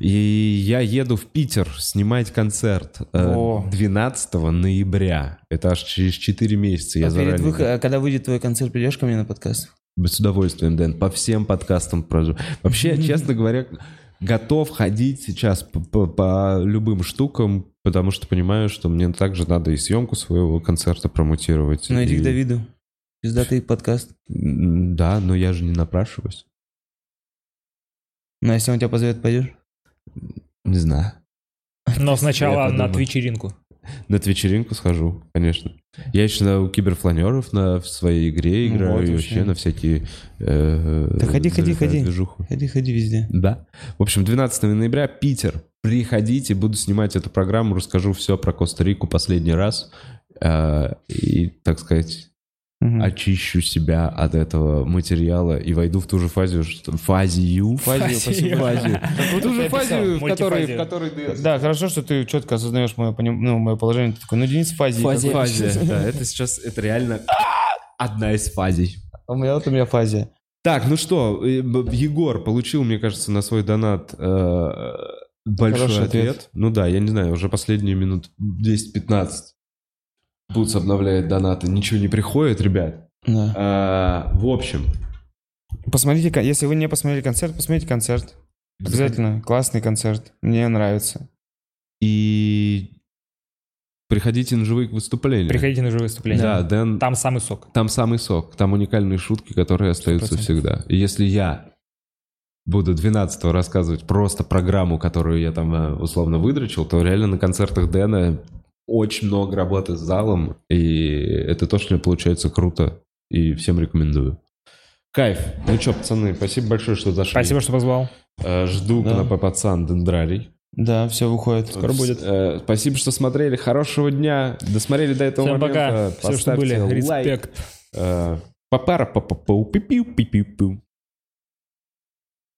Speaker 1: И я еду в Питер снимать концерт э,
Speaker 3: О.
Speaker 1: 12 ноября. Это аж через 4 месяца. Я
Speaker 3: А перед
Speaker 1: заранее...
Speaker 3: выход- а когда выйдет твой концерт, придешь ко мне на подкаст?
Speaker 1: С удовольствием, Дэн, по всем подкастам прожу.
Speaker 3: [laughs]
Speaker 1: Вообще, честно говоря, готов ходить сейчас по, по- по любым штукам, потому что понимаю, что мне также надо и съемку своего концерта промутировать.
Speaker 3: Ну иди
Speaker 1: и-
Speaker 3: к Давиду. Пиздатый подкаст.
Speaker 1: М, Да, но я же не напрашиваюсь.
Speaker 3: Ну, а если он тебя позовет, пойдешь?
Speaker 1: Не знаю.
Speaker 2: Но сначала на
Speaker 1: подумаю.
Speaker 2: твич-вечеринку.
Speaker 1: На вечеринку схожу, конечно. Я еще на, у киберфланеров на, в своей игре
Speaker 3: Ну
Speaker 1: играю
Speaker 3: вот
Speaker 1: и
Speaker 3: вообще.
Speaker 1: вообще на всякие... э,
Speaker 3: Да ходи, ходи,
Speaker 1: залетаю
Speaker 3: ходи.
Speaker 1: движуху.
Speaker 3: Ходи, ходи везде.
Speaker 1: Да. В общем, 12 ноября, Питер. Приходите, буду снимать эту программу, расскажу все про Коста-Рику последний раз. э, и, так сказать,
Speaker 3: Мгм.
Speaker 1: очищу себя от этого материала и войду в ту же фазию, что... Фазию?
Speaker 3: Фазию, спасибо.
Speaker 1: Фазию. В ту же
Speaker 2: Опять писал,
Speaker 1: фазию, в которой...
Speaker 2: мультифазию.
Speaker 1: в которой ты-
Speaker 3: Да, хорошо, что ты четко осознаешь мое, поним- ну, мое положение. Ты такой, ну, Денис в фазе.
Speaker 1: Типа Фазе.
Speaker 3: Какой-
Speaker 1: Да, это сейчас, это реально одна из фазий.
Speaker 3: А у меня вот у меня фазе.
Speaker 1: Так, ну что, э, б- Егор получил, мне кажется, на свой донат э, большой
Speaker 3: Хороший
Speaker 1: ответ.
Speaker 3: ответ.
Speaker 1: Ну да, я не знаю, уже последние минут 10-15. Бутс обновляет донаты, ничего не приходит, ребят.
Speaker 3: Да.
Speaker 1: А, в общем,
Speaker 3: Посмотрите, кон- если вы не посмотрели концерт, посмотрите концерт. Обязательно. Классный концерт. Мне нравится.
Speaker 1: и приходите на живые выступления.
Speaker 2: Приходите на живое выступление.
Speaker 1: Да, Дэн
Speaker 2: Там самый сок.
Speaker 1: Там самый сок, там уникальные шутки, которые остаются
Speaker 3: 100%.
Speaker 1: всегда. И если я буду 12 рассказывать просто программу, которую я там э, условно выдрочил, то реально на концертах Дэна очень много работы с залом, и это то, что получается круто, и всем рекомендую. Кайф. Ну что, пацаны, спасибо большое, что зашли.
Speaker 2: Спасибо, что позвал.
Speaker 1: Э, Жду
Speaker 3: Да.
Speaker 1: на пацан Дендрарий.
Speaker 3: Да, все выходит.
Speaker 1: С- э, Спасибо, что смотрели. Хорошего дня. Досмотрели до этого
Speaker 2: Всем
Speaker 1: момента.
Speaker 2: пока. Все, что
Speaker 1: э, Поставьте
Speaker 2: были.
Speaker 1: лайк.
Speaker 2: Респект.
Speaker 1: Э, Папара, папа, пау, пи-пиу, пи-пиу-пиу.